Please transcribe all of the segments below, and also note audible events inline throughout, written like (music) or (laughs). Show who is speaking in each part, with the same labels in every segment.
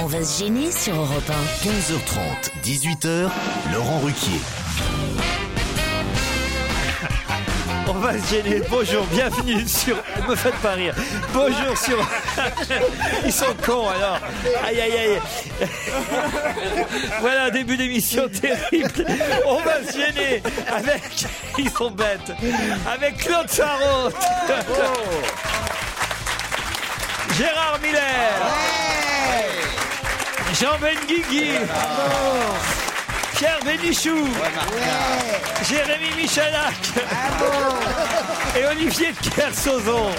Speaker 1: On va se gêner sur Europe
Speaker 2: 15h30, 18h, Laurent Ruquier.
Speaker 3: On va se gêner. Bonjour, bienvenue sur. Me faites pas rire. Bonjour sur. Ils sont cons alors. Aïe aïe aïe. Voilà un début d'émission terrible. On va se gêner avec. Ils sont bêtes. Avec Claude Sarraute.
Speaker 4: Oh.
Speaker 3: Gérard Miller. Jean Benguigui. Pierre Bénichou. Jérémy Michalak. Et Olivier de Kersauzon.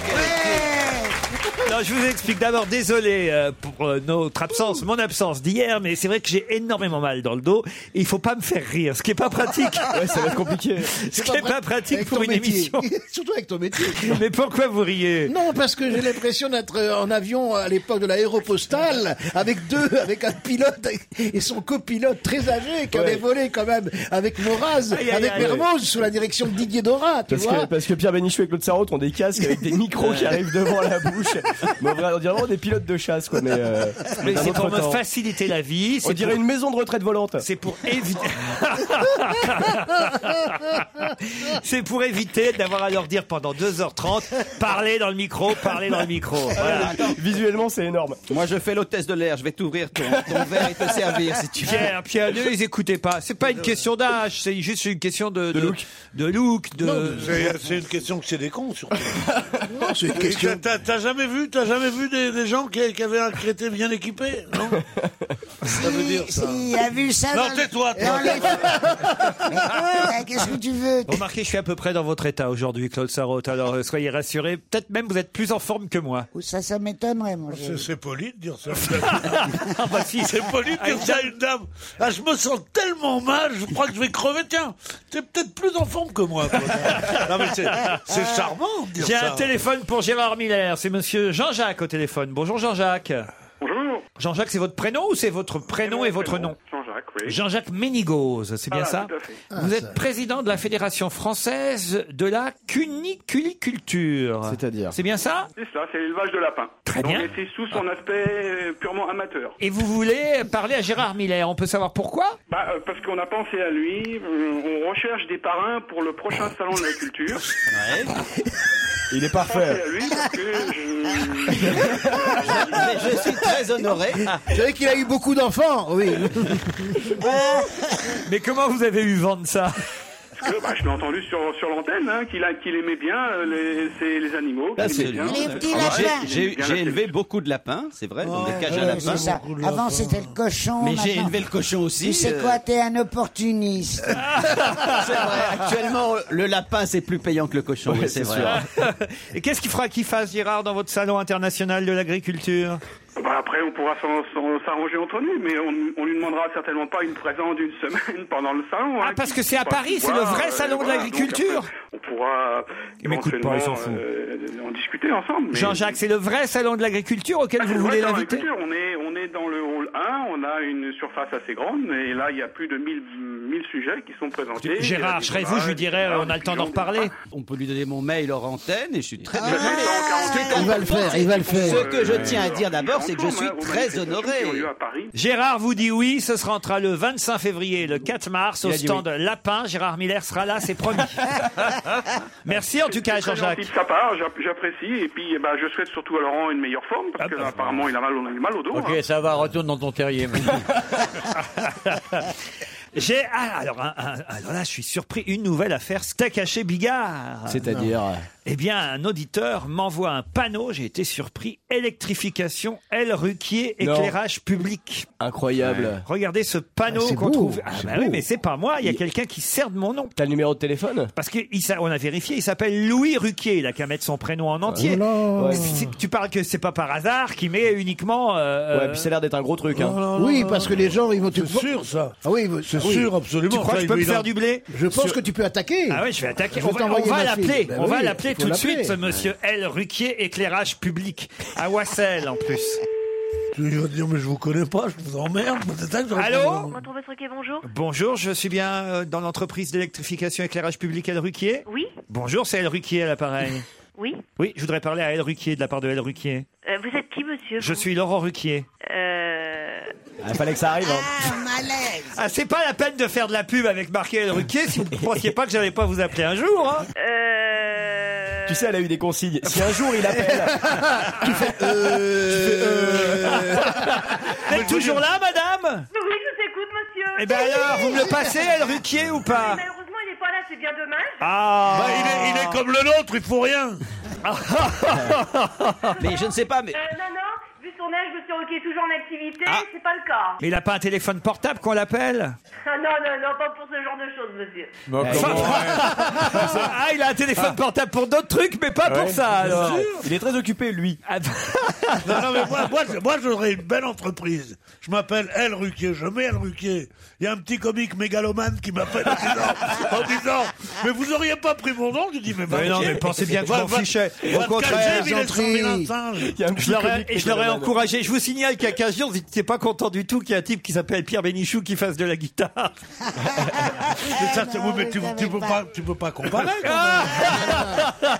Speaker 3: Non, je vous explique. D'abord, désolé euh, pour euh, notre absence, mon absence d'hier, mais c'est vrai que j'ai énormément mal dans le dos. Et il faut pas me faire rire, ce qui est pas pratique.
Speaker 5: Ouais, ça va être compliqué.
Speaker 3: Ce qui est pas pratique
Speaker 6: Avec
Speaker 3: pour
Speaker 6: ton
Speaker 3: une
Speaker 6: métier.
Speaker 3: émission.
Speaker 6: (laughs) Surtout avec
Speaker 3: (laughs)
Speaker 6: ton métier.
Speaker 3: Mais pourquoi vous riez
Speaker 6: Non, parce que j'ai l'impression d'être euh, en avion à l'époque de l'aéropostale, avec deux, avec un pilote et son copilote très âgé qui avait volé quand même avec Moraz,
Speaker 3: Aïe, aïe,
Speaker 6: avec
Speaker 3: aïe.
Speaker 6: Mermoz sous la direction de Didier Dora, tu
Speaker 5: Parce que,
Speaker 6: vois.
Speaker 5: parce que Pierre Bénichou et Claude Sarraute ont des casques avec des micros qui arrivent devant la bouche. Mais on dirait vraiment des pilotes de chasse, quoi. Mais, euh,
Speaker 3: Mais
Speaker 5: d'un
Speaker 3: c'est
Speaker 5: autre
Speaker 3: pour me
Speaker 5: temps.
Speaker 3: faciliter la vie.
Speaker 5: On
Speaker 3: C'est
Speaker 5: dirait
Speaker 3: pour-
Speaker 5: une maison de
Speaker 3: (laughs)
Speaker 5: retraite volante.
Speaker 3: C'est pour
Speaker 7: (laughs)
Speaker 3: éviter. (laughs) c'est pour éviter d'avoir à leur dire pendant 2h30 parler dans le micro, parler dans le
Speaker 7: (laughs)
Speaker 3: micro. Voilà.
Speaker 5: Visuellement, c'est énorme.
Speaker 7: Moi, je fais l'hôtesse de l'air. Je vais t'ouvrir ton, ton verre et te servir si tu veux.
Speaker 3: Pierre, Pierre, ne les écoutez pas. C'est pas une question d'âge, c'est juste une question de, de,
Speaker 5: look.
Speaker 3: de look, de-
Speaker 8: C'est c'est une question que c'est des cons, surtout.
Speaker 6: Non, c'est une
Speaker 8: Et que
Speaker 6: question.
Speaker 8: T'as t'as jamais vu, t'as jamais vu des, des gens qui, qui avaient un crétin bien équipé, non Ça veut dire ça.
Speaker 4: Il a vu ça
Speaker 8: Non,
Speaker 4: dans-
Speaker 8: tais-toi, toi.
Speaker 4: dans les-
Speaker 8: (laughs)
Speaker 4: Ah, Qu'est-ce que tu veux
Speaker 3: Remarquez, je suis à peu près dans votre état aujourd'hui, Claude Sarraute. Alors, euh, soyez rassurés. Peut-être même vous êtes plus en forme que moi.
Speaker 4: Ça, ça m'étonnerait, moi. je-
Speaker 8: C'est- C'est poli de dire ça.
Speaker 3: Ah, bah si,
Speaker 8: C'est poli de dire ça à une dame. Ah, je me sens tellement mal, je crois que je vais crever. Tiens, t'es peut-être plus en forme que moi. toi. Non, mais c'est- c'est charmant de dire
Speaker 3: J'ai
Speaker 8: ça.
Speaker 3: un téléphone pour Gérard Miller. C'est monsieur Jean-Jacques au téléphone. Bonjour Jean-Jacques.
Speaker 9: Bonjour.
Speaker 3: Jean-Jacques, c'est votre prénom ou c'est votre prénom et votre nom
Speaker 9: Jean-Jacques, oui.
Speaker 3: Jean-Jacques Ménigoz, c'est bien
Speaker 9: Ah,
Speaker 3: ça
Speaker 9: tout à fait.
Speaker 3: Vous êtes président de la Fédération française de la cuniculiculture.
Speaker 5: C'est-à-dire
Speaker 3: C'est bien ça
Speaker 9: C'est ça, c'est l'élevage de lapins.
Speaker 3: Très
Speaker 9: Donc,
Speaker 3: bien.
Speaker 9: mais c'est sous son aspect euh, purement amateur.
Speaker 3: Et vous voulez parler à Gérard Miller. On peut savoir
Speaker 8: (laughs)
Speaker 3: pourquoi
Speaker 9: Bah, euh, parce qu'on a pensé à lui, euh, on recherche des parrains pour le prochain salon de la culture. (laughs)
Speaker 5: Il est
Speaker 9: Pensez
Speaker 5: parfait.
Speaker 9: à lui parce que je...
Speaker 7: Je, je suis très honoré.
Speaker 6: Tu savais qu'il a eu beaucoup d'enfants, oui.
Speaker 3: Mais comment vous avez eu vent de ça
Speaker 9: parce que, bah, je l'ai entendu sur, sur l'antenne, hein, qu'il a- qu'il aimait bien euh, les, c'est les animaux. qu'il
Speaker 7: Là, Ah, c'est
Speaker 9: aimait bien.
Speaker 7: lui.
Speaker 4: Les petits
Speaker 7: Alors, j'ai-
Speaker 4: lapins.
Speaker 7: J'ai
Speaker 9: Bien
Speaker 7: j'ai
Speaker 9: la
Speaker 7: élevé
Speaker 9: tête.
Speaker 7: beaucoup de lapins, c'est vrai, dans des cages à
Speaker 4: Ouais,
Speaker 7: lapins.
Speaker 4: c'est ça. Avant, c'était le cochon.
Speaker 7: Mais j'ai
Speaker 4: maintenant-
Speaker 7: élevé le cochon aussi.
Speaker 4: Tu sais
Speaker 7: euh,
Speaker 4: quoi, t'es un opportuniste.
Speaker 7: c'est vrai. Actuellement, le lapin, c'est plus payant que le cochon. oui, c'est
Speaker 5: c'est
Speaker 7: vrai.
Speaker 5: sûr.
Speaker 7: (laughs)
Speaker 3: Et qu'est-ce qu'il faudra qu'il fasse, Gérard, dans votre salon international de l'agriculture
Speaker 9: Bah, après, on pourra s'en- s'en- s'arranger entre nous, mais on, on lui demandera certainement pas une présence d'une semaine pendant le salon. hein.
Speaker 3: Ah, parce que c'est à Paris, c'est le vrai salon de l'agriculture.
Speaker 9: On pourra
Speaker 3: Il m'écoute pas, il s'en fout.
Speaker 9: éventuellement, euh, en discuter ensemble. mais-
Speaker 3: Jean-Jacques, c'est le vrai salon de l'agriculture auquel
Speaker 9: Ah, c'est
Speaker 3: vous
Speaker 9: le
Speaker 3: voulez
Speaker 9: vrai salon de
Speaker 3: l'inviter
Speaker 9: l'agriculture. On est, on est dans le hall 1, on a une surface assez grande, et là, il y a plus de 1000, 1000 sujets qui sont présentés.
Speaker 3: Gérard, je serais vous, je lui dirais, on a le temps d'en reparler.
Speaker 7: On peut lui donner mon mail hors antenne et je suis très
Speaker 4: Ah,
Speaker 6: Il va le faire, il va le faire.
Speaker 7: Ce que je tiens à dire d'abord, c'est que je suis très honoré.
Speaker 9: à Paris.
Speaker 3: Gérard vous dit oui, ce sera entre le 25 février et le 4 mars au
Speaker 5: a dit
Speaker 3: stand Lapin. Gérard Miller sera là, c'est
Speaker 5: (laughs)
Speaker 3: promis. (laughs) Merci en tout cas,
Speaker 9: Très gentil
Speaker 3: Jean-Jacques.
Speaker 9: de sa part, j'app- j'apprécie, et puis eh ben, je souhaite surtout à Laurent une meilleure forme, parce
Speaker 3: Ah, bah,
Speaker 9: que là, apparemment, il a mal, au- il a mal au dos. hein.
Speaker 3: ça va, retourne dans ton terrier.
Speaker 4: (laughs)
Speaker 3: (laughs) J'ai ah, alors, un- un- alors là, je suis surpris. Une nouvelle affaire steak haché Bigard.
Speaker 5: C'est-à-dire
Speaker 3: Eh bien, un auditeur m'envoie un panneau. J'ai été surpris. Électrification, L Ruquier,
Speaker 5: Non.
Speaker 3: éclairage public.
Speaker 5: Incroyable.
Speaker 3: Regardez ce panneau
Speaker 6: Ah, c'est
Speaker 3: qu'on
Speaker 6: beau,
Speaker 3: trouve. Ah,
Speaker 6: c'est
Speaker 3: bah oui,
Speaker 6: beau.
Speaker 3: mais c'est pas moi. Il y a quelqu'un qui sert de mon nom.
Speaker 5: T'as le numéro de téléphone
Speaker 3: Parce qu'on a vérifié, il s'appelle Louis Ruquier. Il a qu'à mettre son prénom en entier.
Speaker 5: Oh
Speaker 6: là.
Speaker 3: Ouais. Si Tu parles que c'est pas par hasard qu'il met uniquement. euh, Oh
Speaker 5: Ouais, puis ça a l'air d'être un gros truc. hein.
Speaker 6: Oui, parce que les gens, ils vont te
Speaker 8: C'est sûr, ça.
Speaker 6: Ah oui, ils vont-
Speaker 8: C'est
Speaker 6: oui.
Speaker 8: sûr, absolument.
Speaker 3: tu crois que je peux me faire du blé
Speaker 6: Je pense que tu peux attaquer.
Speaker 3: Ah ouais, je vais attaquer.
Speaker 6: Je
Speaker 3: on
Speaker 6: vais
Speaker 3: va,
Speaker 6: t'envoyer
Speaker 3: on va
Speaker 6: ma fille.
Speaker 3: l'appeler.
Speaker 6: Bah
Speaker 3: on va
Speaker 6: oui,
Speaker 3: l'appeler
Speaker 6: faut
Speaker 3: tout de
Speaker 6: l'appeler.
Speaker 3: suite, ce monsieur L Ruquier, éclairage public à Wassel en plus.
Speaker 8: Je vais dire, mais je vous connais pas, je vous emmerde. peut-être que j'aurais
Speaker 3: Allô
Speaker 8: pas-
Speaker 10: Retrouver Truquet, bonjour.
Speaker 3: Bonjour, je suis bien euh, dans l'entreprise d'électrification éclairage public L Ruquier.
Speaker 10: Oui,
Speaker 3: Bonjour, c'est L Ruquier à l'appareil.
Speaker 10: (laughs) oui.
Speaker 3: Oui, je voudrais parler à L Ruquier de la part de L Ruquier.
Speaker 10: Euh, vous êtes qui, monsieur
Speaker 3: Je
Speaker 10: vous
Speaker 3: suis Laurent Ruquier.
Speaker 10: Euh,
Speaker 5: Il fallait que ça arrive. hein.
Speaker 4: Ah, malaise
Speaker 3: Ah, c'est pas la peine de faire de la pub avec Marc-Hélène Ruquier si vous ne pensiez pas que j'allais pas vous appeler un jour. hein.
Speaker 4: (laughs)
Speaker 1: Euh...
Speaker 5: Tu sais, elle a eu des consignes. Si un jour il
Speaker 7: (laughs)
Speaker 5: appelle,
Speaker 7: Euh.
Speaker 3: Vous êtes toujours là, madame
Speaker 1: Oui, je vous écoute, monsieur.
Speaker 3: Eh bien alors, vous me le passez, elle Ruquier ou pas
Speaker 1: Malheureusement, il n'est pas là, c'est bien dommage. Euh,
Speaker 3: Ah
Speaker 8: Bah, il, est, il est comme le nôtre, il faut rien.
Speaker 7: (laughs) Mais je ne sais pas, mais.
Speaker 1: Euh, non, non, vu son âge, monsieur Roquet est toujours en activité,
Speaker 8: Ah.
Speaker 1: c'est pas le cas. (laughs)
Speaker 3: Mais il a pas un téléphone portable qu'on l'appelle Eh.
Speaker 1: Ah, non, non, non, pas pour ce genre de choses, monsieur.
Speaker 3: (laughs) Ah, il a un téléphone portable pour d'autres trucs, mais pas pour ça alors.
Speaker 5: il est très occupé, lui.
Speaker 3: Ah, bah,
Speaker 8: Non, non, mais moi, moi, je- moi, j'aurais une belle entreprise. Je m'appelle El Ruquier, je mets El Ruquier. Il y a un petit comique mégalomane qui m'appelle
Speaker 5: (laughs)
Speaker 8: en disant, en disant, mais vous auriez pas pris mon nom Je dis, mais,
Speaker 3: Mais non, mais pensez bien que je m'en fichais. Au contraire,
Speaker 8: contraire,
Speaker 5: Il y a un petit
Speaker 3: Je l'aurais,
Speaker 5: comique
Speaker 3: et je l'aurais
Speaker 5: mégalomane.
Speaker 3: encouragé. Je vous signale qu'il y a 15 jours, vous n'étiez pas content du tout qu'il y ait un type qui s'appelle Pierre Bénichou qui fasse de la guitare.
Speaker 8: oui, mais tu, tu peux pas, tu peux pas comparer.
Speaker 3: Ah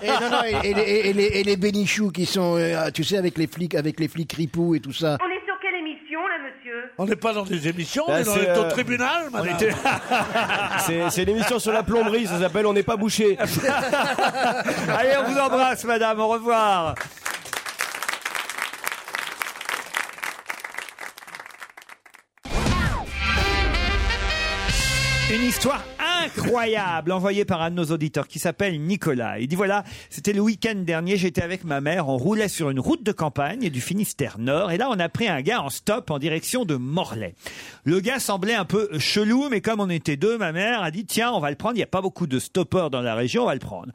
Speaker 4: Eh,
Speaker 6: Et, non, non, Ah, et- et les- et les, et les bénichoux qui sont, euh, ah, tu sais, avec les flics, avec les flics ripoux et tout ça.
Speaker 1: On est sur quelle émission, là,
Speaker 3: (laughs)
Speaker 1: monsieur
Speaker 8: On n'est pas dans des émissions,
Speaker 5: Bah,
Speaker 8: on est dans
Speaker 5: c'est,
Speaker 8: le au
Speaker 5: euh,
Speaker 8: tribunal, madame. (laughs)
Speaker 5: C'est c'est une émission sur la plomberie, ça s'appelle On n'est pas bouché.
Speaker 3: (laughs) Allez, on vous embrasse, madame. Au revoir. Une histoire incroyable envoyée par un de nos auditeurs qui s'appelle Nicolas. Il dit voilà, c'était le week-end dernier, j'étais avec ma mère, on roulait sur une route de campagne du Finistère Nord et là on a pris un gars en stop en direction de Morlaix. Le gars semblait un peu chelou, mais comme on était deux, ma mère a dit tiens, on va le prendre, il n'y a pas beaucoup de stoppeurs dans la région, on va le prendre.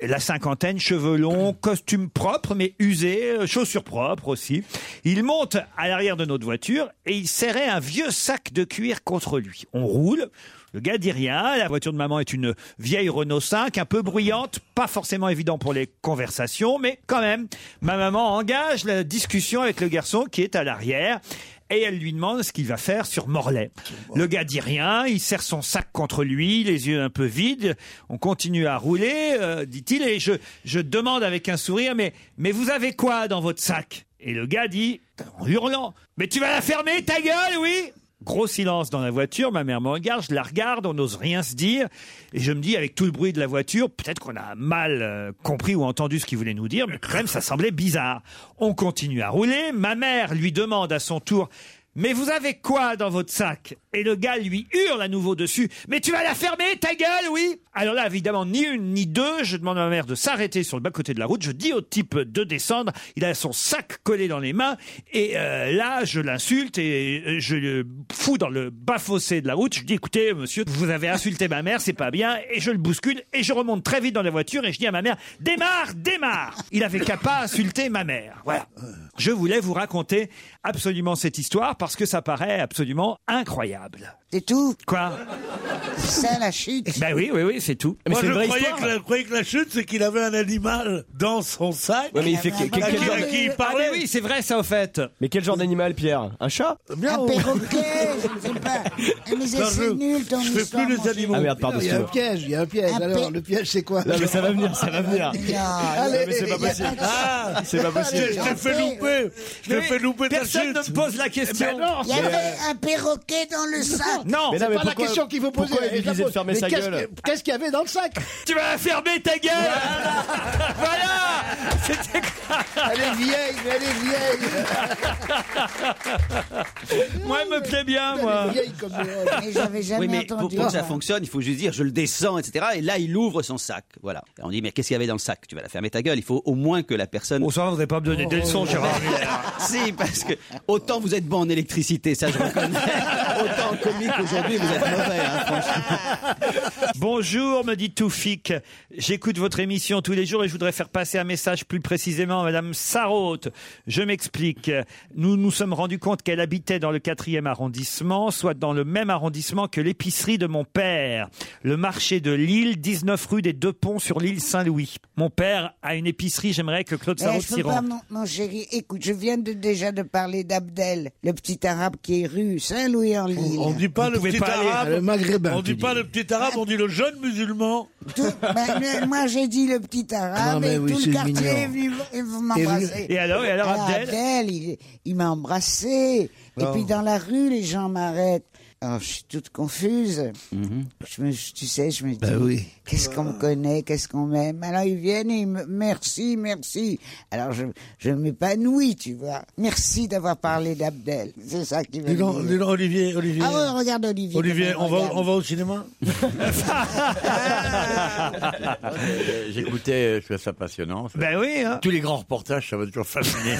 Speaker 3: La cinquantaine, cheveux longs, costume propre mais usé, euh, chaussures propres aussi. Il monte à l'arrière de notre voiture et il serrait un vieux sac de cuir contre lui. On roule, le gars dit rien, la voiture de maman est une vieille Renault 5, un peu bruyante, pas forcément évident pour les conversations, mais quand même, ma maman engage la discussion avec le garçon qui est à l'arrière. Et elle lui demande ce qu'il va faire sur Morlaix. Le gars dit rien, il serre son sac contre lui, les yeux un peu vides. On continue à rouler, euh, dit-il, et je, je demande avec un sourire, mais, mais vous avez quoi dans votre sac Et le gars dit, en hurlant, mais tu vas la fermer, ta gueule, oui Gros silence dans la voiture, ma mère me regarde, je la regarde, on n'ose rien se dire. Et je me dis, avec tout le bruit de la voiture, peut-être qu'on a mal euh, compris ou entendu ce qu'il voulait nous dire, mais quand même, ça semblait bizarre. On continue à rouler, ma mère lui demande à son tour, mais vous avez quoi dans votre sac Et le gars lui hurle à nouveau dessus, mais tu vas la fermer, ta gueule, oui Alors là, évidemment, ni une ni deux, je demande à ma mère de s'arrêter sur le bas-côté de la route, je dis au type de descendre, il a son sac collé dans les mains, et euh, là, je l'insulte et euh, je le fous dans le bas-fossé de la route, je dis, écoutez, monsieur, vous avez insulté ma mère, c'est pas bien, et je le bouscule, et je remonte très vite dans la voiture, et je dis à ma mère, démarre, démarre Il avait qu'à pas insulter ma mère, voilà. Je voulais vous raconter absolument cette histoire, parce que ça paraît absolument incroyable.
Speaker 4: C'est tout
Speaker 3: Quoi
Speaker 4: C'est ça, la chute
Speaker 3: Ben oui, oui, oui, c'est tout.
Speaker 5: Mais
Speaker 8: Moi,
Speaker 5: c'est
Speaker 8: je
Speaker 5: une vraie
Speaker 8: croyais
Speaker 5: histoire.
Speaker 8: que, la, je croyais que la chute, c'est qu'il avait un animal dans son sac.
Speaker 5: Ouais, mais il fait que-
Speaker 8: À
Speaker 5: quel
Speaker 8: qui,
Speaker 5: genre
Speaker 8: à
Speaker 5: de-
Speaker 8: qui il
Speaker 3: Ah mais
Speaker 8: parlait
Speaker 3: oui, c'est vrai ça, au fait
Speaker 5: bah, Mais quel genre d'animal, Pierre Un chat
Speaker 4: Un
Speaker 8: (laughs)
Speaker 4: perroquet Je ne sais pas. Ah, Mais c'est
Speaker 8: Non, je-
Speaker 4: c'est nul ton
Speaker 8: je fais
Speaker 4: histoire,
Speaker 8: plus les
Speaker 4: mon Gilles.
Speaker 8: animaux.
Speaker 5: Ah merde, pardon,
Speaker 6: Il y a un
Speaker 5: excuse-moi.
Speaker 6: piège, il y a un piège.
Speaker 4: Un
Speaker 6: Alors,
Speaker 4: pe-
Speaker 6: le piège, c'est quoi
Speaker 5: Non, mais ça va venir, ça va venir.
Speaker 4: Non,
Speaker 6: Allez,
Speaker 5: mais c'est pas
Speaker 6: il y a
Speaker 5: possible.
Speaker 4: pas de-
Speaker 8: Ah,
Speaker 5: C'est pas
Speaker 8: je
Speaker 5: possible.
Speaker 8: je t'ai fait louper. Je t'ai fait louper ta chute. Eh
Speaker 3: Personne
Speaker 8: ben
Speaker 3: ne me pose la question.
Speaker 4: Il y avait un perroquet dans le sac
Speaker 3: non,
Speaker 5: Mais non, mais
Speaker 6: Pas la
Speaker 5: pourquoi-
Speaker 6: question qu'il faut poser.
Speaker 5: pourquoi il
Speaker 6: je la
Speaker 5: disait de
Speaker 6: pose.
Speaker 5: fermer
Speaker 6: Mais
Speaker 5: sa
Speaker 6: qu'est-ce
Speaker 5: gueule
Speaker 6: que- Qu'est-ce qu'il y avait dans le sac
Speaker 3: Tu vas la fermer ta gueule
Speaker 6: (laughs)
Speaker 3: Voilà C'était
Speaker 6: Elle est vieille, mais elle est vieille.
Speaker 3: Moi, elle me plaît bien,
Speaker 6: Elle
Speaker 3: moi
Speaker 6: est vieille comme
Speaker 4: Mais j'avais jamais
Speaker 7: Oui, mais pour,
Speaker 4: entendu
Speaker 7: pour que ça
Speaker 4: ça.
Speaker 7: fonctionne, il faut juste dire je le descends, etc. Et là, il ouvre son sac. Voilà. Et on dit mais qu'est-ce qu'il y avait dans le sac Tu vas la fermer ta gueule. Il faut au moins que la personne.
Speaker 3: Bon, ça va, vous n'allez pas me donner des leçons,
Speaker 7: (laughs)
Speaker 3: Gérard.
Speaker 7: si, parce que autant vous êtes bon en électricité, ça
Speaker 3: (laughs)
Speaker 7: je reconnais. autant en comique aujourd'hui, vous êtes mauvais. hein, franchement.
Speaker 3: Bonjour, me dit Toufik. J'écoute votre émission tous les jours et je voudrais faire passer un message plus précisément à Madame Sarraute. Je m'explique. Nous nous sommes rendus compte qu'elle habitait dans le quatrième arrondissement, soit dans le même arrondissement que l'épicerie de mon père. Le marché de Lille, 19 rue des Deux Ponts sur l'île Saint-Louis. Mon père a une épicerie, j'aimerais que Claude
Speaker 4: Eh,
Speaker 3: Sarraute
Speaker 4: je
Speaker 3: s'y
Speaker 4: peux pas,
Speaker 3: rende.
Speaker 4: mon, mon chéri. Écoute, je viens de, déjà de parler d'Abdel, le petit arabe qui est rue Saint-Louis en l'île.
Speaker 8: On dit pas le
Speaker 3: pouvez
Speaker 8: petit
Speaker 3: pas aller-
Speaker 8: arabe.
Speaker 6: Le maghrébin,
Speaker 8: On
Speaker 6: tu
Speaker 8: dit pas
Speaker 6: dis.
Speaker 8: le petit arabe, on dit le jeune musulman.
Speaker 4: Tout- ben,
Speaker 8: (laughs)
Speaker 4: le- moi, j'ai dit le petit
Speaker 6: Ah,
Speaker 4: arabe
Speaker 6: mais
Speaker 4: et
Speaker 6: oui,
Speaker 4: tout
Speaker 6: c'est
Speaker 4: le quartier est
Speaker 6: mignon.
Speaker 4: venu, est venu m'embrasser. Ah,
Speaker 3: Et alors, et alors, Abdel
Speaker 4: il, il m'a embrassé. Et puis, dans la rue, les gens m'arrêtent. Alors, je suis toute confuse.
Speaker 8: Mhm.
Speaker 4: je me, je- tu sais, je
Speaker 8: Bah
Speaker 4: me dis,
Speaker 6: oui.
Speaker 4: qu'est-ce qu'on me connaît, qu'est-ce qu'on m'aime. Alors, ils viennent et ils me, merci, merci. Alors, je, je m'épanouis, tu vois. Merci d'avoir parlé d'Abdel. C'est ça qui veut
Speaker 8: Dis donc, dis
Speaker 4: dire.
Speaker 8: donc, Olivier, Olivier.
Speaker 4: Ah ouais, regarde Olivier.
Speaker 8: Olivier,
Speaker 4: comment
Speaker 8: on
Speaker 4: il
Speaker 8: va,
Speaker 4: regarde.
Speaker 8: on va au
Speaker 3: Ah
Speaker 8: cinéma
Speaker 10: Euh, J'écoutais, je trouvais ça passionnant.
Speaker 3: Ben oui, hein.
Speaker 10: Tous les grands reportages, ça m'a
Speaker 3: (laughs)
Speaker 10: toujours fasciné.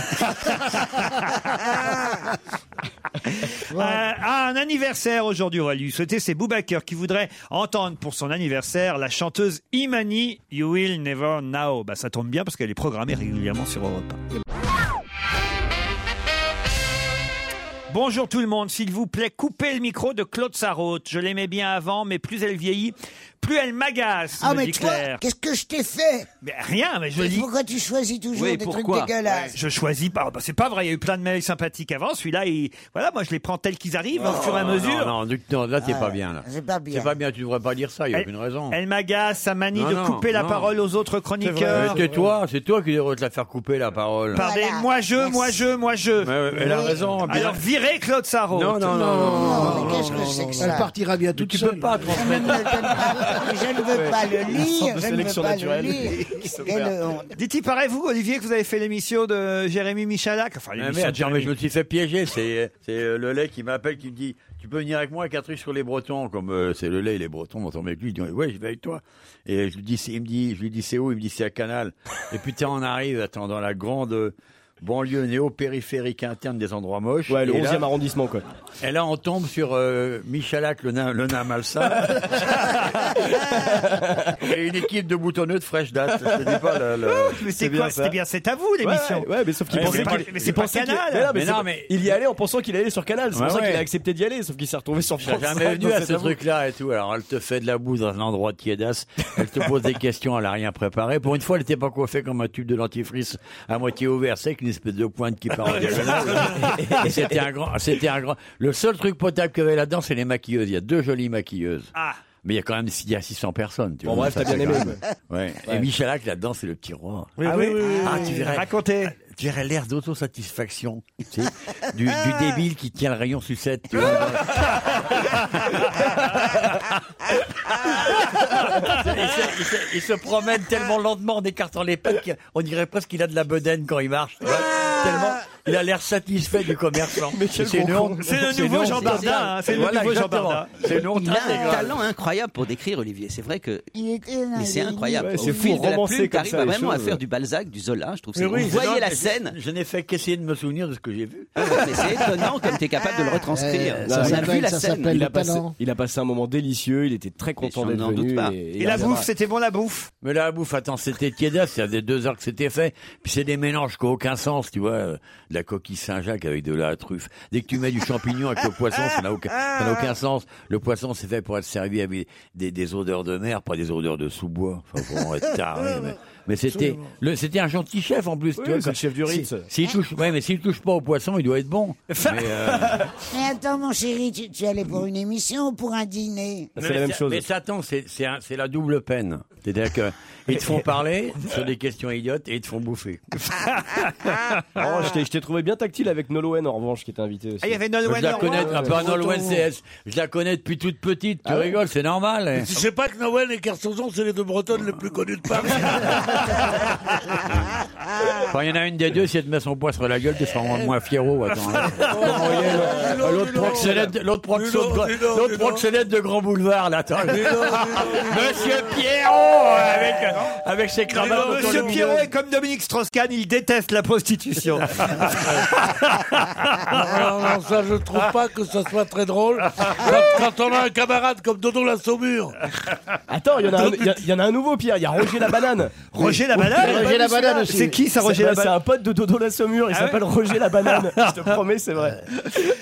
Speaker 3: Euh, ah, un anniversaire aujourd'hui, on va lui souhaiter. C'est Boubacar qui voudrait entendre pour son anniversaire la chanteuse Imani You Will Never Now. Bah, ça tombe bien parce qu'elle est programmée régulièrement sur Europe. Bonjour tout le monde, s'il vous plaît, coupez le micro de Claude Sarraute. Je l'aimais bien avant, mais plus elle vieillit, plus elle m'agace,
Speaker 4: Ah,
Speaker 3: me
Speaker 4: mais
Speaker 3: dit
Speaker 4: toi,
Speaker 3: Claire.
Speaker 4: qu'est-ce que je t'ai fait
Speaker 3: Mais rien, mais je dis...
Speaker 4: Pourquoi tu choisis toujours
Speaker 7: Oui,
Speaker 4: des
Speaker 7: pourquoi
Speaker 4: trucs dégueulasses
Speaker 3: Je choisis pas. Bah, c'est pas vrai. Il y a eu plein de mails sympathiques avant. Celui-là, il... voilà, moi, je les prends tels qu'ils arrivent hein, au fur et à
Speaker 10: Non,
Speaker 3: mesure.
Speaker 10: Oh, Non, non, non, là, c'est
Speaker 4: Ah,
Speaker 10: pas bien. là.
Speaker 4: c'est pas bien.
Speaker 10: C'est pas bien, tu devrais pas dire ça, il n'y a aucune raison.
Speaker 3: Elle m'agace, sa manie
Speaker 10: Non,
Speaker 3: de
Speaker 10: non,
Speaker 3: couper la
Speaker 10: non.
Speaker 3: parole aux autres
Speaker 10: Euh,
Speaker 3: chroniqueurs.
Speaker 10: Tais-toi, c'est toi qui devrais te la faire couper la parole.
Speaker 3: Pardon,
Speaker 4: Voilà.
Speaker 3: moi je, moi
Speaker 4: Merci.
Speaker 3: je, moi je.
Speaker 10: Ouais, ouais, elle a raison. bien.
Speaker 3: Alors virez Claude Sarraute.
Speaker 10: non, non, non, non.
Speaker 4: Non, mais qu'est-ce que c'est que
Speaker 6: Elle
Speaker 4: ça
Speaker 6: partira bien toute
Speaker 10: Tu
Speaker 6: seule.
Speaker 10: peux pas transmettre.
Speaker 4: Je ne veux pas- je ne veux pas le lire, je ne veux
Speaker 5: sélection
Speaker 4: pas
Speaker 5: naturelle
Speaker 4: le
Speaker 10: (laughs)
Speaker 4: lire. Quelle honte.
Speaker 3: Dites, il paraît vous, Olivier, que vous avez fait l'émission de Jérémy Michalak. Enfin,
Speaker 10: Mais
Speaker 3: l'émission de
Speaker 10: Ah, merde, non, mais
Speaker 3: Jérémy.
Speaker 10: je me suis fait piéger. C'est c'est, euh, le lait qui m'appelle, qui me dit Tu peux venir avec moi, quatre trucs sur les Bretons. Comme euh, c'est le lait et les Bretons, on tombe avec lui. Il dit Ouais, je vais avec toi. Et je lui dis, c'est- il me dit, je lui dis C'est où Il me dit C'est à Canal. Et putain, on arrive, attends, dans la grande euh, banlieue néo-périphérique interne des endroits moches.
Speaker 5: Ouais, le
Speaker 10: Et
Speaker 5: 11
Speaker 10: là-
Speaker 5: e arrondissement, quoi.
Speaker 10: Et là, on tombe sur euh, Michalak, le nain, le
Speaker 5: (laughs)
Speaker 10: nain malsain. et une équipe de boutonneux de fraîche date. Je te dis pas le- le-
Speaker 3: Mais
Speaker 5: C'est
Speaker 3: c'est
Speaker 5: bien
Speaker 3: quoi
Speaker 5: ça.
Speaker 3: C'était bien, c'est à vous
Speaker 5: Ouais,
Speaker 3: l'émission.
Speaker 5: ouais, ouais, mais sauf qu'il
Speaker 3: Mais
Speaker 5: pensait
Speaker 3: c'est pas-
Speaker 5: qu'il
Speaker 3: mais c'est
Speaker 5: il
Speaker 3: pas
Speaker 5: pensait qu'il-
Speaker 3: Canal.
Speaker 5: Mais non, mais,
Speaker 10: Mais
Speaker 5: c'est
Speaker 10: non,
Speaker 5: pas-
Speaker 10: mais-
Speaker 5: il y allait en pensant qu'il allait sur Canal. C'est
Speaker 10: Ouais,
Speaker 5: pour ça
Speaker 10: ouais.
Speaker 5: qu'il a accepté d'y aller, sauf qu'il s'est retrouvé sur
Speaker 10: T'as
Speaker 5: France.
Speaker 10: jamais venu
Speaker 5: dans
Speaker 10: à
Speaker 5: cet
Speaker 10: ce
Speaker 5: amour.
Speaker 10: truc-là et tout. Alors, elle te fait de la bouse dans un endroit tiédasse. Elle te pose des questions, elle a rien préparé. Pour une fois, elle était pas coiffée comme un tube de dentifrice à moitié ouvert. C'est qu'une espèce de pointe qui part en diagonale. Et c'était un grand, c'était un grand. Le seul truc potable qu'il y avait là-dedans, c'est les maquilleuses. Il y a deux jolies maquilleuses.
Speaker 3: Ah,
Speaker 10: Mais il y a quand même, il y a 600 personnes, tu
Speaker 5: Bon,
Speaker 10: vois.
Speaker 5: bref,
Speaker 10: Ça,
Speaker 5: t'as bien
Speaker 10: c'est
Speaker 5: aimé,
Speaker 10: quand même- Ouais. Et Michalak, là-dedans, c'est le petit roi.
Speaker 3: ah oui,
Speaker 10: Ah, tu verrais.
Speaker 3: racontez.
Speaker 10: Tu verrais l'air d'autosatisfaction, tu sais, du, du débile qui tient le rayon sucette, tu vois. il, se, il se- il se promène tellement lentement en écartant les pattes qu'on dirait presque qu'il a de la bedaine quand il marche. tu vois.
Speaker 3: Ah.
Speaker 10: tellement, il a l'air satisfait du commerçant. Mais c'est une honte.
Speaker 3: C'est le
Speaker 10: une
Speaker 3: nouveau
Speaker 10: honte.
Speaker 3: Jean Bardin, hein, c'est le
Speaker 10: Voilà,
Speaker 3: nouveau Jean
Speaker 10: exactement.
Speaker 3: Bardin.
Speaker 10: C'est une honte hein,
Speaker 7: Il a un
Speaker 10: intégrale.
Speaker 7: talent incroyable pour décrire Olivier. C'est vrai que
Speaker 4: Il était
Speaker 7: mais c'est incroyable.
Speaker 5: Ouais,
Speaker 7: Au
Speaker 5: c'est fou,
Speaker 7: fil de la
Speaker 5: romancer
Speaker 7: plume,
Speaker 5: comme
Speaker 7: t'arrives
Speaker 5: ça, les
Speaker 7: vraiment à
Speaker 5: choses.
Speaker 7: faire du Balzac, du Zola. Je trouve. que
Speaker 8: Mais
Speaker 7: c'est-
Speaker 8: oui,
Speaker 7: Vous
Speaker 10: Non,
Speaker 7: voyez la
Speaker 10: mais
Speaker 7: scène.
Speaker 10: Je, je n'ai fait qu'essayer de me souvenir de ce que j'ai vu.
Speaker 7: Ah, mais c'est étonnant comme t'es capable de le retranscrire.
Speaker 6: Euh,
Speaker 7: On
Speaker 5: ça
Speaker 7: a
Speaker 6: s'appelle-
Speaker 7: vu la
Speaker 6: ça
Speaker 7: scène.
Speaker 6: s'appelle-
Speaker 5: Eh, Il
Speaker 6: le
Speaker 5: a, passé,
Speaker 6: talent.
Speaker 5: il a passé un moment délicieux, il était très content
Speaker 7: je
Speaker 5: d'être
Speaker 7: n'en doute
Speaker 5: venu.
Speaker 7: pas.
Speaker 3: Et la bouffe, c'était bon la bouffe
Speaker 10: Mais la bouffe, attends, c'était tiédas, ça faisait deux heures que c'était fait. Puis c'est des mélanges qui n'ont aucun sens, tu vois. euh, De la coquille Saint-Jacques avec de la truffe. Dès que tu mets du champignon avec le poisson, ça n'a aucun, ça n'a aucun sens. Le poisson, c'est fait pour être servi avec des, des odeurs de mer, pas des odeurs de sous-bois. Enfin, faut vraiment être taré, mais... mais c'était, le, c'était un gentil chef en plus. tu
Speaker 5: Oui,
Speaker 10: vois,
Speaker 5: c'est
Speaker 10: quand-
Speaker 5: le chef du
Speaker 10: si-
Speaker 5: Ritz.
Speaker 10: S'il touche, ouais, mais s'il touche pas au poisson, il doit
Speaker 5: (laughs)
Speaker 10: être bon. Mais, euh,
Speaker 4: Mais attends, mon chéri, tu, tu allais pour une émission ou pour un dîner
Speaker 5: Bah, C'est
Speaker 10: mais
Speaker 5: la même
Speaker 10: ça-
Speaker 5: chose.
Speaker 10: Mais ça, attends, c'est- c'est un- c'est la double peine. C'est-à-dire que ils te font parler sur des questions idiotes et ils te font
Speaker 5: (laughs)
Speaker 10: bouffer.
Speaker 5: Oh, je t'ai- je t'ai trouvé bien tactile avec Nolwenn en revanche qui était invité aussi.
Speaker 3: Ah, il y avait Nolwenn
Speaker 10: Je la
Speaker 3: Leroy.
Speaker 10: connais, ah, pardon, Nolwenn, CS. Je la connais depuis toute
Speaker 3: Ah
Speaker 10: petite.
Speaker 8: Ah
Speaker 10: Tu rigoles, c'est normal. hein.
Speaker 8: Je sais pas que Noël et Carsozon, c'est les deux bretonnes les plus connues de Paris.
Speaker 3: Ah.
Speaker 10: Quand il y en a une des deux, si elle te met son poing sur la gueule, tu seras moins- moins fiero. Attends, hein.
Speaker 3: (laughs)
Speaker 10: là.
Speaker 8: Dis-donc,
Speaker 10: L'autre
Speaker 8: dis-donc.
Speaker 10: proxénète, l'autre proxo-
Speaker 8: Dis-donc,
Speaker 10: de-
Speaker 8: dis-donc,
Speaker 10: l'autre
Speaker 8: dis-donc.
Speaker 10: proxénète de Grand Boulevard,
Speaker 3: (laughs)
Speaker 10: là. attends. Monsieur Pierrot, euh, avec, avec ses cravates.
Speaker 8: Dis-donc,
Speaker 10: autour
Speaker 3: Ah bah, Monsieur
Speaker 10: du
Speaker 3: Pierrot
Speaker 10: bidon.
Speaker 3: est comme Dominique Strauss-Kahn, il déteste la (laughs) prostitution.
Speaker 8: Ah, Non, non, ça, je trouve pas que ça soit très drôle. Quand, quand on a un camarade comme Dodon la Saumure, (laughs)
Speaker 5: Attends, il y, en a un- il y a- il y en a un nouveau, Pierre. Il y a Roger la banane.
Speaker 3: Roger la banane
Speaker 6: Roger la banane aussi.
Speaker 3: C'est qui ça, Roger la
Speaker 5: C'est
Speaker 3: banane
Speaker 5: un pote de Dodo la Saumur, il
Speaker 3: Ah
Speaker 5: s'appelle
Speaker 3: ouais
Speaker 5: Roger la banane. (laughs) Je te promets, c'est vrai.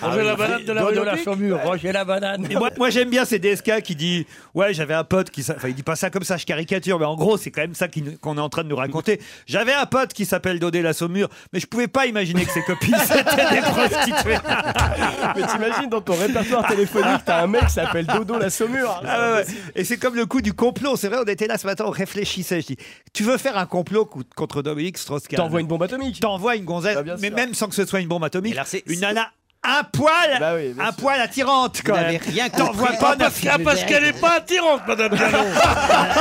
Speaker 5: Ah
Speaker 3: Roger Ah, la banane de la
Speaker 5: Dodo
Speaker 3: Olympique.
Speaker 5: Saumur, Roger la banane.
Speaker 3: Et moi, moi, j'aime bien ces DSK qui dit Ouais, j'avais un pote qui. s'a- Enfin, il dit pas ça comme ça, je caricature, mais en gros, c'est quand même ça qui nous- qu'on est en train de nous raconter. J'avais un pote qui s'appelle Dodé la Saumur, mais je pouvais pas imaginer que ses copines (laughs) c'était des prostituées.
Speaker 5: (laughs) Mais t'imagines dans
Speaker 3: (laughs)
Speaker 5: ton répertoire téléphonique, t'as un mec qui s'appelle Dodo la Saumur.
Speaker 3: Ah ouais, ouais. Et c'est comme le coup du complot. C'est vrai, on était là ce matin, on réfléchissait. Je dis, tu veux faire un complot co- contre Dominique Strauss-Kahn
Speaker 5: T'envoies une bombe atomique. Ah,
Speaker 3: T'envoies une gonzesse, mais même sans que ce soit une bombe atomique, une nana un poil,
Speaker 5: Bah
Speaker 3: un poil attirante quand même. T'envoies pas
Speaker 8: Ah, parce, ah, parce qu'elle n'est pas attirante,
Speaker 7: Ah,
Speaker 8: Madame Gallo.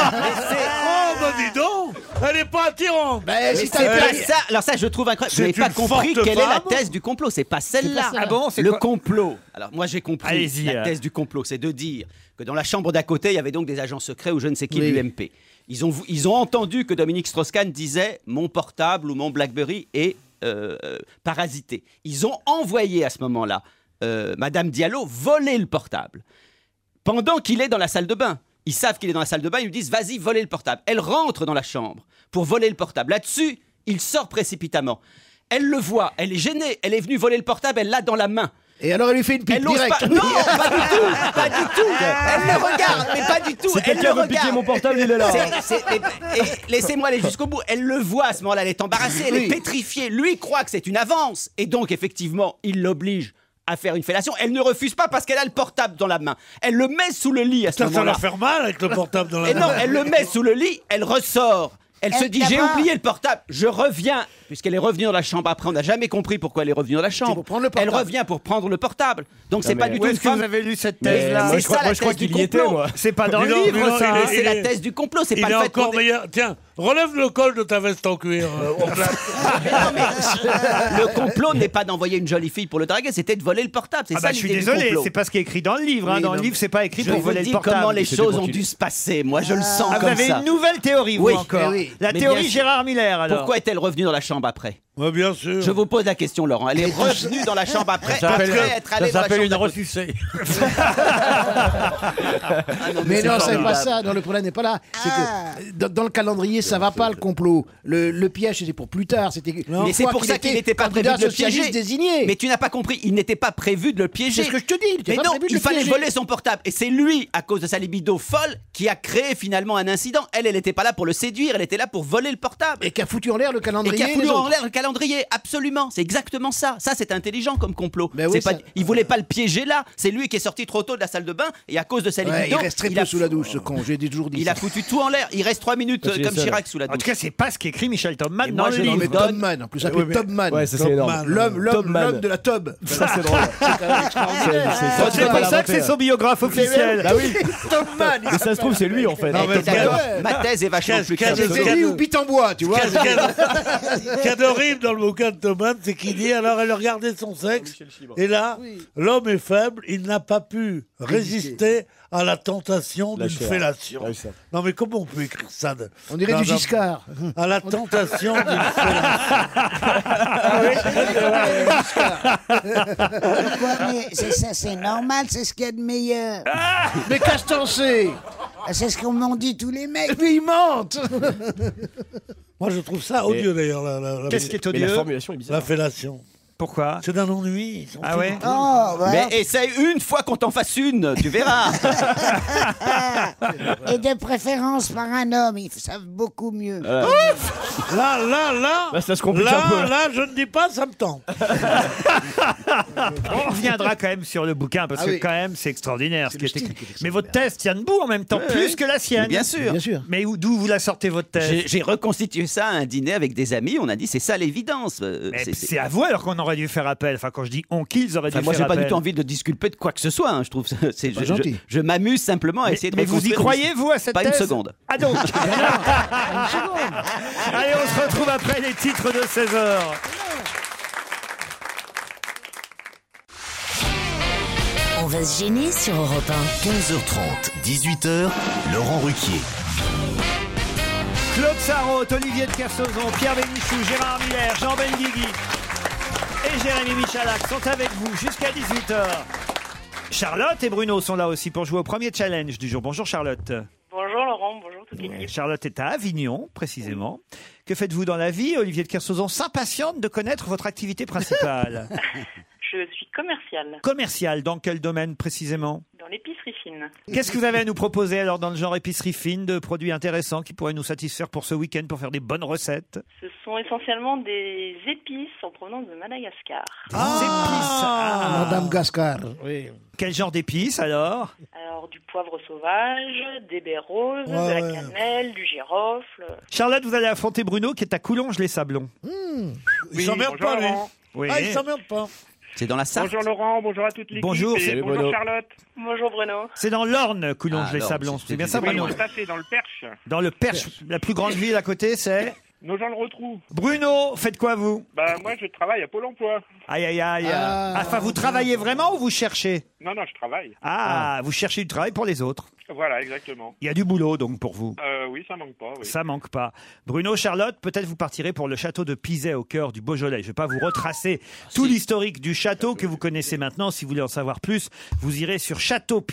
Speaker 8: oh, bah dis donc, elle n'est pas attirante.
Speaker 6: Ben,
Speaker 7: Mais c'est pas Euh, ça. Alors ça, je trouve incroyable.
Speaker 8: C'est
Speaker 7: Vous n'avez pas
Speaker 8: une
Speaker 7: compris
Speaker 8: forte
Speaker 7: quelle est la
Speaker 8: femme.
Speaker 7: thèse du complot. C'est pas
Speaker 8: C'est
Speaker 7: celle-là.
Speaker 8: pas celle-là. Ah bon, c'est
Speaker 7: Le
Speaker 8: quoi
Speaker 7: complot. Alors moi, j'ai compris.
Speaker 3: Allez-y,
Speaker 7: La
Speaker 3: euh.
Speaker 7: thèse du complot, c'est de dire que dans la chambre d'à côté, il y avait donc des agents secrets ou je ne sais qui
Speaker 6: Oui.
Speaker 7: de l'UMP. Ils ont, vou- ils ont entendu que Dominique Strauss-Kahn disait mon portable ou mon BlackBerry est euh, euh, parasité. Ils ont envoyé à ce moment-là euh, Madame Diallo voler le portable pendant qu'il est dans la salle de bain. Ils savent qu'il est dans la salle de bain, ils lui disent vas-y, volez le portable. Elle rentre dans la chambre pour voler le portable. Là-dessus, il sort précipitamment. Elle le voit, elle est gênée, elle est venue voler le portable, elle l'a dans la main.
Speaker 6: Et alors, elle lui fait une pipe
Speaker 7: Elle n'ose
Speaker 6: directe.
Speaker 7: pas. Non, pas du tout, pas du
Speaker 6: (laughs)
Speaker 7: tout. Elle le regarde, mais pas du tout.
Speaker 5: C'est
Speaker 7: Elle
Speaker 5: quelqu'un
Speaker 7: le
Speaker 5: veut piquer
Speaker 7: regarde.
Speaker 5: mon portable, il est là.
Speaker 7: C'est- c'est- et- et Laissez-moi aller jusqu'au bout. Elle le voit à ce moment-là, elle est embarrassée, elle est pétrifiée. Lui croit que c'est une avance. Et donc, effectivement, il l'oblige à faire une fellation. Elle ne refuse pas parce qu'elle a le portable dans la main. Elle le met sous le lit à ce
Speaker 8: Ça, ça
Speaker 7: moment-là.
Speaker 8: leur faire mal avec le portable dans la
Speaker 7: Et non,
Speaker 8: main.
Speaker 7: elle le met sous le lit, elle ressort. Elle, se
Speaker 4: Elle
Speaker 7: dit j'ai
Speaker 4: l'a pas.
Speaker 7: oublié le portable, je reviens puisqu'elle est revenue dans la chambre. Après, on n'a jamais compris pourquoi elle est revenue dans la chambre.
Speaker 6: pour prendre le
Speaker 7: elle
Speaker 6: portable.
Speaker 7: revient pour prendre le portable. Donc c'est
Speaker 5: mais
Speaker 7: pas du
Speaker 5: où
Speaker 7: tout une femme.
Speaker 3: avez lu cette
Speaker 7: Mais
Speaker 5: moi,
Speaker 7: c'est
Speaker 5: je crois-
Speaker 7: ça
Speaker 5: moi,
Speaker 7: la
Speaker 5: je crois
Speaker 7: thèse du
Speaker 5: qu'il y était,
Speaker 7: complot.
Speaker 5: moi.
Speaker 3: C'est pas dans
Speaker 8: Mais
Speaker 3: le
Speaker 8: non, mais
Speaker 3: livre,
Speaker 8: non,
Speaker 3: ça.
Speaker 8: il
Speaker 3: hein.
Speaker 8: est-
Speaker 7: C'est la thèse du complot, c'est
Speaker 8: Il
Speaker 7: pas
Speaker 8: est
Speaker 7: le fait
Speaker 8: encore
Speaker 7: qu'on-
Speaker 8: meilleur. Tiens, relève le col de ta veste en cuir. euh, en plat.
Speaker 7: Le complot n'est pas d'envoyer une jolie fille pour le draguer, c'était de voler le portable. C'est
Speaker 3: Ah
Speaker 7: ça
Speaker 3: bah, je suis
Speaker 7: l'idée du
Speaker 3: désolé,
Speaker 7: complot.
Speaker 3: c'est pas ce qui est écrit dans le livre. hein.
Speaker 7: Oui,
Speaker 3: dans
Speaker 7: non,
Speaker 3: le livre, c'est pas écrit
Speaker 7: Je
Speaker 3: pour
Speaker 7: vous
Speaker 3: voler
Speaker 7: dis
Speaker 3: le portable.
Speaker 7: comment les
Speaker 3: C'était
Speaker 7: choses
Speaker 3: pour
Speaker 7: ont
Speaker 3: tuer.
Speaker 7: dû se passer. Moi, je le sens
Speaker 3: Ah, vous
Speaker 7: comme
Speaker 3: avez
Speaker 7: ça.
Speaker 3: une nouvelle théorie, vous
Speaker 7: Oui.
Speaker 3: encore.
Speaker 7: Eh oui.
Speaker 3: La
Speaker 7: Mais
Speaker 3: théorie
Speaker 7: bien sûr.
Speaker 3: Gérard Miller, alors.
Speaker 7: Pourquoi est-elle revenue dans la chambre après
Speaker 8: Ouais, bien sûr.
Speaker 7: Je vous pose la question, Laurent. Elle est revenue dans la chambre après, après être allée dans la chambre d'à côté.
Speaker 10: ressucée.
Speaker 7: Ah non,
Speaker 6: Mais non, c'est
Speaker 7: formidable. Ah.
Speaker 6: pas ça. Non, le problème n'est pas là. C'est que dans, dans le calendrier, ça va pas le complot. Le, le piège, c'était pour plus tard. C'était. une
Speaker 7: Mais c'est
Speaker 6: fois
Speaker 7: pour ça qu'il n'était pas prévu
Speaker 6: candidat
Speaker 7: de le
Speaker 6: socialiste
Speaker 7: piéger.
Speaker 6: désigné.
Speaker 7: Mais tu n'as pas compris, il n'était pas prévu de le piéger.
Speaker 6: C'est ce que je te dis, il n'était
Speaker 7: Mais
Speaker 6: pas
Speaker 7: non,
Speaker 6: prévu de
Speaker 7: il
Speaker 6: le
Speaker 7: fallait
Speaker 6: piéger.
Speaker 7: voler son portable. Et c'est lui, à cause de sa libido folle, qui a créé finalement un incident. Elle, elle n'était pas là pour le séduire, elle était là pour voler le portable.
Speaker 6: et qui a foutu en l'air le
Speaker 7: Et
Speaker 6: calendrier.
Speaker 7: qui a
Speaker 6: les
Speaker 7: voulu en
Speaker 6: autres.
Speaker 7: l'air le calendrier, absolument. C'est exactement ça. Ça, c'est intelligent comme complot.
Speaker 6: Mais Ben oui,
Speaker 7: C'est pas-
Speaker 6: ça-
Speaker 7: Il voulait pas le piéger là. C'est lui qui est sorti trop tôt de la salle de bain et à cause de sa
Speaker 6: Ouais, il
Speaker 7: libido,
Speaker 6: reste très
Speaker 7: a...
Speaker 6: peu sous la douche, ce con. J'ai toujours dit.
Speaker 7: il
Speaker 6: ça.
Speaker 7: a foutu tout en l'air. Il reste trois minutes euh, comme Chirac sous la
Speaker 3: En
Speaker 7: douche.
Speaker 3: tout cas, c'est pas ce qu'écrit Michel Topman
Speaker 7: Et
Speaker 3: dans
Speaker 7: moi,
Speaker 3: le
Speaker 7: je
Speaker 3: livre.
Speaker 6: Mais
Speaker 7: Donne-
Speaker 6: Tobman, en plus, ça s'appelle Tobman.
Speaker 5: Ouais, ça c'est énorme.
Speaker 6: L'homme, l'homme,
Speaker 5: Tobman.
Speaker 6: l'homme de la Tob.
Speaker 5: Ça Ah, c'est drôle.
Speaker 7: Ah,
Speaker 6: Ah,
Speaker 3: C'est
Speaker 5: c'est
Speaker 3: pour ça que c'est son biographe officiel.
Speaker 5: Bah
Speaker 7: (laughs)
Speaker 5: oui.
Speaker 6: Tobman.
Speaker 5: Et ça se trouve, c'est lui en fait.
Speaker 8: Non, mais
Speaker 7: T'es d'accord
Speaker 6: ouais.
Speaker 8: Ah.
Speaker 7: Ma thèse est vachement
Speaker 8: Qu'est-ce-
Speaker 7: plus
Speaker 8: qu'est-ce-
Speaker 7: claire.
Speaker 8: qu'est-ce-
Speaker 6: C'est lui ou bite en bois, tu vois.
Speaker 8: Ce qu'il y (laughs) a- ce qu'il y a d'horrible dans le bouquin de Thomas, c'est qu'il dit alors elle regardait son sexe, et là, l'homme est faible, il n'a pas pu résister à la tentation d'une
Speaker 5: chair.
Speaker 8: fellation.
Speaker 3: (laughs)
Speaker 5: Ouais, ça.
Speaker 8: Non, mais comment on peut écrire ça de-
Speaker 6: On dirait
Speaker 8: dans
Speaker 6: du
Speaker 8: un-
Speaker 6: Giscard.
Speaker 8: À
Speaker 6: (laughs)
Speaker 8: la tentation d'une fellation.
Speaker 4: (laughs) Pourquoi Mais c'est ça, c'est normal, c'est ce qu'il y a de meilleur.
Speaker 6: Ah, Mais Castancé
Speaker 4: Ah, C'est ce qu'on m'ont dit tous les mecs.
Speaker 6: Mais il mente
Speaker 8: Moi, je trouve ça odieux d'ailleurs, la, la, la-
Speaker 3: Qu'est-ce qui est
Speaker 5: Mais la
Speaker 3: odieux
Speaker 5: formulation est
Speaker 8: la
Speaker 5: bizarre.
Speaker 8: fellation.
Speaker 3: Pourquoi
Speaker 8: C'est d'un ennui. ils sont
Speaker 3: Ah ouais
Speaker 4: Oh,
Speaker 7: Mais
Speaker 4: voilà.
Speaker 7: essaye une fois qu'on t'en fasse une,
Speaker 6: (laughs)
Speaker 7: tu verras.
Speaker 4: (laughs) Et de préférence par un homme, ils savent beaucoup mieux. Ah,
Speaker 8: Là, là, là,
Speaker 5: Là, Bah, ça se complique
Speaker 8: là,
Speaker 5: un peu, hein. là.
Speaker 8: là, je ne dis pas, ça me tente.
Speaker 3: On reviendra quand même sur le bouquin parce
Speaker 6: Ah
Speaker 3: que
Speaker 6: oui.
Speaker 3: quand même c'est extraordinaire ce
Speaker 6: C'est
Speaker 3: qui
Speaker 6: le
Speaker 3: est
Speaker 6: style
Speaker 3: écrit.
Speaker 6: qui est
Speaker 3: Mais
Speaker 6: extraordinaire.
Speaker 3: votre thèse tient debout en même temps, plus que la sienne.
Speaker 7: Mais bien sûr.
Speaker 6: Bien sûr.
Speaker 3: Mais où- d'où vous la sortez votre thèse
Speaker 7: J'ai j'ai reconstitué ça à un dîner avec des amis. On a dit c'est ça l'évidence. Euh,
Speaker 3: Mais
Speaker 7: c'est- c'est-
Speaker 3: C'est à vous alors qu'on aurait dû faire appel. Enfin, quand je dis on qu'ils auraient dû
Speaker 7: Enfin, moi, j'ai
Speaker 3: faire
Speaker 7: pas
Speaker 3: appel.
Speaker 7: du tout envie de disculper de quoi que ce soit. hein. Je trouve, ça- c'est, je,
Speaker 6: Pas gentil.
Speaker 7: je- je m'amuse simplement à
Speaker 3: Mais,
Speaker 7: essayer de.
Speaker 3: mais vous y
Speaker 7: reconstruire
Speaker 3: croyez,
Speaker 7: une-
Speaker 3: vous, à cette
Speaker 7: Pas une
Speaker 3: thèse
Speaker 7: seconde.
Speaker 3: Ah
Speaker 7: (laughs)
Speaker 3: donc Allez, on se retrouve après les titres de 16h.
Speaker 11: On va se gêner sur Europe
Speaker 2: 15h30, 18h, Laurent Ruquier.
Speaker 3: Claude Sarraute, Olivier de Kersauzon, Pierre Bénichou, Gérard Miller, Jean Benguigui et Jérémy Michalak sont avec vous jusqu'à 18h. Charlotte et Bruno sont là aussi pour jouer au premier challenge du jour. Bonjour Charlotte.
Speaker 1: Bonjour Laurent, bonjour toute l'équipe.
Speaker 3: Ouais, Charlotte est à Avignon, précisément. Que faites-vous dans la vie Olivier de Kersauzon s'impatiente de connaître votre activité
Speaker 12: (laughs)
Speaker 3: principale.
Speaker 12: (laughs) Je suis commerciale
Speaker 3: Commerciale, dans quel domaine précisément
Speaker 12: dans l'épicerie fine.
Speaker 3: Qu'est-ce que vous avez à nous proposer alors dans le genre épicerie fine de produits intéressants qui pourraient nous satisfaire pour ce week-end pour faire des bonnes recettes
Speaker 12: Ce sont essentiellement des épices en provenance de Madagascar.
Speaker 3: Ah
Speaker 6: Madame Gascar.
Speaker 3: Quel genre d'épices alors
Speaker 12: Alors du poivre sauvage, des baies roses,
Speaker 3: Ouais,
Speaker 12: de
Speaker 3: ouais.
Speaker 12: la cannelle, du girofle.
Speaker 3: Charlotte, vous allez affronter Bruno qui est à Coulonges-les-Sablons.
Speaker 12: Il s'emmerde
Speaker 8: pas, lui.
Speaker 3: Oui.
Speaker 12: Ah, il s'emmerde pas.
Speaker 3: C'est dans la Sarthe.
Speaker 12: Bonjour Laurent, bonjour à toute l'équipe.
Speaker 3: Bonjour,
Speaker 12: et
Speaker 3: salut,
Speaker 12: bonjour
Speaker 3: Bruno.
Speaker 12: Charlotte. Bonjour Bruno.
Speaker 3: C'est dans l'Orne,
Speaker 12: Ah,
Speaker 3: Coulonges-les-Sablons.
Speaker 12: l'Orne,
Speaker 3: C'est bien ça,
Speaker 12: Oui,
Speaker 3: Bruno
Speaker 12: tout à fait, dans le Perche.
Speaker 3: Dans le Perche, la plus grande ville à côté, c'est
Speaker 12: Nos gens le retrouvent.
Speaker 3: Bruno. Faites quoi vous
Speaker 12: Bah moi je travaille à Pôle emploi.
Speaker 3: Aïe aïe aïe.
Speaker 12: Ah.
Speaker 3: Enfin, vous travaillez vraiment ou vous cherchez
Speaker 12: Non, non, je travaille.
Speaker 3: ah, vous cherchez du travail pour les autres.
Speaker 12: Voilà, exactement.
Speaker 3: Il y a du boulot donc pour vous.
Speaker 12: Euh, oui, ça manque pas. Oui.
Speaker 3: Ça manque pas. Bruno, Charlotte, peut-être vous partirez pour le château de Pizet au cœur du Beaujolais. Je vais pas vous retracer tout l'historique du château que vous connaissez maintenant. Si vous voulez en savoir plus, vous irez sur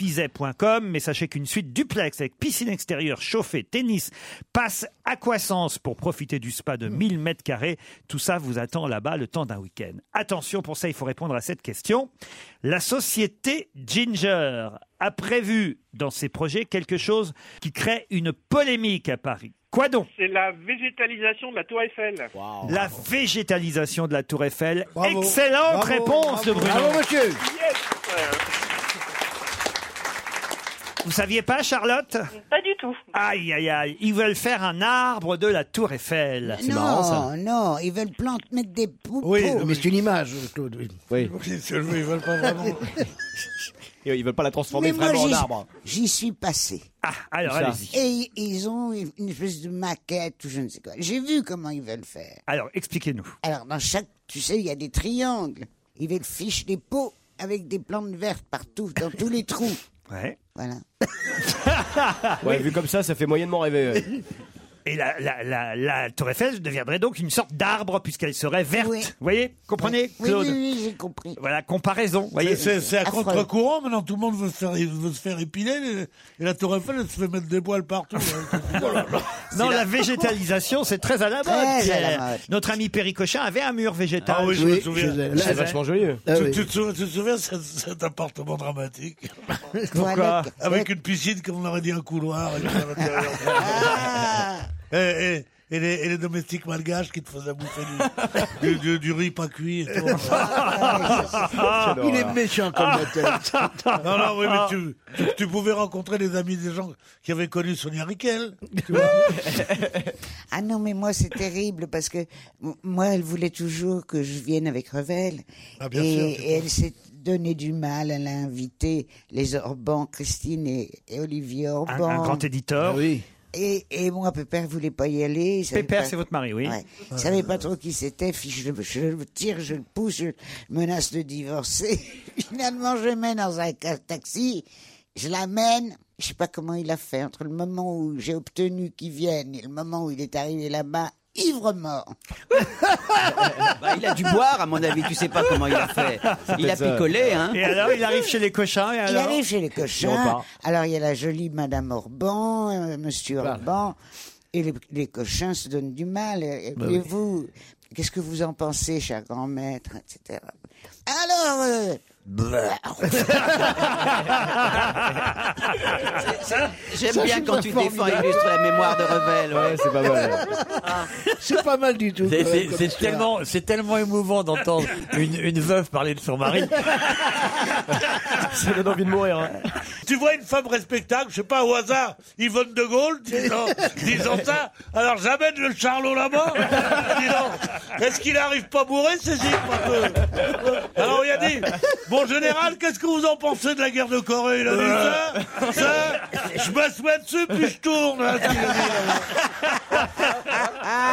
Speaker 3: châteaupizet.com. Mais sachez qu'une suite duplex avec piscine extérieure, chauffée, tennis, passe aquasens pour profiter du spa de 1000 mètres carrés. Tout ça vous attend là-bas le temps d'un week-end. Attention, pour ça, il faut répondre à cette question. La société Ginger a prévu dans ses projets quelque chose qui crée une polémique à Paris. Quoi donc
Speaker 12: C'est la végétalisation de la Tour Eiffel.
Speaker 5: Oh,
Speaker 3: La végétalisation de la Tour Eiffel. Excellente réponse de Bruno. Vous saviez pas, Charlotte
Speaker 12: Pas du tout.
Speaker 3: Aïe, aïe, aïe. Ils veulent faire un arbre de la Tour Eiffel.
Speaker 4: non, non, ils veulent planter, mettre des pou- pou-
Speaker 6: mais c'est une image, Claude. Oui. (laughs)
Speaker 8: Ils
Speaker 3: (laughs)
Speaker 8: veulent pas vraiment.
Speaker 5: Ils veulent pas la transformer
Speaker 4: Mais moi,
Speaker 5: vraiment en
Speaker 4: j'y-
Speaker 5: arbre.
Speaker 4: J'y suis passé.
Speaker 3: Ah, alors
Speaker 5: Ça.
Speaker 3: allez-y.
Speaker 4: Et ils ont une espèce de maquette ou je ne sais quoi. J'ai vu comment ils veulent faire.
Speaker 3: Alors, Ah, expliquez-nous.
Speaker 4: Alors, dans chaque, tu sais, il y a des triangles. Ils veulent fiche des pots avec des plantes vertes partout, dans tous les
Speaker 3: (laughs)
Speaker 4: trous.
Speaker 3: Ouais.
Speaker 4: Voilà.
Speaker 5: Ouais, vu comme ça, ça fait moyennement rêver. ouais.
Speaker 3: (laughs) Et la, la- la- la Tour Eiffel deviendrait donc une sorte d'arbre puisqu'elle serait verte. Vous voyez Comprenez,
Speaker 4: Oui,
Speaker 3: Claude
Speaker 4: oui, oui, j'ai compris.
Speaker 3: Voilà, comparaison. vous voyez.
Speaker 8: C'est c'est à contre-courant, maintenant tout le monde veut se faire, il veut se faire épiler et, et la Tour Eiffel elle se fait mettre des poils partout. hein.
Speaker 3: (laughs) Oh Non, la... végétalisation, c'est très à la mode.
Speaker 8: Très à la
Speaker 3: Pierre.
Speaker 8: mode.
Speaker 3: euh, Notre ami Péricochin avait un mur végétal.
Speaker 8: Ah oui, je Ah me souviens.
Speaker 5: joyeux.
Speaker 3: Ah
Speaker 8: tu, tu te souviens, tu te souviens cet, cet appartement dramatique
Speaker 3: Pourquoi
Speaker 8: Avec une piscine, comme on aurait dit, un couloir. Et, tout à
Speaker 3: (laughs)
Speaker 8: l'intérieur.
Speaker 3: Ah.
Speaker 8: et, et- et les, et les domestiques malgaches qui te faisaient bouffer
Speaker 3: (laughs)
Speaker 8: du, du, du- du riz pas cuit. (laughs) Et
Speaker 6: (laughs)
Speaker 8: tout.
Speaker 6: Ah, Il est méchant comme la tête.
Speaker 8: (laughs) Non, non, oui, mais tu, tu, tu pouvais rencontrer les amis des gens qui avaient connu Sonia Riquel.
Speaker 6: (laughs)
Speaker 8: tu vois.
Speaker 4: Ah non, mais moi, c'est terrible parce que m- moi, elle voulait toujours que je vienne avec Revel.
Speaker 8: Ah, bien
Speaker 4: et,
Speaker 8: sûr,
Speaker 4: et elle s'est donné du mal. Elle a invité les Orban, Christine et, et Olivier
Speaker 3: Un,
Speaker 4: Orban.
Speaker 3: un grand éditeur.
Speaker 8: Ah
Speaker 4: Et, et moi, Pépère voulait pas y aller. il savait
Speaker 3: Pépère,
Speaker 4: pas-
Speaker 3: c'est votre mari, oui.
Speaker 4: Ouais. Il savait pas trop qui c'était. Puis je, je le tire, je le pousse, je le menace de divorcer. (laughs) Finalement, je mène dans un ca- taxi. Je l'amène. Je sais pas comment il a fait entre le moment où j'ai obtenu qu'il vienne et le moment où il est arrivé là-bas. Ivre mort.
Speaker 7: Bah, il a dû boire, à mon avis. Tu sais pas comment il
Speaker 3: (laughs)
Speaker 7: a fait. Il a
Speaker 3: ça.
Speaker 7: picolé, hein.
Speaker 3: Et alors, il
Speaker 7: (laughs)
Speaker 3: arrive chez les cochins. Et
Speaker 4: Il
Speaker 3: alors
Speaker 4: arrive chez les cochins. Alors il y a la jolie Madame Orban, euh, Monsieur Orban, et les, les cochins se donnent du mal. Et, et
Speaker 13: Bah oui.
Speaker 4: vous, qu'est-ce que vous en pensez, cher grand maître, etc. Alors. euh,
Speaker 7: J'aime
Speaker 6: Ça,
Speaker 7: bien
Speaker 6: je
Speaker 7: quand
Speaker 6: trouve
Speaker 7: tu
Speaker 6: ça
Speaker 7: défends
Speaker 6: formidable.
Speaker 7: illustre la mémoire de Revel. Ouais,
Speaker 5: c'est pas mal.
Speaker 6: C'est pas mal du tout. quand
Speaker 10: C'est- C'est
Speaker 6: même, comme
Speaker 10: c'est
Speaker 6: histoire.
Speaker 10: tellement, c'est tellement
Speaker 3: (laughs)
Speaker 10: émouvant d'entendre une, une veuve parler de son mari.
Speaker 5: (laughs) Ça donne envie de mourir. hein.
Speaker 8: tu vois une femme respectable, je sais pas, au hasard, Yvonne de Gaulle, disant, disant ça, alors j'amène le Charlot là-bas. Dis donc, Est-ce qu'il arrive pas bourré, ces îles, un peu Alors il a dit, bon général, qu'est-ce que vous en pensez de la guerre de Corée Il a dit ça, ça, je m'assois dessus, puis je tourne. hein, ce qu'il a dit, là-bas.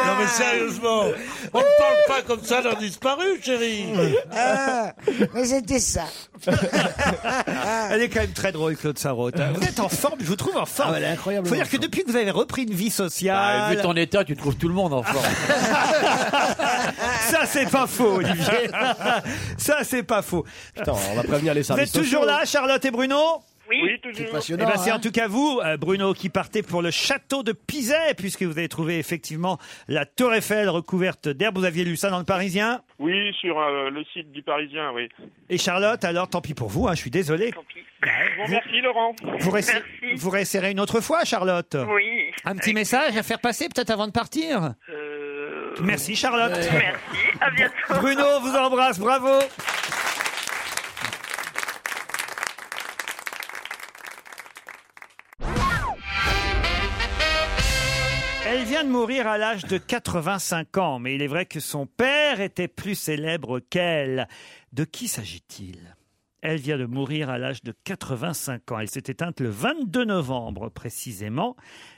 Speaker 8: non mais sérieusement, on ne parle pas comme ça d'un disparu, chérie.
Speaker 4: Ah, mais c'était ça.
Speaker 3: Elle est quand même très drôle, Claude Sarraute. hein. Vous êtes en forme, je vous trouve en forme.
Speaker 10: elle est incroyablement
Speaker 3: Faut dire que depuis que vous avez repris une vie
Speaker 10: Bah,
Speaker 3: sociale.
Speaker 10: vu ton état, tu trouves tout le monde en forme.
Speaker 3: Ça, c'est pas faux, Olivier. Ça, c'est pas faux.
Speaker 5: Putain, on va prévenir les
Speaker 3: Vous
Speaker 5: services
Speaker 3: êtes toujours
Speaker 5: sociaux.
Speaker 3: là, Charlotte et Bruno
Speaker 12: Oui,
Speaker 6: toujours.
Speaker 3: Eh ben, c'est
Speaker 6: hein.
Speaker 3: en tout cas vous, euh, Bruno, qui partez pour le château de Pizet, puisque vous avez trouvé effectivement la tour Eiffel recouverte d'herbe. Vous aviez lu ça dans le Parisien.
Speaker 13: Oui, sur euh, le site du Parisien, oui.
Speaker 3: Et Charlotte, alors tant pis pour vous, hein, je suis désolé.
Speaker 13: Je vous remercie, Laurent.
Speaker 3: Vous, réessayez- vous réessayerez une autre fois, Charlotte
Speaker 13: Oui.
Speaker 3: Un petit message à faire passer peut-être avant de partir
Speaker 13: Euh,
Speaker 3: Merci, Charlotte.
Speaker 12: Merci, à bientôt.
Speaker 3: Bruno on vous embrasse, bravo Elle vient de mourir à l'âge de 85 ans, mais il est vrai que son père était plus célèbre qu'elle. De qui s'agit-il Elle vient de mourir à l'âge de 85 ans. Elle s'est éteinte le 22 novembre précisément.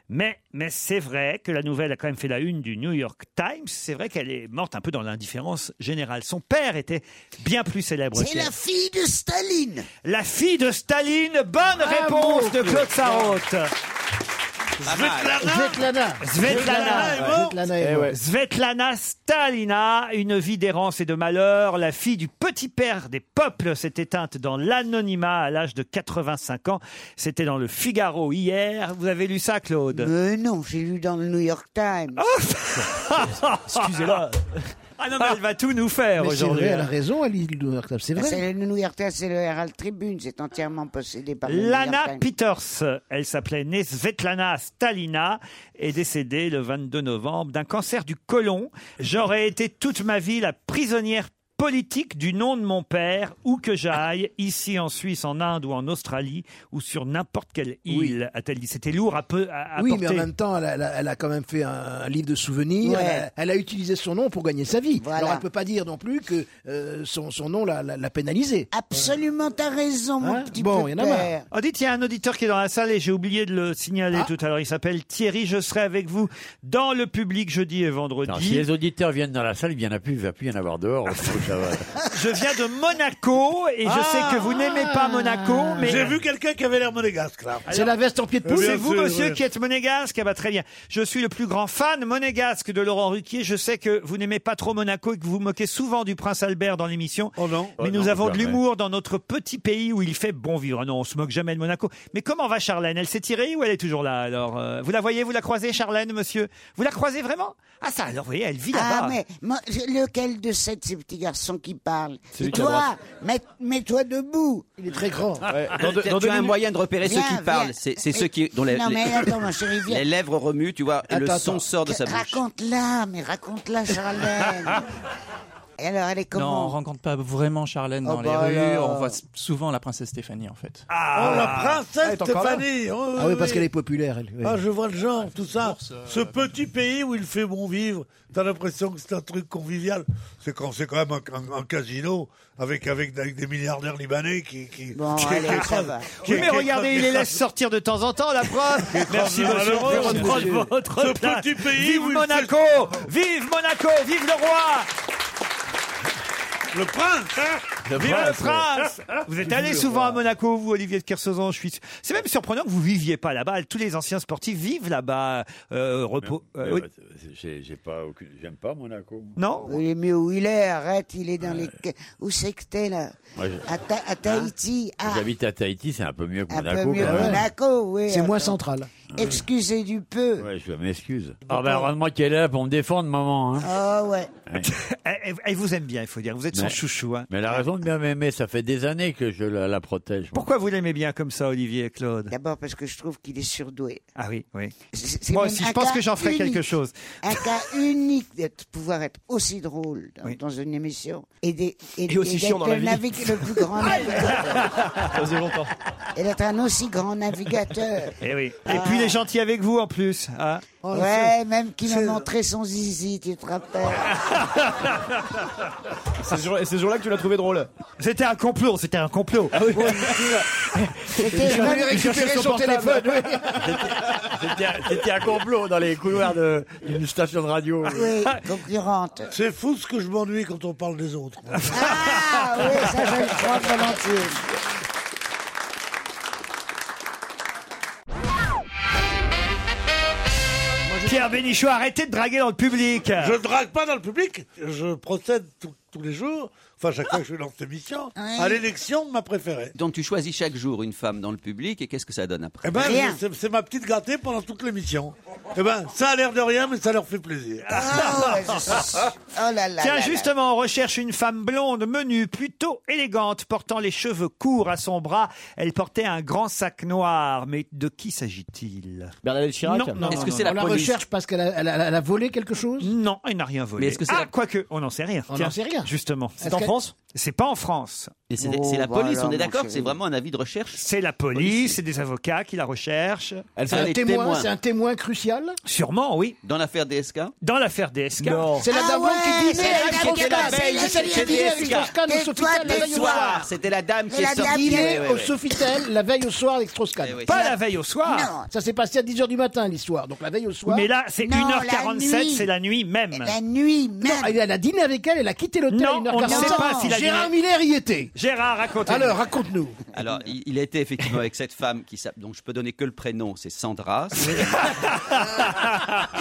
Speaker 3: Mais, mais c'est vrai que la nouvelle a quand même fait la une du New York Times. C'est vrai qu'elle est morte un peu dans l'indifférence générale. Son père était bien plus célèbre
Speaker 4: C'est
Speaker 3: qu'elle.
Speaker 4: la fille de Staline.
Speaker 3: La fille de Staline. Bonne réponse de Claude Sarraute.
Speaker 6: Svetlana.
Speaker 3: Svetlana.
Speaker 6: Svetlana est morte.
Speaker 3: Svetlana Stalina, une vie d'errance et de malheur, la fille du petit père des peuples s'est éteinte dans l'anonymat à l'âge de 85 ans. C'était dans le Figaro hier. Vous avez lu ça, Claude (laughs)
Speaker 4: non, j'ai lu dans le New York Times.
Speaker 3: Ah, Excusez-la. Ah non, mais elle va tout nous faire
Speaker 6: Mais c'est
Speaker 3: aujourd'hui. hein.
Speaker 6: vrai, elle a raison, elle lit le New York Times, c'est vrai.
Speaker 4: Bah, C'est le New York Times, c'est le Herald Tribune, c'est entièrement possédé
Speaker 6: Ah,
Speaker 4: par le New York
Speaker 3: Lana
Speaker 4: Times.
Speaker 3: Peters, elle s'appelait née Svetlana Stalina, est décédée le 22 novembre d'un cancer du côlon. J'aurais été toute ma vie la prisonnière politique du nom de mon père, où que j'aille, ici en Suisse, en Inde ou en Australie, ou sur n'importe quelle île, a-t-elle dit. C'était lourd à peu à, à
Speaker 6: Oui,
Speaker 3: porter.
Speaker 6: mais en même temps, elle a, elle a- elle a quand même fait un, un livre de souvenirs.
Speaker 3: Ouais.
Speaker 6: Elle, a, elle a utilisé son nom pour gagner sa vie. Alors, elle peut pas dire non plus que euh, son, son nom l'a- l'a l'a pénalisé.
Speaker 4: Absolument, t'as raison, mon
Speaker 6: Hein
Speaker 4: petit
Speaker 6: Bon, il y en a marre.
Speaker 4: père.
Speaker 3: Oh, dites, il y a un auditeur qui est dans la salle et j'ai oublié de le
Speaker 6: Ah.
Speaker 3: signaler tout à l'heure. Il s'appelle Thierry. Je serai avec vous dans le public jeudi et vendredi.
Speaker 10: Non, si les auditeurs viennent dans la salle, il y en a plus, il va plus y en avoir dehors. Ça va.
Speaker 3: Je viens de Monaco et je sais que vous n'aimez pas Monaco, mais
Speaker 8: J'ai vu quelqu'un qui avait l'air monégasque, là.
Speaker 3: C'est la
Speaker 6: veste en pied
Speaker 8: de poule.
Speaker 3: C'est
Speaker 8: Bien
Speaker 3: vous,
Speaker 8: sûr,
Speaker 3: monsieur,
Speaker 8: oui.
Speaker 3: qui êtes monégasque Ah bah, Très bien. Je suis le plus grand fan monégasque de Laurent Ruquier. Je sais que vous n'aimez pas trop Monaco et que vous vous moquez souvent du prince Albert dans l'émission. Mais
Speaker 10: Oh
Speaker 3: nous
Speaker 10: non,
Speaker 3: avons de
Speaker 10: jamais.
Speaker 3: l'humour dans notre petit pays où il fait bon vivre. Ah Non, on se moque jamais de Monaco. Mais comment va Charlène Elle s'est tirée ou elle est toujours là alors euh, Vous la voyez Vous la croisez, Charlène, monsieur Vous la croisez vraiment Ah ça, alors vous voyez, elle vit là-bas.
Speaker 4: Ah, mais moi, lequel de sept ces petits garçons qui parlent
Speaker 3: Celui
Speaker 4: Et
Speaker 3: qui est à
Speaker 4: Toi,
Speaker 3: droite.
Speaker 4: mets- mets-toi debout.
Speaker 6: Il est très grand.
Speaker 7: (laughs) Dans deux-
Speaker 4: Tu
Speaker 7: Ah, Tu as
Speaker 4: as
Speaker 7: dans deux un minutes- moyen de repérer ceux qui parlent. C'est- c'est ceux qui- dont les-
Speaker 4: Non, mais
Speaker 7: les-
Speaker 4: attends, mon chéri, viens.
Speaker 7: Les lèvres remuent, tu vois, et le
Speaker 4: Attends,
Speaker 7: son
Speaker 4: attends.
Speaker 7: sort de sa
Speaker 4: Que-
Speaker 7: bouche.
Speaker 4: Raconte-la, mais raconte-la, Charlène. Et alors, elle est
Speaker 14: Non, on
Speaker 4: comment
Speaker 14: rencontre pas vraiment Charlène
Speaker 4: Oh
Speaker 14: dans
Speaker 4: bah
Speaker 14: les rues.
Speaker 4: alors.
Speaker 14: On voit s- souvent la princesse Stéphanie, en fait.
Speaker 8: Oh, la
Speaker 3: Ah.
Speaker 8: princesse
Speaker 6: Ah, elle est encore là
Speaker 8: Stéphanie oh,
Speaker 6: Ah oui, parce qu'elle est populaire. elle, oui.
Speaker 8: Ah, je vois le genre, tout ça. Ce petit pays où il fait bon vivre, t'as l'impression que c'est un truc convivial. C'est quand c'est quand même un, un- un casino avec, avec, avec des milliardaires libanais qui. qui
Speaker 4: Bon,
Speaker 8: qui-
Speaker 4: allez,
Speaker 8: qui
Speaker 4: ça
Speaker 8: écrasent-
Speaker 4: va.
Speaker 3: Ah, bah.
Speaker 8: qui
Speaker 3: Oui, mais
Speaker 8: écrasent
Speaker 3: regardez, il
Speaker 8: des
Speaker 3: les laisse
Speaker 8: races.
Speaker 3: sortir de temps en temps, la preuve. Merci,
Speaker 8: Écrasent-
Speaker 3: monsieur
Speaker 8: Alors,
Speaker 3: Rose,
Speaker 8: monsieur.
Speaker 3: prendre votre
Speaker 8: Ce
Speaker 3: place.
Speaker 8: petit pays
Speaker 3: Vive
Speaker 8: où il
Speaker 3: Monaco Vive Monaco Vive le roi
Speaker 8: Le prince, hein
Speaker 3: Vive le prince Vous êtes allé souvent à Monaco, vous, Olivier de Kersauzon, je suis... C'est même surprenant que vous viviez pas là-bas. Tous les anciens sportifs vivent là-bas. Euh, repos... euh, oui.
Speaker 10: Ouais, bah, c'est- j'ai- j'ai pas aucune- J'aime pas Monaco.
Speaker 3: Non
Speaker 4: Il est mieux où il est, arrête, il est dans les... Où c'est que t'es, là
Speaker 10: Moi,
Speaker 3: Ah,
Speaker 10: je-
Speaker 4: à, Ta- à Tahiti, ah,
Speaker 10: J'habite à Tahiti, c'est un peu mieux que
Speaker 4: un
Speaker 10: Monaco.
Speaker 4: peu mieux
Speaker 10: quand
Speaker 4: que
Speaker 10: même.
Speaker 4: Monaco, oui.
Speaker 6: C'est moins
Speaker 4: attends.
Speaker 6: central.
Speaker 4: Excusez du peu.
Speaker 10: Ouais, je m'excuse. Ah ben, heureusement qu'elle est là pour me défendre, maman. hein.
Speaker 4: Ah ouais.
Speaker 10: Ouais.
Speaker 3: (laughs) Elle- elle- Elle vous aime bien, il faut dire. Vous êtes son
Speaker 8: (laughs)
Speaker 10: Mais-
Speaker 3: chouchou. hein.
Speaker 10: Mais elle a raison de bien m'aimer, ça fait des années que je la, la protège. moi.
Speaker 3: Pourquoi vous l'aimez bien comme ça, Olivier et Claude
Speaker 4: D'abord parce que je trouve qu'il est surdoué.
Speaker 3: Ah oui, oui.
Speaker 4: C'est
Speaker 3: Moi
Speaker 4: même
Speaker 3: aussi,
Speaker 4: un
Speaker 3: je pense
Speaker 4: cas
Speaker 3: que j'en ferai
Speaker 4: unique.
Speaker 3: quelque chose.
Speaker 4: Un cas unique de t- pouvoir être aussi drôle dans, dans une émission et, des-
Speaker 3: Et aussi
Speaker 4: et d'être
Speaker 3: chiant dans la
Speaker 4: le
Speaker 3: vie.
Speaker 4: navigue- le plus grand
Speaker 3: (laughs)
Speaker 4: navigateur. Et d'être un aussi grand navigateur.
Speaker 3: Et Eh oui. Et puis, il est gentil avec vous, en plus. hein.
Speaker 4: Oh, ouais, même qui m'a montré son zizi, tu te
Speaker 3: (laughs)
Speaker 4: rappelles.
Speaker 5: C'est ce jour- c'est ce jour-là que tu l'as trouvé drôle. Ah
Speaker 3: C'était un complot, c'était un complot.
Speaker 4: C'était
Speaker 6: Je voulais récupérer son, téléphone.
Speaker 3: (laughs)
Speaker 6: oui.
Speaker 10: C'était c'était un complot dans les couloirs de- d'une station de radio.
Speaker 4: Ah Oui,
Speaker 10: (laughs)
Speaker 4: concurrente.
Speaker 8: C'est fou ce que je m'ennuie quand on parle des autres.
Speaker 4: Ah oui, ça je le crois
Speaker 3: (laughs)
Speaker 4: volontiers.
Speaker 3: Qui Pierre Bénichou, arrêtez de draguer dans le public.
Speaker 8: Je ne drague pas dans le public. Je procède tout- tous les jours, enfin chaque fois que je suis dans cette émission,
Speaker 7: Ouais.
Speaker 8: à l'élection de ma préférée.
Speaker 7: Donc tu choisis chaque jour une femme dans le public et qu'est-ce que ça donne après
Speaker 8: Eh ben, je- c'est- c'est ma petite gâtée pendant toute l'émission. Eh ben, ça a l'air de rien, mais ça leur fait plaisir.
Speaker 4: Ah,
Speaker 8: (laughs)
Speaker 4: Oh là là.
Speaker 3: Tiens,
Speaker 4: là là.
Speaker 3: justement, on recherche une femme blonde, menue, plutôt élégante, portant les cheveux courts à son bras. Elle portait un grand sac noir. Mais de qui s'agit-il Bernadette
Speaker 6: Chirac
Speaker 3: Non, non.
Speaker 6: Est-ce
Speaker 3: non,
Speaker 6: que
Speaker 3: non,
Speaker 6: c'est
Speaker 3: non.
Speaker 6: la, recherche parce qu'elle a, elle a- elle a volé quelque chose
Speaker 3: Non, elle n'a rien volé.
Speaker 6: Mais est-ce que c'est
Speaker 3: ah,
Speaker 6: la-
Speaker 3: quoique, on n'en sait rien.
Speaker 6: On
Speaker 3: Tiens,
Speaker 6: n'en sait rien.
Speaker 3: Justement.
Speaker 6: Est-ce que- Oh,
Speaker 3: C'est pas en France.
Speaker 7: Et c'est c'est la police, on est d'accord C'est vraiment un avis de recherche
Speaker 3: C'est la police, c'est des avocats qui la recherchent.
Speaker 7: Elle
Speaker 6: C'est un témoin, c'est un témoin crucial
Speaker 3: Sûrement, oui.
Speaker 7: Dans l'affaire DSK
Speaker 3: Dans l'affaire DSK.
Speaker 6: C'est la
Speaker 3: Ah
Speaker 6: dame
Speaker 3: ouais,
Speaker 6: qui dînait
Speaker 3: c'est la
Speaker 6: avec
Speaker 3: dame qui
Speaker 6: Strauss-Kahn.
Speaker 3: avait
Speaker 6: ben, C'est celle qui
Speaker 3: chez
Speaker 6: dînait avec
Speaker 3: DSK.
Speaker 6: Strauss-Kahn au
Speaker 3: Tais-toi,
Speaker 6: Sofitel la veille au
Speaker 3: tais-toi.
Speaker 6: soir.
Speaker 7: C'était la dame qui
Speaker 6: Elle
Speaker 7: est
Speaker 6: a
Speaker 7: sortie.
Speaker 6: dîné
Speaker 7: Ouais, ouais,
Speaker 6: au
Speaker 7: ouais. Eh
Speaker 6: Sofitel la veille au soir avec Strauss-Kahn.
Speaker 3: Pas la veille au soir.
Speaker 6: Non, ça s'est passé à 10h du matin l'histoire. Donc la veille au soir.
Speaker 3: Mais là, c'est 1h47, c'est la nuit même.
Speaker 6: Eh ben, nuit même. elle a dîné avec elle, elle a quitté l'hôtel à
Speaker 3: Non, on ne
Speaker 6: 1h47.
Speaker 3: sait pas s'il a
Speaker 6: Gérard
Speaker 3: dîné.
Speaker 6: Miller y était.
Speaker 3: Gérard, raconte.
Speaker 6: Alors, raconte-nous.
Speaker 7: Alors, il, il était effectivement avec cette femme qui s'appelle. Donc, je peux donner que le prénom, c'est Sandra.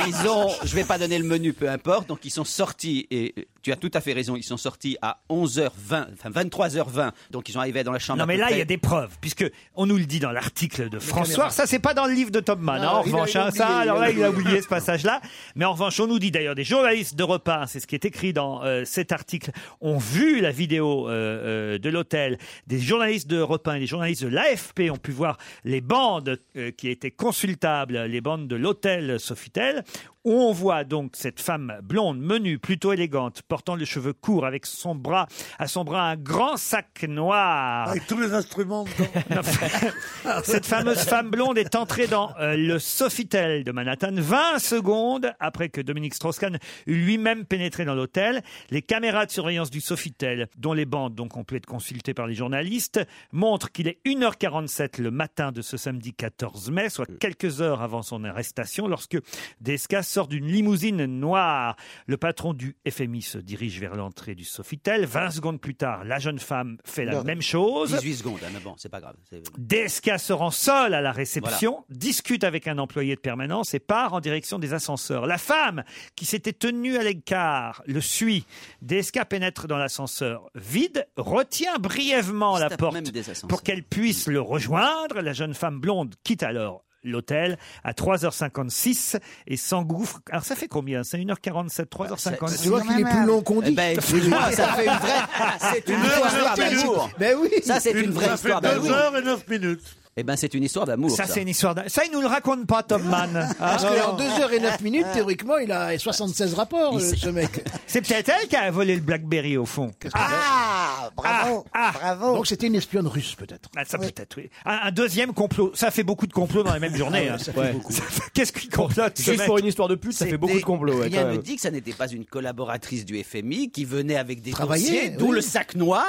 Speaker 7: ils ont. Je vais pas donner le menu, peu importe. Donc, ils sont sortis, et tu as tout à fait raison, ils sont sortis à 11h20, enfin 23h20. Donc, ils sont arrivés dans la chambre.
Speaker 3: Non,
Speaker 7: à
Speaker 3: mais
Speaker 7: peu
Speaker 3: là, il y a
Speaker 7: près-
Speaker 3: des preuves, puisque on nous le dit dans l'article de François.
Speaker 7: caméras.
Speaker 3: Ça, c'est pas dans le livre de Tom Mann,
Speaker 7: Ah,
Speaker 3: hein, en
Speaker 7: il a-
Speaker 3: revanche.
Speaker 7: il a
Speaker 3: hein,
Speaker 7: oublié,
Speaker 3: ça,
Speaker 7: il a
Speaker 3: alors là, il a
Speaker 7: oublié.
Speaker 3: oublié ce passage-là. Mais en revanche, on nous dit d'ailleurs, des journalistes de repas, c'est ce qui est écrit dans euh, cet article, ont vu la vidéo euh, euh, de l'hôtel. Des journalistes de repas et des journalistes de l'AFP ont pu voir les bandes euh, qui étaient consultables, les bandes de l'hôtel Sofitel, où on voit donc cette femme blonde, menue, plutôt élégante, portant les cheveux courts, avec son bras, à son bras un grand sac noir.
Speaker 7: Ah,
Speaker 8: Avec tous les instruments
Speaker 3: (laughs)
Speaker 8: dedans.
Speaker 3: Cette fameuse femme blonde est entrée dans euh, le Sofitel de Manhattan 20 secondes après que Dominique Strauss-Kahn eut lui-même pénétré dans l'hôtel. Les caméras de surveillance du Sofitel, dont les bandes donc ont pu être consultées par les journalistes, montrent qu'il est 1h47 le matin de ce samedi 14 mai, soit quelques heures avant son arrestation, lorsque Desca sort d'une limousine noire. Le patron du FMI se dirige vers l'entrée du Sofitel. 20 secondes plus tard, la jeune femme fait la
Speaker 7: Non.
Speaker 3: même chose.
Speaker 7: 18 secondes, hein, mais bon, c'est pas grave. c'est-
Speaker 3: DSK se rend seul à la réception, discute avec un employé de permanence et part en direction des ascenseurs. La femme, qui s'était tenue à l'écart, le suit. DSK pénètre dans l'ascenseur vide, retient brièvement la porte pour qu'elle puisse le rejoindre. La jeune femme blonde quitte alors l'hôtel à 3h56 et s'engouffre. Alors ça fait combien C'est 1h47,
Speaker 7: Bah,
Speaker 3: 3h56
Speaker 6: Tu vois qu'il est plus long qu'on dit.
Speaker 7: Eh ben, excuse-moi, ça fait
Speaker 6: (laughs)
Speaker 7: une vraie- c'est une vraie histoire d'amour.
Speaker 6: Ben oui.
Speaker 7: Ça, c'est une vraie histoire d'amour. et 9 minutes. Eh ben, c'est une histoire d'amour.
Speaker 3: Ça, c'est une histoire d'un- Ça, il nous le raconte pas, Tom Mann.
Speaker 6: Parce
Speaker 3: Ah,
Speaker 6: qu'en
Speaker 3: non.
Speaker 6: 2h09 minutes, théoriquement, il a 76 rapports, euh, ce mec.
Speaker 3: C'est peut-être elle qui a volé le Blackberry au fond.
Speaker 6: Ah, bravo, bravo. Donc c'était une espionne russe, peut-être.
Speaker 3: Ah, ça peut-être, oui. Un, un deuxième complot. Ça fait beaucoup de complots dans la même journée.
Speaker 6: Ah
Speaker 3: hein.
Speaker 6: ouais, ça fait Ouais. beaucoup.
Speaker 3: Ça fait- Qu'est-ce qu'il complote
Speaker 5: Juste pour une histoire de pute, ça fait beaucoup de complots, ouais,
Speaker 7: Rien
Speaker 5: quand
Speaker 7: ne
Speaker 5: même.
Speaker 7: dit que ça n'était pas une collaboratrice du FMI qui venait avec des
Speaker 5: Travailler,
Speaker 7: dossiers, d'où
Speaker 5: oui.
Speaker 7: le sac noir,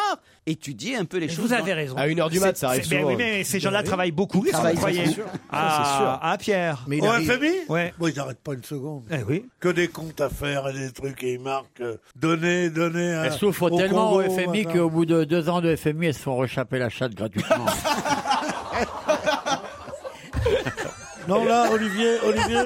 Speaker 7: étudier un peu les
Speaker 3: Mais
Speaker 7: choses.
Speaker 3: vous avez
Speaker 7: dans-
Speaker 3: raison. À une heure du mat, ça arrive
Speaker 7: c'est-
Speaker 3: souvent.
Speaker 7: mais oui,
Speaker 3: Mais ces gens-là
Speaker 7: Oui.
Speaker 3: travaillent beaucoup,
Speaker 7: Ils
Speaker 3: qu'est-ce que vous
Speaker 7: travaillent,
Speaker 3: croyez
Speaker 7: ça, c'est sûr.
Speaker 3: Ah,
Speaker 7: Ça, c'est sûr.
Speaker 3: ah, Pierre.
Speaker 8: Mais Au FMI
Speaker 3: Ouais.
Speaker 8: Bon, ils n'arrêtent pas une seconde.
Speaker 3: Eh oui.
Speaker 8: Que des comptes à faire et des trucs, et ils marquent euh, donner, donner. à-
Speaker 10: Elles souffrent
Speaker 8: au
Speaker 10: tellement au
Speaker 8: Congo,
Speaker 10: FMI
Speaker 8: machin.
Speaker 10: qu'au bout de deux ans de FMI, elles se font rechaper la chatte gratuitement. (laughs)
Speaker 8: Non, là, Olivier, Olivier,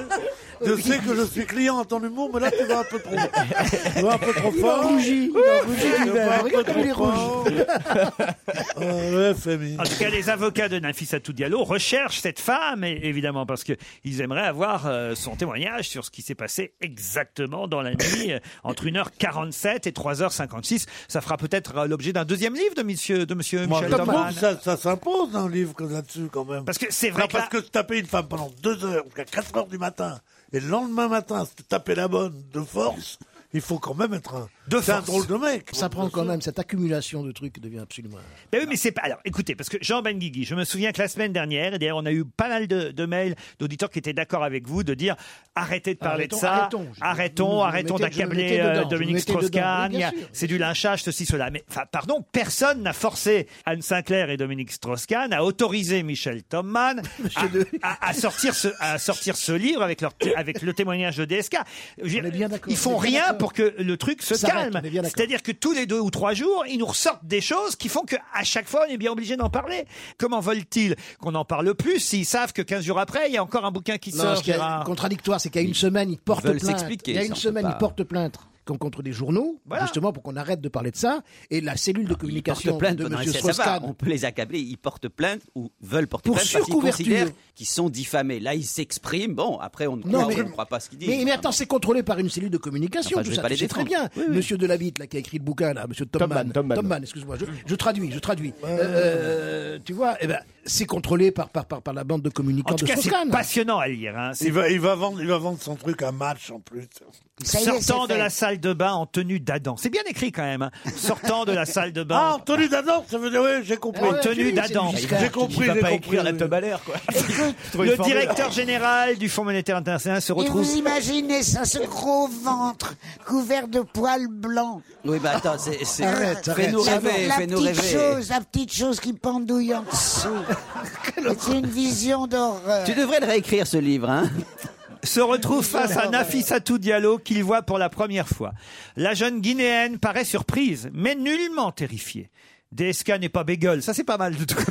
Speaker 6: (laughs)
Speaker 8: je sais que je suis client à ton humour, mais là, tu vas un peu trop. Tu vas un peu trop
Speaker 6: Il
Speaker 8: fort.
Speaker 6: a rougi, il a rougi
Speaker 8: Tu vas un
Speaker 6: lui-même.
Speaker 8: peu
Speaker 6: Regarde
Speaker 8: trop
Speaker 6: comme il est
Speaker 8: fort.
Speaker 6: rouge.
Speaker 8: (laughs)
Speaker 3: En tout cas, les avocats de Nafissatou Diallo recherchent cette femme, et- évidemment, parce qu'ils aimeraient avoir euh, son témoignage sur ce qui s'est passé exactement dans la nuit euh, entre 1h47 et 3h56. Ça fera peut-être euh, l'objet d'un deuxième livre de monsieur, de monsieur
Speaker 8: Moi,
Speaker 3: Michel
Speaker 8: je trouve
Speaker 3: Thomas.
Speaker 8: que ça, ça s'impose dans le livre que là-dessus, quand même.
Speaker 3: Parce que c'est vrai
Speaker 8: Non,
Speaker 3: que
Speaker 8: Parce
Speaker 3: là-
Speaker 8: que se taper une femme pendant deux heures, jusqu'à 4 heures du matin, et le lendemain matin, se taper la bonne de force, il faut quand même être un. c'est un drôle de mec.
Speaker 6: Ça prend quand même, cette accumulation de trucs devient absolument.
Speaker 3: Ben oui, mais c'est pas. Alors, écoutez, parce que Jean Benguigui, je me souviens que la semaine dernière, et d'ailleurs, on a eu pas mal de, de mails d'auditeurs qui étaient d'accord avec vous de dire arrêtez de parler
Speaker 6: Arrêtons,
Speaker 3: de ça,
Speaker 6: arrêtons. Je- je
Speaker 3: arrêtons,
Speaker 6: me
Speaker 3: arrêtons
Speaker 6: mettais- je me
Speaker 3: d'accabler
Speaker 6: mettais
Speaker 3: euh,
Speaker 6: dedans, je me
Speaker 3: Dominique
Speaker 6: mettais dedans.
Speaker 3: Strauss-Kahn,
Speaker 6: Oui, bien
Speaker 3: il y a-
Speaker 6: sûr.
Speaker 3: c'est du lynchage, ceci, cela. Mais enfin, pardon, personne n'a forcé Anne Sinclair et Dominique Strauss-Kahn à autoriser Michel
Speaker 6: (laughs)
Speaker 3: Thomman à, à- à sortir ce, à sortir ce livre avec, leur, avec le témoignage de DSK. Je veux dire, Ils font
Speaker 6: on est bien
Speaker 3: rien
Speaker 6: d'accord.
Speaker 3: pour que le truc se
Speaker 6: Ça
Speaker 3: calme. C'est-à-dire que tous les deux ou trois jours, ils nous ressortent des choses qui font qu'à chaque fois, on est bien obligé d'en parler. Comment veulent-ils qu'on en parle plus s'ils savent que 15 jours après, il y a encore un bouquin qui
Speaker 6: Non,
Speaker 3: sort
Speaker 6: ce qui est
Speaker 3: Gérard
Speaker 6: contradictoire, c'est qu'il y a une semaine, ils portent
Speaker 3: Ah. veulent
Speaker 6: plainte.
Speaker 3: s'expliquer,
Speaker 6: Il y a
Speaker 3: ça,
Speaker 6: une
Speaker 3: on peut
Speaker 6: semaine,
Speaker 3: pas-
Speaker 6: ils portent plainte comme contre des journaux, justement pour qu'on arrête de parler de ça. Et la cellule de communication
Speaker 7: portent plainte
Speaker 6: de
Speaker 7: pendant
Speaker 6: M.
Speaker 7: les faits, ça va,
Speaker 6: Strauss-Kahn.
Speaker 7: on peut les accabler, ils portent plainte ou veulent porter
Speaker 6: Pour
Speaker 7: plainte parce qu'ils
Speaker 6: surcouverture.
Speaker 7: considèrent qu'ils sont diffamés. Là, ils s'expriment, bon, après on ne croit,
Speaker 6: Non, mais-
Speaker 7: on ne croit pas ce qu'ils disent.
Speaker 6: Mais, mais attends, c'est contrôlé par une cellule de communication,
Speaker 7: Enfin, je
Speaker 6: tout
Speaker 7: vais
Speaker 6: ça,
Speaker 7: pas
Speaker 6: tu
Speaker 7: les
Speaker 6: sais très bien.
Speaker 7: défendre. Oui, oui.
Speaker 6: Monsieur Delavitte, là, qui a écrit le bouquin, là, monsieur
Speaker 5: Tom
Speaker 6: Tomman.
Speaker 5: Mann, Tom Mann.
Speaker 6: excuse-moi, je, je traduis, je traduis. Euh, euh, tu vois, eh ben, c'est contrôlé par, par, par, par la bande de communicants
Speaker 3: En tout
Speaker 6: de
Speaker 3: cas, c'est
Speaker 6: Strauss-Kahn.
Speaker 3: passionnant à lire. hein. C'est-
Speaker 8: Il va, il, va vendre, il va vendre son truc à match en plus. Ça y est, c'est
Speaker 3: Sortant de
Speaker 8: fait.
Speaker 3: la salle de bain en tenue d'Adam. C'est bien écrit quand même. hein. Sortant de la salle de bain.
Speaker 8: Ah, en tenue d'Adam, ça veut dire, oui, j'ai compris.
Speaker 3: En tenue d'Adam.
Speaker 8: J'ai compris, j'ai compris.
Speaker 3: la teub quoi.
Speaker 8: une
Speaker 3: Le
Speaker 8: formule.
Speaker 3: directeur général du Fonds monétaire international se
Speaker 4: Et
Speaker 3: euh, retrouve.
Speaker 4: vous imaginez ça, ce gros ventre couvert de poils blancs.
Speaker 7: Oui, bah attends, c'est. c'est-
Speaker 4: Arrête, arrête.
Speaker 7: Fais-nous
Speaker 4: La-
Speaker 7: rêver,
Speaker 4: la
Speaker 7: fais-nous
Speaker 4: petite
Speaker 7: rêver.
Speaker 4: chose, la petite chose qui pendouille en
Speaker 7: (laughs)
Speaker 4: dessous. C'est une vision d'horreur.
Speaker 7: Tu devrais le réécrire ce livre, hein
Speaker 3: se retrouve face à Nafissatou Diallo qu'il voit pour la première fois. La jeune Guinéenne paraît surprise, mais nullement terrifiée. DSK n'est pas bégueule, ça c'est pas mal du tout.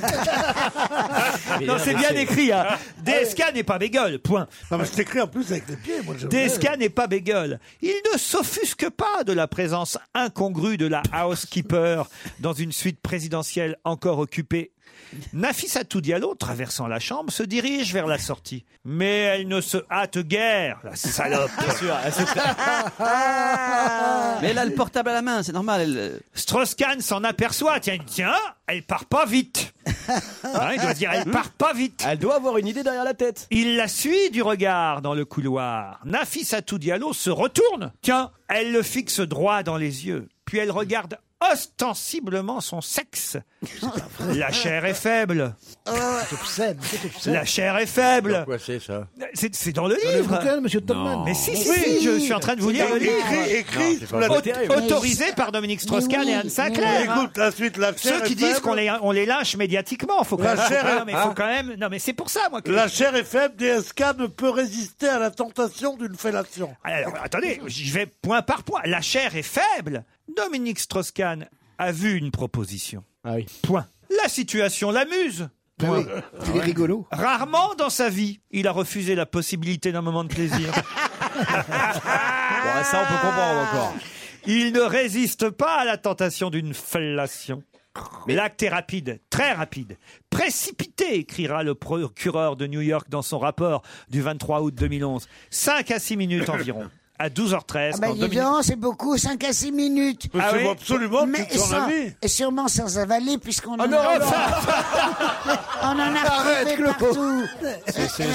Speaker 3: non, c'est bien écrit. hein. DSK n'est pas bégueule, point.
Speaker 8: Non, mais c'est écrit en plus avec les pieds, moi. je-
Speaker 3: DSK n'est pas bégueule. Il ne s'offusque pas de la présence incongrue de la housekeeper dans une suite présidentielle encore occupée. Nafissatou Diallo, traversant la chambre, se dirige vers la sortie. Mais elle ne se hâte guère, la salope.
Speaker 7: Mais elle a le portable à la main, c'est normal. elle- euh.
Speaker 3: Strauss-Kahn s'en aperçoit. Tiens, tiens, elle part pas
Speaker 7: (laughs)
Speaker 3: vite. Hein, il doit se dire, elle part pas vite.
Speaker 5: Elle doit avoir une idée derrière la tête.
Speaker 3: Il la suit du regard dans le couloir. Nafissatou Diallo se retourne. Tiens, elle le fixe droit dans les yeux. Puis elle regarde ostensiblement son sexe. La chair est faible.
Speaker 6: C'est obscène, c'est obscène.
Speaker 3: La chair est faible.
Speaker 10: Dans quoi c'est ça
Speaker 3: C'est c'est dans le
Speaker 6: Dans le
Speaker 3: livre.
Speaker 6: bouquin, monsieur Topman.
Speaker 3: Mais si,
Speaker 6: Mais
Speaker 3: si,
Speaker 6: si.
Speaker 3: je suis en train de vous
Speaker 6: C'est
Speaker 3: lire
Speaker 6: dans
Speaker 3: le
Speaker 6: le
Speaker 3: livre.
Speaker 6: livre.
Speaker 8: Écrit
Speaker 10: Non, c'est pas
Speaker 3: Aut-
Speaker 10: terrible.
Speaker 3: autorisé par Dominique Strauss-Kahn
Speaker 8: Mais
Speaker 3: et
Speaker 8: oui,
Speaker 3: Anne
Speaker 8: mais
Speaker 3: Sinclair.
Speaker 8: oui.
Speaker 3: hein.
Speaker 8: Écoute, la suite, la chair
Speaker 3: Ceux qui
Speaker 8: est
Speaker 3: disent
Speaker 8: faible.
Speaker 3: qu'on les, on les lynche médiatiquement, faut quand
Speaker 8: La
Speaker 3: même, faut
Speaker 8: chair
Speaker 3: quand
Speaker 8: est-
Speaker 3: même- mais faut
Speaker 8: hein
Speaker 3: quand même- non mais c'est pour ça moi que
Speaker 8: La chair est faible, DSK ne peut résister à la tentation d'une fellation.
Speaker 3: Alors, attendez, j'y vais point par point. La chair est faible. Dominique Strauss-Kahn a vu une proposition. Point. La situation l'amuse. Point.
Speaker 6: Bah Il est rigolo.
Speaker 3: Rarement dans sa vie, il a refusé la possibilité d'un moment de (laughs) plaisir. ça, on peut comprendre encore. Il ne résiste pas à la tentation d'une fellation. Mais l'acte est rapide, très rapide. Précipité, écrira le procureur de New York dans son rapport du 23 août 2011. 5 à 6 minutes environ. À 12h13,
Speaker 4: Ah bah
Speaker 3: quand
Speaker 4: dis
Speaker 3: Dominique-
Speaker 4: donc, c'est beaucoup, 5 à 6 minutes.
Speaker 7: Ah
Speaker 3: Mais c'est absolument
Speaker 4: Mais
Speaker 3: toute son
Speaker 4: sans-
Speaker 3: avis.
Speaker 4: Et sûrement sans avaler, puisqu'on
Speaker 7: Ah
Speaker 4: en,
Speaker 3: non,
Speaker 4: a...
Speaker 3: non.
Speaker 4: (laughs) on en a
Speaker 6: Arrête,
Speaker 4: retrouvé
Speaker 6: Claude.
Speaker 4: partout.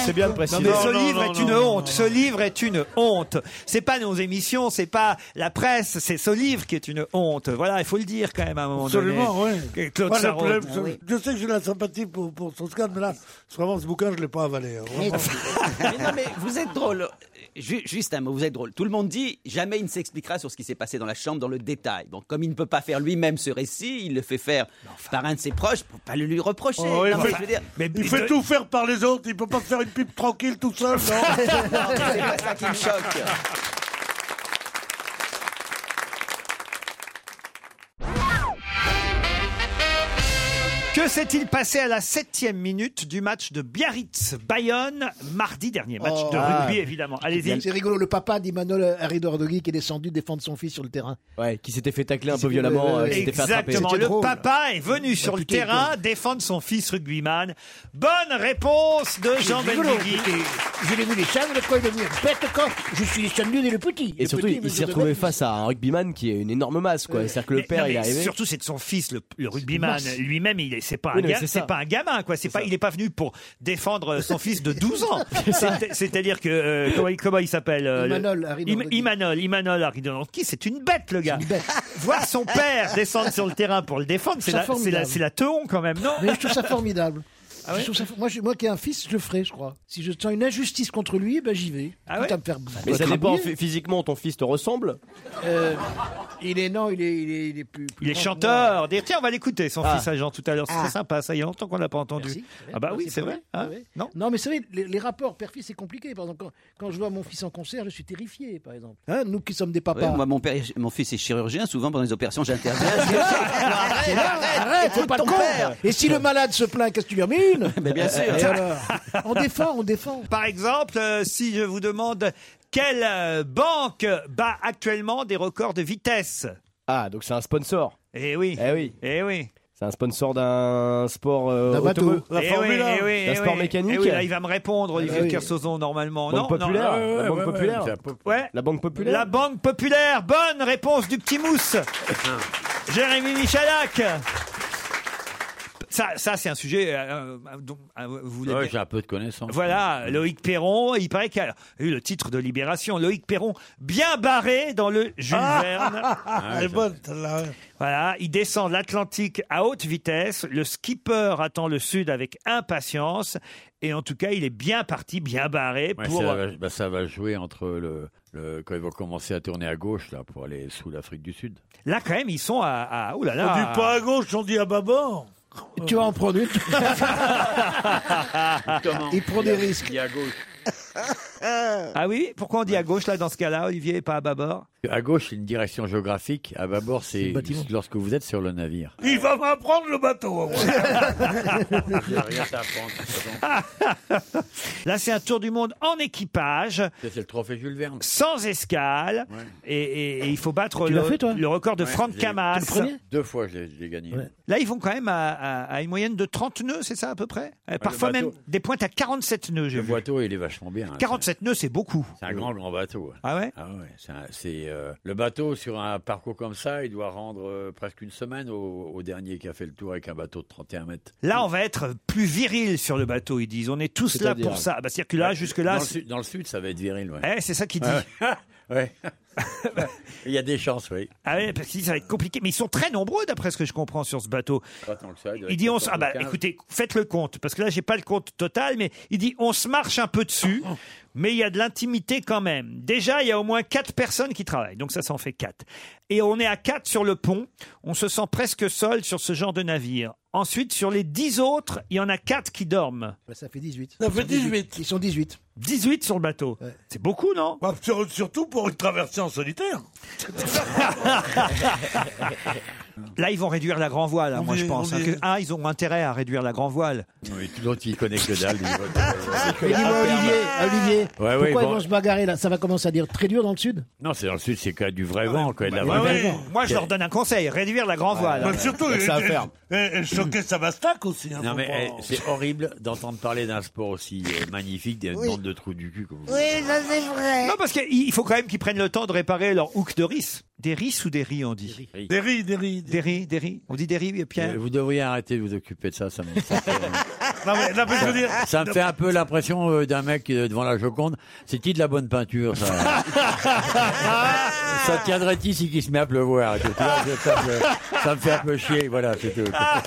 Speaker 5: C'est bien de préciser.
Speaker 3: Non, mais ce
Speaker 5: Non, non,
Speaker 3: livre
Speaker 5: non,
Speaker 3: est une honte. Ce livre est une honte. C'est pas nos émissions, c'est pas la presse, c'est ce livre qui est une honte. Voilà, il faut le dire quand même à un moment
Speaker 8: Absolument,
Speaker 3: donné.
Speaker 8: oui.
Speaker 3: Et Claude
Speaker 8: Moi, le
Speaker 3: Sarraute.
Speaker 8: problème,
Speaker 7: Ah
Speaker 8: c'est- Je sais que j'ai de la sympathie pour, pour Toscane, mais là, c'est vraiment, ce bouquin, je ne l'ai pas avalé. hein, vraiment.
Speaker 7: (laughs) mais non, mais vous êtes drôle. Ju- Juste un mot, vous êtes drôle. Tout le monde dit jamais il ne s'expliquera sur ce qui s'est passé dans la chambre dans le détail. Bon, comme il ne peut pas faire lui-même ce récit, il le fait faire par un de ses proches pour pas le lui reprocher.
Speaker 8: Oh, il
Speaker 7: Non, mais
Speaker 8: fait,
Speaker 7: je veux dire-
Speaker 8: il fait tout faire par les autres, il ne peut pas faire une pipe tranquille tout seul, non
Speaker 7: (laughs) Non, mais (laughs) c'est pas ça qui me choque.
Speaker 3: Que s'est-il passé à la septième minute du match de Biarritz-Bayonne mardi dernier Match
Speaker 6: Oh.
Speaker 3: de
Speaker 6: Ah.
Speaker 3: rugby, évidemment. Allez-y.
Speaker 6: C'est rigolo, le papa d'Imanol Haridordogui qui est descendu défendre son fils sur le terrain.
Speaker 5: Ouais, qui s'était fait tacler un
Speaker 6: C'est-
Speaker 5: peu violemment,
Speaker 6: ouais,
Speaker 5: euh,
Speaker 6: ouais,
Speaker 5: qui s'était fait attraper.
Speaker 3: Exactement.
Speaker 6: C'était
Speaker 3: Le
Speaker 6: drôle.
Speaker 3: papa est venu sur le
Speaker 6: putain,
Speaker 3: terrain défendre son fils rugbyman. Bonne réponse de Jean Benguigui.
Speaker 6: Je l'ai vu les chats, le quoi il est devenu bête quand je suis descendu dès le petit.
Speaker 5: Et surtout, il s'est retrouvé face à un rugbyman qui est une énorme masse, quoi. C'est-à-dire que le
Speaker 3: Euh, Mais-
Speaker 5: père,
Speaker 3: non, mais
Speaker 5: il est arrivé.
Speaker 3: Surtout, c'est de son fils, le, le rugbyman
Speaker 5: Mince.
Speaker 3: lui-même. Il est, c'est pas un,
Speaker 5: Oui, non,
Speaker 3: ga-
Speaker 5: mais c'est
Speaker 3: c'est
Speaker 5: ça.
Speaker 3: pas un gamin, quoi. C'est pas, il est pas venu pour défendre euh, son fils de 12 ans. C'est- C'est-à-dire que euh, comment, il- comment il s'appelle euh, le-
Speaker 6: Imanol Haridordogui.
Speaker 3: (laughs) Im- Imanol, Imanol Haridornki, c'est une bête, le gars. (laughs) Voir son père descendre sur le terrain pour le défendre, c'est
Speaker 6: Ça
Speaker 3: la, c'est la,
Speaker 6: formidable.
Speaker 3: c'est la teon quand même, non Ah
Speaker 6: Mais je trouve ça formidable. Je trouve ça fou. moi, je- moi qui ai un fils, je le ferai, je crois. Si je sens une injustice contre lui, eh ben j'y vais.
Speaker 5: Ah
Speaker 6: Quitte
Speaker 5: ouais
Speaker 6: à me faire
Speaker 5: Mais
Speaker 3: Bah,
Speaker 5: ça dépend,
Speaker 6: crabouiller.
Speaker 5: phy- physiquement, ton fils te ressemble
Speaker 6: Euh, il est non, il est, il est, il est plus, plus
Speaker 3: Il est
Speaker 6: grand que
Speaker 3: chanteur. Dire, tiens, on va l'écouter, son
Speaker 6: Ah.
Speaker 3: fils à Jean tout à l'heure. C'est
Speaker 6: Ah.
Speaker 3: très sympa. Ça, il y a longtemps qu'on l'a pas entendu.
Speaker 6: moi.
Speaker 3: ah bah oui,
Speaker 6: Merci
Speaker 3: c'est
Speaker 6: pour
Speaker 3: vrai.
Speaker 6: lui.
Speaker 3: hein.
Speaker 6: Ouais.
Speaker 3: Non
Speaker 6: non, mais c'est vrai, les, les rapports père-fils, c'est compliqué. Par exemple, quand, quand je vois mon fils en concert, je suis terrifié, par exemple. Hein, nous qui sommes des papas.
Speaker 7: Ouais, moi, mon, père, mon fils est chirurgien. Souvent, pendant les
Speaker 6: (laughs)
Speaker 7: opérations, j'interviens.
Speaker 6: arrête, arrête, faut pas le con. Et si le malade se plaint, qu'est-ce que tu lui en mets une
Speaker 7: (laughs) Mais bien sûr.
Speaker 6: Et alors On défend, on défend.
Speaker 3: Par exemple, euh, si je vous demande quelle euh, banque bat actuellement des records de vitesse
Speaker 5: Ah, donc c'est un sponsor.
Speaker 3: Eh oui.
Speaker 5: Eh oui.
Speaker 3: Eh oui.
Speaker 5: C'est un sponsor d'un sport euh,
Speaker 6: D'un bateau.
Speaker 5: automobile.
Speaker 6: La
Speaker 3: Eh
Speaker 6: Formule
Speaker 3: oui,
Speaker 6: 1.
Speaker 3: eh oui,
Speaker 5: D'un
Speaker 3: eh
Speaker 5: sport
Speaker 3: oui.
Speaker 5: mécanique.
Speaker 3: Eh oui, là, il va me répondre, Olivier
Speaker 5: Ah oui.
Speaker 3: Kersauzon, normalement.
Speaker 5: Banque
Speaker 3: non, non,
Speaker 5: populaire.
Speaker 3: non.
Speaker 5: la banque populaire.
Speaker 3: Ouais.
Speaker 5: La banque populaire.
Speaker 3: La Banque Populaire, bonne réponse du petit mousse.
Speaker 6: Ah.
Speaker 3: Jérémy Michalak. Ça, ça c'est un sujet euh, euh, dont euh, vous voulez
Speaker 10: Ouais,
Speaker 3: bien-
Speaker 10: j'ai un peu de connaissance.
Speaker 3: Voilà, Loïc Perron, il paraît qu'il a eu le titre de Libération. Loïc Perron, bien barré dans le Jules
Speaker 8: (laughs)
Speaker 3: Verne.
Speaker 8: Ah
Speaker 10: Ah,
Speaker 8: Elle est bonne, celle-là. ouais.
Speaker 3: Voilà, il descend l'Atlantique à haute vitesse. Le skipper attend le sud avec impatience. Et en tout cas, il est bien parti, bien barré
Speaker 10: Ouais,
Speaker 3: pour.
Speaker 10: ça, va, bah, ça va jouer entre le, le- quand ils vont commencer à tourner à gauche là pour aller sous l'Afrique du Sud.
Speaker 3: Là, quand même, ils sont à. à- oh
Speaker 10: (laughs)
Speaker 3: là là.
Speaker 8: On dit pas à gauche, on dit à bâbord.
Speaker 6: Tu vas en prendre une.
Speaker 10: Il prend des risques. à gauche.
Speaker 3: Ah oui Pourquoi on dit à gauche, là, dans ce cas-là, Olivier, et pas à bâbord
Speaker 10: À gauche, c'est une direction géographique. À bâbord, c'est lorsque vous êtes sur le navire.
Speaker 8: (laughs) Il va m'apprendre le bateau. à moi.
Speaker 3: (laughs) Là, c'est un tour du monde en équipage,
Speaker 10: C'est le trophée Jules Verne.
Speaker 3: sans escale.
Speaker 10: Ouais.
Speaker 3: Et, et- et il faut battre
Speaker 6: Tu
Speaker 3: le,
Speaker 6: l'as fait, toi
Speaker 3: le record de
Speaker 10: Ouais,
Speaker 3: Franck
Speaker 10: j'ai-
Speaker 3: Camas.
Speaker 6: T'es le premier
Speaker 10: Deux fois, je l'ai- je l'ai gagné.
Speaker 3: Là, ils vont quand même à, à- à une moyenne de 30 nœuds, c'est ça à peu près Euh, Parfois
Speaker 10: bateau.
Speaker 3: même des pointes à 47 nœuds, j'ai
Speaker 10: Le
Speaker 3: vu.
Speaker 10: bateau, il est vachement bien. hein.
Speaker 3: 47 nœuds, c'est beaucoup.
Speaker 10: C'est un grand, grand bateau.
Speaker 3: Ah ouais
Speaker 10: Ah ouais, c'est un- c'est euh, le bateau sur un parcours comme ça, il doit rendre euh, presque une semaine au, au dernier qui a fait le tour avec un bateau de 31 mètres.
Speaker 3: Là, on va être plus viril sur le bateau, ils disent. On est tous là
Speaker 10: C'est-à-dire
Speaker 3: pour ça. Bah, C'est-à-dire que là, jusque-là,
Speaker 10: dans, le
Speaker 3: c'est
Speaker 10: sud, dans le sud, ça va être viril. Ouais.
Speaker 3: eh, c'est ça qu'ils disent.
Speaker 10: Ah (laughs) ouais. Ouais. il y a des chances, oui.
Speaker 3: Ah ouais, parce que ça va être compliqué. Mais ils sont très nombreux, d'après ce que je comprends, sur ce bateau.
Speaker 10: Attends, le sud, doit
Speaker 3: Il
Speaker 10: être
Speaker 3: dit on se...
Speaker 10: 14
Speaker 3: Ah bah
Speaker 10: ou 15.
Speaker 3: écoutez, faites le compte, parce que là j'ai pas le compte total, mais il dit on se marche un peu
Speaker 8: (coughs)
Speaker 3: dessus, mais il y a de l'intimité quand même. Déjà, il y a au moins quatre personnes qui travaillent, donc ça s'en fait quatre. Et on est à quatre sur le pont, on se sent presque seul sur ce genre de navire. Ensuite, sur les dix autres, il y en a quatre qui dorment.
Speaker 6: Bah, ça fait 18.
Speaker 8: Ça fait 18.
Speaker 6: Ils sont 18.
Speaker 3: 18 sur le bateau. C'est beaucoup, non
Speaker 8: Bah, sur- surtout pour une traversée en solitaire.
Speaker 3: Là, ils vont réduire la grand voile, hein,
Speaker 8: On
Speaker 3: moi
Speaker 8: est-
Speaker 3: je pense.
Speaker 8: on
Speaker 3: hein,
Speaker 8: est-
Speaker 3: que- ah, ils ont intérêt à réduire la grand voile.
Speaker 10: Oui, tout l'autre, il connaît que dalle.
Speaker 3: (laughs)
Speaker 6: Mais dis-moi, Olivier, Olivier
Speaker 10: Ouais,
Speaker 6: pourquoi
Speaker 10: ouais,
Speaker 6: ils
Speaker 10: bon.
Speaker 6: vont se bagarrer là Ça va commencer à dire très dur dans le sud
Speaker 10: Non, c'est dans le sud, c'est quand même du vrai vent, quand même de la vraie
Speaker 3: Ah Ouais, Bah ouais,
Speaker 10: mer.
Speaker 3: Moi, je leur donne un conseil réduire la grand voile.
Speaker 8: Bah, surtout, euh,
Speaker 5: ça à faire.
Speaker 8: Et, choquer sa bastaque aussi. hein,
Speaker 10: Non
Speaker 8: faut
Speaker 10: mais
Speaker 8: pas-
Speaker 10: eh, c'est horrible d'entendre parler d'un sport aussi euh, magnifique, des
Speaker 4: Oui.
Speaker 10: bandes de trous du cul. Comme vous.
Speaker 4: Oui, ça c'est vrai.
Speaker 8: euh,
Speaker 3: Non,
Speaker 7: bah,
Speaker 3: parce qu'il faut quand même qu'ils prennent le temps de réparer leur hook de riz. Des riz ou des riz, on dit
Speaker 8: Des riz, des riz. des-
Speaker 3: Des riz, des riz. On dit des riz, Pierre
Speaker 10: Euh, Vous devriez arrêter de vous occuper de ça. Ça me, ça me fait,
Speaker 8: Non, mais, non, mais je veux dire,
Speaker 10: ça me fait un peu l'impression euh, d'un mec euh, devant la Joconde. C'est-il de la bonne peinture Ça,
Speaker 15: (laughs)
Speaker 10: ça tiendrait-il si qui se met à pleuvoir Et puis là, je- ça, me- ça me fait un peu chier. Voilà, c'est tout.
Speaker 3: (laughs)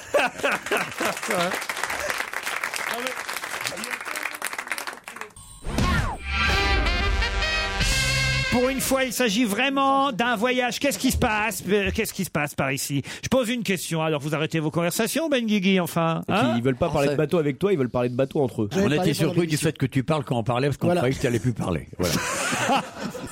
Speaker 3: Pour une fois, il s'agit vraiment d'un voyage. Qu'est-ce qui se passe Euh, Qu'est-ce qui se passe par ici Je pose une question. Alors, vous arrêtez vos conversations, Ben Guigui, enfin
Speaker 5: Et
Speaker 3: hein
Speaker 5: puis, ils veulent pas parler de bateau avec toi, ils veulent parler de bateau entre eux.
Speaker 6: Vous avez
Speaker 10: On
Speaker 6: parlé
Speaker 10: était
Speaker 6: pendant
Speaker 10: surpris du
Speaker 6: l'émission.
Speaker 10: fait que tu parles quand on parlait parce qu'on
Speaker 6: Voilà.
Speaker 10: croyait que tu n'allais plus parler.
Speaker 3: (laughs)
Speaker 10: Voilà.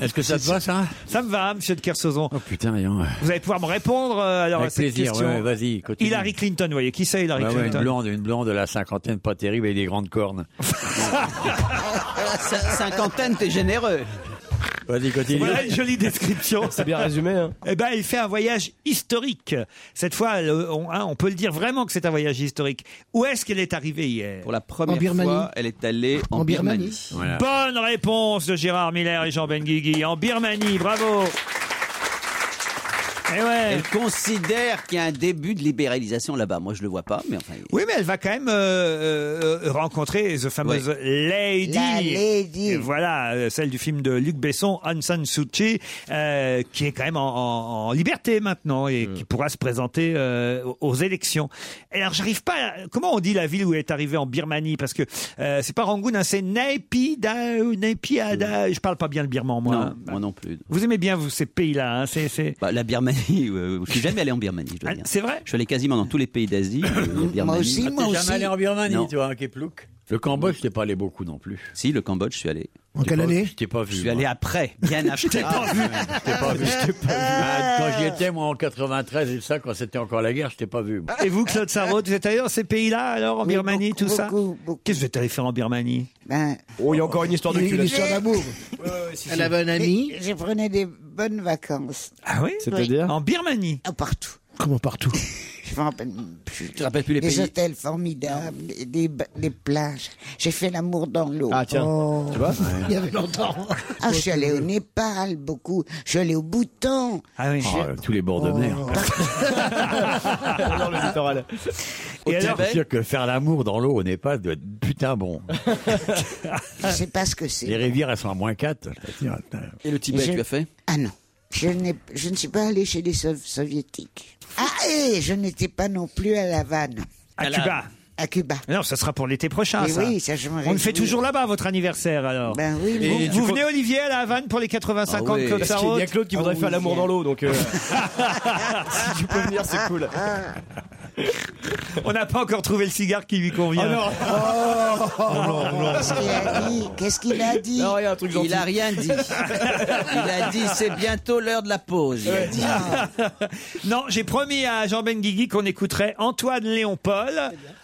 Speaker 10: Est-ce que ça te va ça
Speaker 3: Ça me va, monsieur de Kersozon.
Speaker 10: Oh putain, voyons.
Speaker 3: Vous allez pouvoir me répondre euh, alors
Speaker 10: Avec
Speaker 3: à cette
Speaker 10: plaisir,
Speaker 3: question.
Speaker 10: ouais, vas-y, continue.
Speaker 3: Hillary Clinton, vous voyez qui c'est Hillary
Speaker 10: Bah Ouais, ouais, une
Speaker 3: Clinton
Speaker 10: blonde, une blonde de la cinquantaine, pas terrible, avec des grandes cornes.
Speaker 7: Cin- Cinquantaine, t'es généreux.
Speaker 10: Vas-y, continue.
Speaker 3: Voilà une jolie description.
Speaker 5: C'est bien résumé. Hein.
Speaker 3: Eh ben, il fait un voyage historique. Cette fois, le- on, hein, on peut le dire vraiment que c'est un voyage historique. Où est-ce qu'elle est arrivée hier
Speaker 7: Pour la première
Speaker 6: En Birmanie.
Speaker 7: fois, elle est allée en,
Speaker 6: En Birmanie.
Speaker 7: Birmanie.
Speaker 10: Voilà.
Speaker 3: Bonne réponse de Gérard Miller et Jean Benguigui en Birmanie. Bravo.
Speaker 7: Elle considère qu'il y a un début de libéralisation là-bas. Moi, je le vois pas, mais enfin.
Speaker 3: Oui, mais elle va quand même euh, euh, rencontrer the fameuse lady.
Speaker 7: La lady.
Speaker 3: Et voilà, euh, celle du film de Luc Besson, Aung San Suu Kyi, euh, qui est quand même en, en- en liberté maintenant
Speaker 7: Mm.
Speaker 3: et qui pourra se présenter euh, aux élections. Et alors, j'arrive pas. à- Comment on dit la ville où elle est arrivée en Birmanie Parce que euh, c'est pas Rangoon, hein, c'est Naipida, Naipiada. Je parle pas bien le birman, moi.
Speaker 7: Mm.
Speaker 3: bah.
Speaker 7: Non, moi non plus.
Speaker 3: Vous aimez bien vous ces pays-là, hein, c'est, c'est... Ah,
Speaker 7: Bah, la Birmanie, (laughs) euh, je suis jamais allé en Birmanie, je dois dire.
Speaker 3: C'est vrai
Speaker 7: Je suis allé quasiment dans tous les pays d'Asie. euh,
Speaker 10: (coughs)
Speaker 7: la Birmanie.
Speaker 10: Ah, t'es jamais allé en Birmanie, hein,
Speaker 7: Non.
Speaker 10: tu vois, à Keplouk Le Cambodge, t'es pas allé beaucoup non plus.
Speaker 7: Si, le Cambodge, je suis allé.
Speaker 10: En quelle année Je t'ai pas
Speaker 7: Je suis allé après, bien après.
Speaker 10: (laughs) Je t'ai pas vu. Je t'ai pas vu. Je t'ai pas vu. Ah, Quand j'y étais, moi, en 93 et tout ça, quand c'était encore la guerre, je t'ai pas vu. moi.
Speaker 3: Et vous, Claude Sarraud, vous êtes allé dans ces pays-là, alors, en Birmanie, tout ça Qu'est-ce que vous êtes allé faire en Birmanie
Speaker 4: Ben,
Speaker 5: Oh, il y a encore une histoire de
Speaker 3: Il y a une
Speaker 5: cul.
Speaker 3: histoire d'amour.
Speaker 5: Elle avait un ami.
Speaker 4: J'ai prenais des bonnes vacances.
Speaker 3: Ah oui
Speaker 4: C'est-à-dire
Speaker 3: En Birmanie
Speaker 4: Oh, Partout.
Speaker 6: Comment partout
Speaker 4: (laughs) Je me rappelle plus.
Speaker 7: Tu te rappelles plus les
Speaker 4: des
Speaker 7: pays
Speaker 4: hôtels formidables, des, des ba- des plages. J'ai fait l'amour dans l'eau.
Speaker 10: Ah, tiens. Tu vois
Speaker 4: Il y avait longtemps. Ah, je suis allé au Népal beaucoup. Je suis allé au Bhoutan.
Speaker 3: Ah oui.
Speaker 10: Oh, euh, tous les bords de mer.
Speaker 3: Ah.
Speaker 5: Dans le littoral.
Speaker 10: Et
Speaker 4: Et alors-
Speaker 10: alors, sûr que faire l'amour dans l'eau au Népal doit être putain bon.
Speaker 4: Je sais pas ce que c'est.
Speaker 10: Les rivières, elles sont à moins 4.
Speaker 7: Et le
Speaker 4: Tibet, Je- tu as
Speaker 7: fait
Speaker 4: Ah non. Je, n'ai- je ne suis pas allé chez les so- soviétiques. Ah, et je n'étais pas non plus à La Havane.
Speaker 3: À Cuba
Speaker 4: À Cuba.
Speaker 3: Non, ça sera pour l'été prochain,
Speaker 4: Mais
Speaker 3: ça.
Speaker 4: oui, ça, je m'en
Speaker 3: On le fait
Speaker 4: réjouis.
Speaker 3: toujours là-bas, votre anniversaire, alors.
Speaker 4: Ben oui,
Speaker 3: vous,
Speaker 4: mais-
Speaker 3: vous venez, Olivier, à la Havane pour les 85 ans de Claude
Speaker 5: Ah Parce qu'il
Speaker 3: Sarraud
Speaker 5: y a Claude qui
Speaker 4: Ah
Speaker 5: voudrait faire l'amour dans l'eau, donc euh, si tu peux venir, c'est cool.
Speaker 3: (laughs) On n'a pas encore trouvé le cigare qui lui convient.
Speaker 5: Ah
Speaker 4: Oh.
Speaker 3: Oh,
Speaker 4: Qu'est-ce qu'il a dit Qu'est-ce qu'il a dit
Speaker 7: Il a rien dit. Il a dit c'est bientôt l'heure de la pause. Il a dit.
Speaker 3: (laughs) Non, j'ai promis à Jean Benguigui qu'on écouterait Antoine Léon Paul.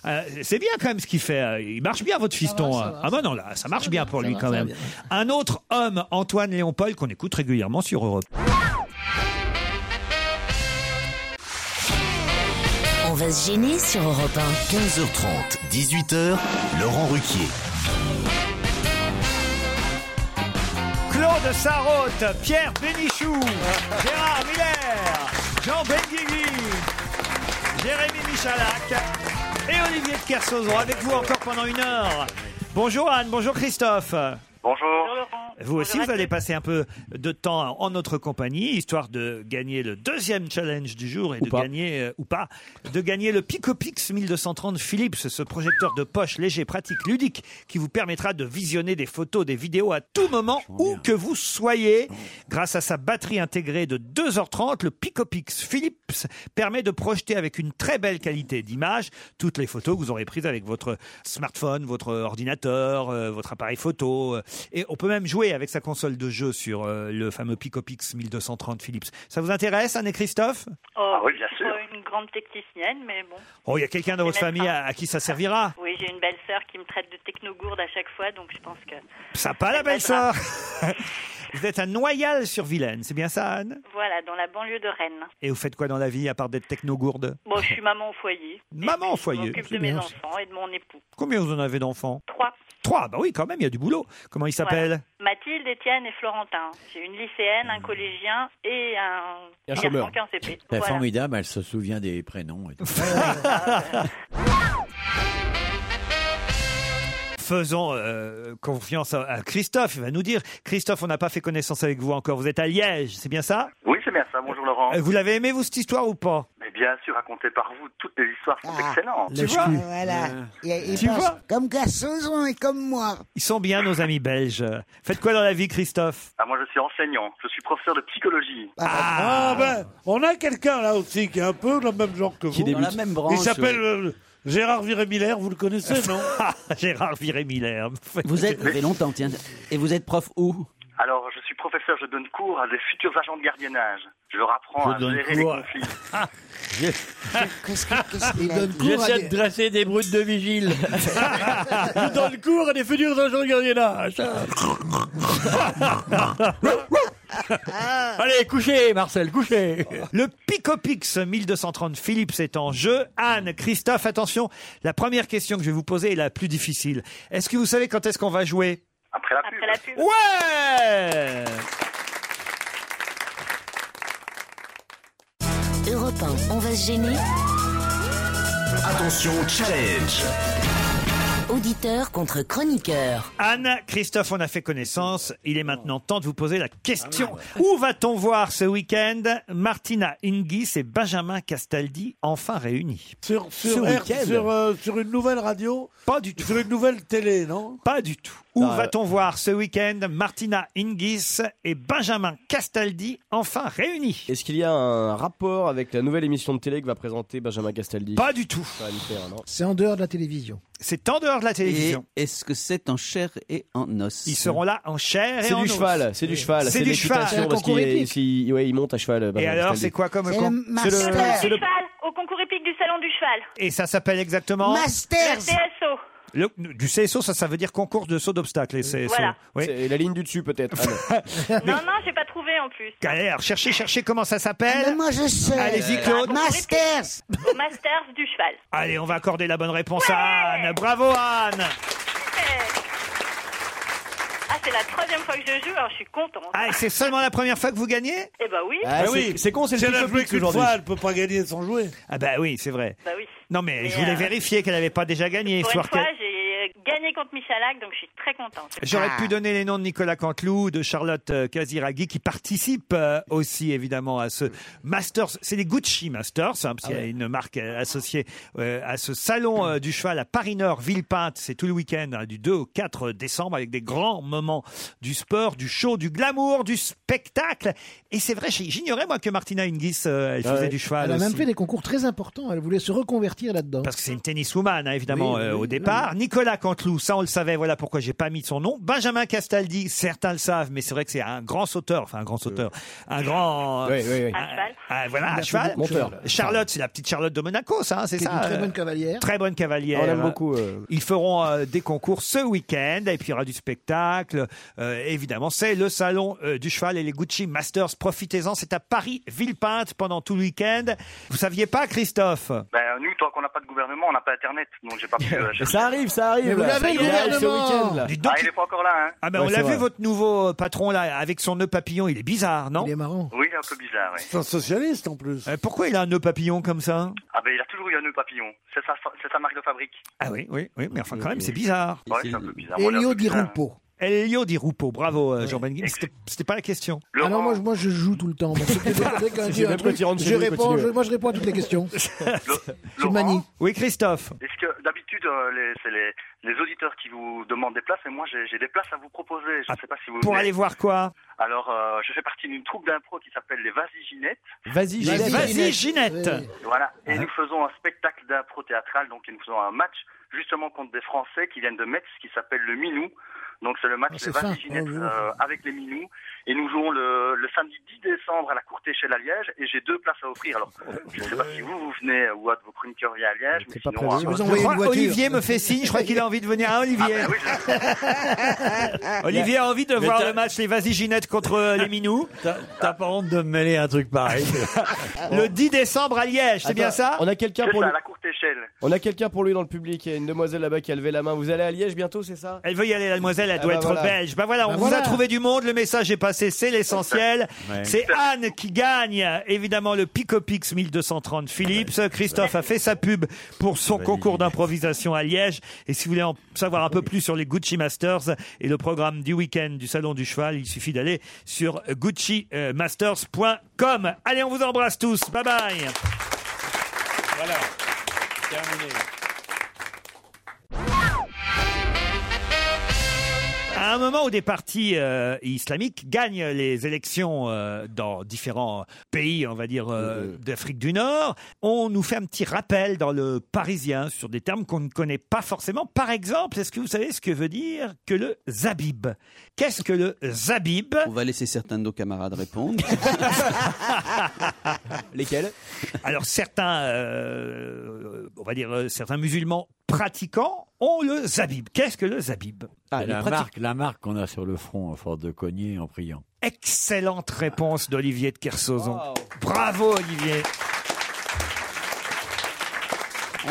Speaker 3: Euh, C'est bien quand même ce qu'il fait. Euh, Il marche bien votre fiston. hein. ah bah non là, ça marche bien pour lui
Speaker 16: va,
Speaker 3: quand
Speaker 16: ça va
Speaker 3: même. Un autre homme, Antoine Léon Paul, qu'on écoute régulièrement sur Europe.
Speaker 11: On va se gêner sur Europe 1.
Speaker 2: 15h30, 18h, Laurent Ruquier.
Speaker 3: Claude Sarraute, Pierre Bénichou, Gérard Miller, Jean Benguigui, Jérémy Michalak et Olivier de Kersauzon avec vous encore pendant une heure. Bonjour Anne, bonjour Christophe.
Speaker 13: Bonjour.
Speaker 3: Vous aussi, vous allez passer un peu de temps en notre compagnie, histoire de gagner le deuxième challenge du jour et de gagner, euh, ou pas, de gagner le PicoPix 1230 Philips, ce projecteur de poche léger, pratique, ludique, qui vous permettra de visionner des photos, des vidéos à tout moment, où que vous soyez. Grâce à sa batterie intégrée de 2h30, le PicoPix Philips permet de projeter avec une très belle qualité d'image toutes les photos que vous aurez prises avec votre smartphone, votre ordinateur, euh, votre appareil photo. euh, et on peut même jouer avec sa console de jeu sur euh, le fameux PicoPix 1230 Philips. Ça vous intéresse, Anne et Christophe
Speaker 12: Oh,
Speaker 3: oui, bien
Speaker 12: je
Speaker 3: sûr.
Speaker 12: suis une grande technicienne, mais bon.
Speaker 3: Oh, il y a quelqu'un dans votre famille à, à qui ça servira
Speaker 12: Oui, j'ai une belle sœur qui me traite de technogourde à chaque fois, donc je pense que.
Speaker 3: Ça pas la belle sœur (laughs) Vous êtes à Noyal-sur-Vilaine, c'est bien ça, Anne
Speaker 12: Voilà, dans la banlieue de Rennes.
Speaker 3: Et vous faites quoi dans la vie à part d'être technogourde
Speaker 12: Bon, je suis maman au foyer.
Speaker 3: Maman au foyer.
Speaker 12: Je m'occupe de mes enfants et de mon époux.
Speaker 3: Combien vous en avez d'enfants
Speaker 12: Trois.
Speaker 3: Trois, bah oui, quand même, il y a du boulot. Comment ils s'appellent
Speaker 12: Voilà. Mathilde, Étienne et Florentin. J'ai une lycéenne,
Speaker 3: Mmh.
Speaker 12: un collégien et un,
Speaker 10: Et un
Speaker 12: garçon
Speaker 10: chômeur.
Speaker 12: qui est en CP.
Speaker 10: C'est
Speaker 12: Voilà.
Speaker 10: formidable, elle se souvient des prénoms. Et tout. (laughs)
Speaker 3: Faisons euh, confiance à, à Christophe, il va nous dire. Christophe, on n'a pas fait connaissance avec vous encore, vous êtes à Liège, c'est bien ça
Speaker 16: Oui, c'est bien ça. Bonjour Laurent.
Speaker 3: Euh, Vous l'avez aimé, vous, cette histoire ou pas
Speaker 16: Mais bien sûr, racontées par vous, toutes les histoires
Speaker 5: Ah,
Speaker 16: sont excellentes.
Speaker 3: Tu vois
Speaker 4: Voilà.
Speaker 5: Euh.
Speaker 4: Il, il
Speaker 3: Tu
Speaker 4: pense
Speaker 3: vois
Speaker 4: Eh ben, comme Cassozon et comme moi.
Speaker 3: Ils sont bien, nos amis belges. Faites quoi dans la vie, Christophe
Speaker 16: Ah, moi, je suis enseignant. Je suis professeur de psychologie.
Speaker 3: bah,
Speaker 8: Ah, ben, on a quelqu'un là aussi qui est un peu dans le même genre que vous.
Speaker 16: débute. Dans la même branche,
Speaker 8: Il s'appelle
Speaker 16: ouais.
Speaker 8: euh, Gérard Viré-Miller, vous le connaissez, non
Speaker 3: Ah, (laughs) Gérard Viré-Miller.
Speaker 7: Vous
Speaker 3: (laughs)
Speaker 7: êtes, ça fait longtemps, tiens. Et vous êtes prof où
Speaker 16: Alors, je suis professeur, je donne cours à des futurs agents de gardiennage. Je leur apprends
Speaker 10: Je
Speaker 16: à
Speaker 10: donne
Speaker 16: gérer
Speaker 10: cours.
Speaker 16: les conflits.
Speaker 4: qu'il a dit
Speaker 10: J'essaie de dresser des brutes de vigile. (laughs) Je donne cours à des futurs agents de gardiennage.
Speaker 3: (laughs) Allez, couchez, Marcel, couchez Le Picopix 1230 Philips est en jeu. Anne, Christophe, attention, la première question que je vais vous poser est la plus difficile. Est-ce que vous savez quand est-ce qu'on va jouer
Speaker 16: Après la pub.
Speaker 3: Ouais
Speaker 11: Europe 1. On va se gêner.
Speaker 2: Attention, challenge.
Speaker 11: Auditeur contre chroniqueur.
Speaker 3: Anne, Christophe, on a fait connaissance. Il est maintenant temps de vous poser la question. Où va-t-on voir ce week-end Martina Hingis et Benjamin Castaldi enfin réunis Sur,
Speaker 8: Sur, R- sur, euh, sur une nouvelle radio
Speaker 3: Pas du tout.
Speaker 8: Sur une nouvelle télé, non
Speaker 3: Pas du tout. Où va-t-on voir ce week-end Martina Hingis et Benjamin Castaldi enfin réunis
Speaker 5: Est-ce qu'il y a un rapport avec la nouvelle émission de télé que va présenter Benjamin Castaldi
Speaker 3: Pas du tout.
Speaker 6: C'est en dehors de la télévision.
Speaker 3: C'est en dehors de la télévision.
Speaker 7: Et Est-ce que c'est en chair et en os
Speaker 3: Ils seront là en chair et
Speaker 5: C'est
Speaker 3: en
Speaker 5: du
Speaker 3: os.
Speaker 5: cheval, c'est du cheval.
Speaker 3: C'est
Speaker 5: de
Speaker 3: du cheval.
Speaker 5: l'équitation, parce qu'il est- s'il- ouais, il monte à cheval.
Speaker 3: Et alors, c'est quoi comme con-
Speaker 12: Le concours du cheval, au concours épique du salon du cheval.
Speaker 3: Et ça s'appelle exactement (laughs)
Speaker 12: Masters. CSO.
Speaker 3: Le- du CSO, ça, ça veut dire concours de saut d'obstacle. Et CSO.
Speaker 12: Voilà.
Speaker 3: Oui.
Speaker 5: La ligne du
Speaker 3: (laughs)
Speaker 5: dessus, peut-être.
Speaker 12: Non, non, j'ai pas trouvé en plus.
Speaker 3: Allez, alors, cherchez, cherchez comment ça s'appelle.
Speaker 12: Ah, moi, je sais.
Speaker 3: Allez-y, Claude.
Speaker 12: Masters. Au Masters du cheval.
Speaker 3: Allez, on va accorder la bonne réponse à Anne. Bravo, Anne.
Speaker 12: Ah, c'est la troisième fois que je joue, alors je suis contente.
Speaker 3: Ah, et c'est seulement la première fois que vous gagnez
Speaker 12: Eh bah oui.
Speaker 3: Ah, c'est- c'est con, c'est le
Speaker 8: Si elle
Speaker 3: petit
Speaker 8: a joué
Speaker 3: topic
Speaker 8: qu'une
Speaker 3: aujourd'hui.
Speaker 8: fois, elle peut pas gagner sans jouer.
Speaker 3: Ah, bah oui, c'est vrai.
Speaker 12: Bah oui.
Speaker 3: Non, mais,
Speaker 12: Mais,
Speaker 3: je voulais
Speaker 12: euh,
Speaker 3: vérifier qu'elle n'avait pas déjà gagné.
Speaker 12: Pour une
Speaker 3: histoire
Speaker 12: fois,
Speaker 3: qu'elle-
Speaker 12: j'ai euh, gagné contre Michalak, donc je suis très contente.
Speaker 3: J'aurais pu donner les noms de Nicolas Canteloup, de Charlotte euh, Casiraghi, qui participent euh, aussi évidemment à ce Masters. C'est les Gucci Masters, hein, parce qu'il y a une marque euh, associée euh, à ce salon euh, du cheval à Paris-Nord, Villepinte. C'est tout le week-end, hein, du 2 au 4 décembre, avec des grands moments du sport, du show, du glamour, du spectacle. Et c'est vrai, j'ignorais moi que Martina Hingis, euh, elle faisait du cheval.
Speaker 6: Ah Elle a même
Speaker 3: aussi.
Speaker 6: fait des concours très importants. Elle voulait se reconvertir là-dedans.
Speaker 3: Parce que c'est une tenniswoman, hein, évidemment,
Speaker 6: Oui,
Speaker 3: euh,
Speaker 6: oui,
Speaker 3: au
Speaker 6: oui.
Speaker 3: départ. Nicolas Canteloup, ça on le savait, voilà pourquoi j'ai pas mis son nom. Benjamin Castaldi, certains le savent, mais c'est vrai que c'est un grand sauteur, enfin un grand sauteur, un grand...
Speaker 5: Oui, oui, oui.
Speaker 3: un-
Speaker 5: À cheval.
Speaker 3: un- Ah, voilà,
Speaker 5: Il a
Speaker 3: à
Speaker 5: fait
Speaker 3: cheval.
Speaker 5: beaucoup de Monteur.
Speaker 3: Charlotte, Charlotte, c'est la petite Charlotte de Monaco, ça, hein, c'est
Speaker 6: Qui est
Speaker 3: ça
Speaker 6: une très
Speaker 3: euh,
Speaker 6: bonne cavalière.
Speaker 3: Très bonne cavalière.
Speaker 5: On l'aime beaucoup,
Speaker 3: Ils feront euh, des concours ce week-end, et puis il y aura du spectacle. Euh, évidemment, c'est le salon euh, du cheval et les Gucci Masters. Profitez-en, c'est à Paris, Villepinte, pendant tout le week-end. Vous saviez pas, Christophe
Speaker 16: Ben, nous, tant qu'on n'a pas de gouvernement, on n'a pas Internet, donc j'ai pas pu.
Speaker 5: (laughs)
Speaker 16: euh, chercher.
Speaker 5: Ça arrive, ça arrive.
Speaker 3: Mais vous
Speaker 5: là.
Speaker 3: l'avez, le
Speaker 5: Ah, Il arrive ce
Speaker 3: gouvernement.
Speaker 5: week-end, là.
Speaker 3: Dites donc,
Speaker 16: Ah, il est pas encore là, hein
Speaker 3: Ah ben
Speaker 5: Ouais,
Speaker 3: on
Speaker 5: c'est
Speaker 3: l'a
Speaker 5: vrai.
Speaker 3: vu votre nouveau euh, patron là avec son nœud papillon, il est bizarre, non Il est marrant.
Speaker 16: Oui, il est un peu bizarre, oui.
Speaker 3: C'est un socialiste en plus. pourquoi il a un nœud papillon comme ça
Speaker 16: Ah, ben, il a toujours eu un nœud papillon. C'est sa, c'est sa marque de fabrique.
Speaker 3: Ah oui, oui, oui, mais enfin quand même c'est bizarre.
Speaker 16: Ouais, c'est un peu bizarre. Moi, j'ai un
Speaker 6: Elio
Speaker 16: peu
Speaker 6: Di
Speaker 16: bizarre.
Speaker 6: Rupo.
Speaker 3: Elio Di Rupo, bravo euh, Jean Benguigui. C'était- C'était pas la question.
Speaker 6: Ah non, moi, je- moi je joue tout le temps. Moi, dès
Speaker 3: (laughs)
Speaker 6: qu'un- dès qu'un
Speaker 3: C'est
Speaker 6: dit un
Speaker 3: même
Speaker 6: truc,
Speaker 3: pas tirant de chez
Speaker 6: je
Speaker 3: lui,
Speaker 6: réponds,
Speaker 3: continue.
Speaker 6: je- moi je réponds à toutes
Speaker 3: (laughs)
Speaker 6: les questions. C'est une manie.
Speaker 3: Oui Christophe.
Speaker 16: Est-ce que d'habitude, euh, les- c'est les, les auditeurs qui vous demandent des places, et moi, j'ai j'ai des places à vous proposer. Je ne sais pas si vous.
Speaker 3: Ah, Pour
Speaker 16: venez.
Speaker 3: aller voir quoi
Speaker 16: Alors, euh, je fais partie d'une troupe d'impro qui s'appelle les Vasiginettes.
Speaker 3: Vas-y Ginette. Ah. Vas-y Ginette.
Speaker 16: Voilà. Et nous faisons un spectacle d'impro théâtral, donc nous faisons un match justement contre des Français qui viennent de Metz, qui s'appelle le Minou. Donc c'est le match des
Speaker 6: c'est fin.
Speaker 16: Vasiginettes
Speaker 6: Oh, oui.
Speaker 16: euh, avec les Minous. Et nous jouons le, le samedi 10 décembre à la Courté chez la Liège. Et j'ai deux places à offrir. Alors, je ne sais pas si vous, vous venez ou un de vos chroniqueurs vient à Liège. Mais sinon,
Speaker 3: Je
Speaker 16: euh,
Speaker 3: crois- Olivier me fait signe, je crois qu'il a envie de venir. Hein, Olivier (laughs) Olivier a envie de
Speaker 10: Mais
Speaker 3: voir
Speaker 10: t'as-
Speaker 3: le match les Vas-y Ginette contre euh, les Minous.
Speaker 10: T'as pas honte de me mêler un truc pareil
Speaker 3: (laughs) Le 10 décembre à Liège, c'est
Speaker 5: Attends,
Speaker 3: bien ça
Speaker 5: On a quelqu'un pour lui.
Speaker 16: courte échelle.
Speaker 5: On a quelqu'un pour lui dans le public. Il y a une demoiselle là-bas qui a levé la main. Vous allez à Liège bientôt, c'est ça
Speaker 3: Elle veut y aller, Eh, la demoiselle, elle
Speaker 5: Ah
Speaker 3: doit
Speaker 5: bah
Speaker 3: être
Speaker 5: voilà.
Speaker 3: belge. Bah voilà, on
Speaker 5: Bah
Speaker 3: vous a
Speaker 5: voilà.
Speaker 3: trouvé du monde, le message est passé, c'est l'essentiel.
Speaker 5: (laughs) Ouais.
Speaker 3: C'est Anne qui gagne, évidemment, le Picopix 1230 Philips. Christophe a fait sa pub pour son concours d'improvisation à Liège. Et si vous voulez en savoir un peu plus sur les Gucci Masters et le programme du week-end du Salon du Cheval, il suffit d'aller sur euh, gucci-masters.com. Allez, on vous embrasse tous. Bye bye.
Speaker 14: Voilà. Terminé.
Speaker 3: À un moment où des partis euh, islamiques gagnent les élections euh, dans différents pays, on va dire, euh, d'Afrique du Nord, on nous fait un petit rappel dans le parisien sur des termes qu'on ne connaît pas forcément. Par exemple, est-ce que vous savez ce que veut dire que le zabib Qu'est-ce que le zabib
Speaker 7: On va laisser certains de nos
Speaker 3: (laughs)
Speaker 7: camarades répondre.
Speaker 3: Lesquels Alors certains, euh, on va dire, euh, certains musulmans pratiquants ont le zabib. Qu'est-ce que le zabib
Speaker 7: Ah,
Speaker 10: C'est la, marque, la marque qu'on a sur le front, à force de cogner en priant.
Speaker 3: Excellente réponse d'Olivier de Kersauzon. Bravo Olivier.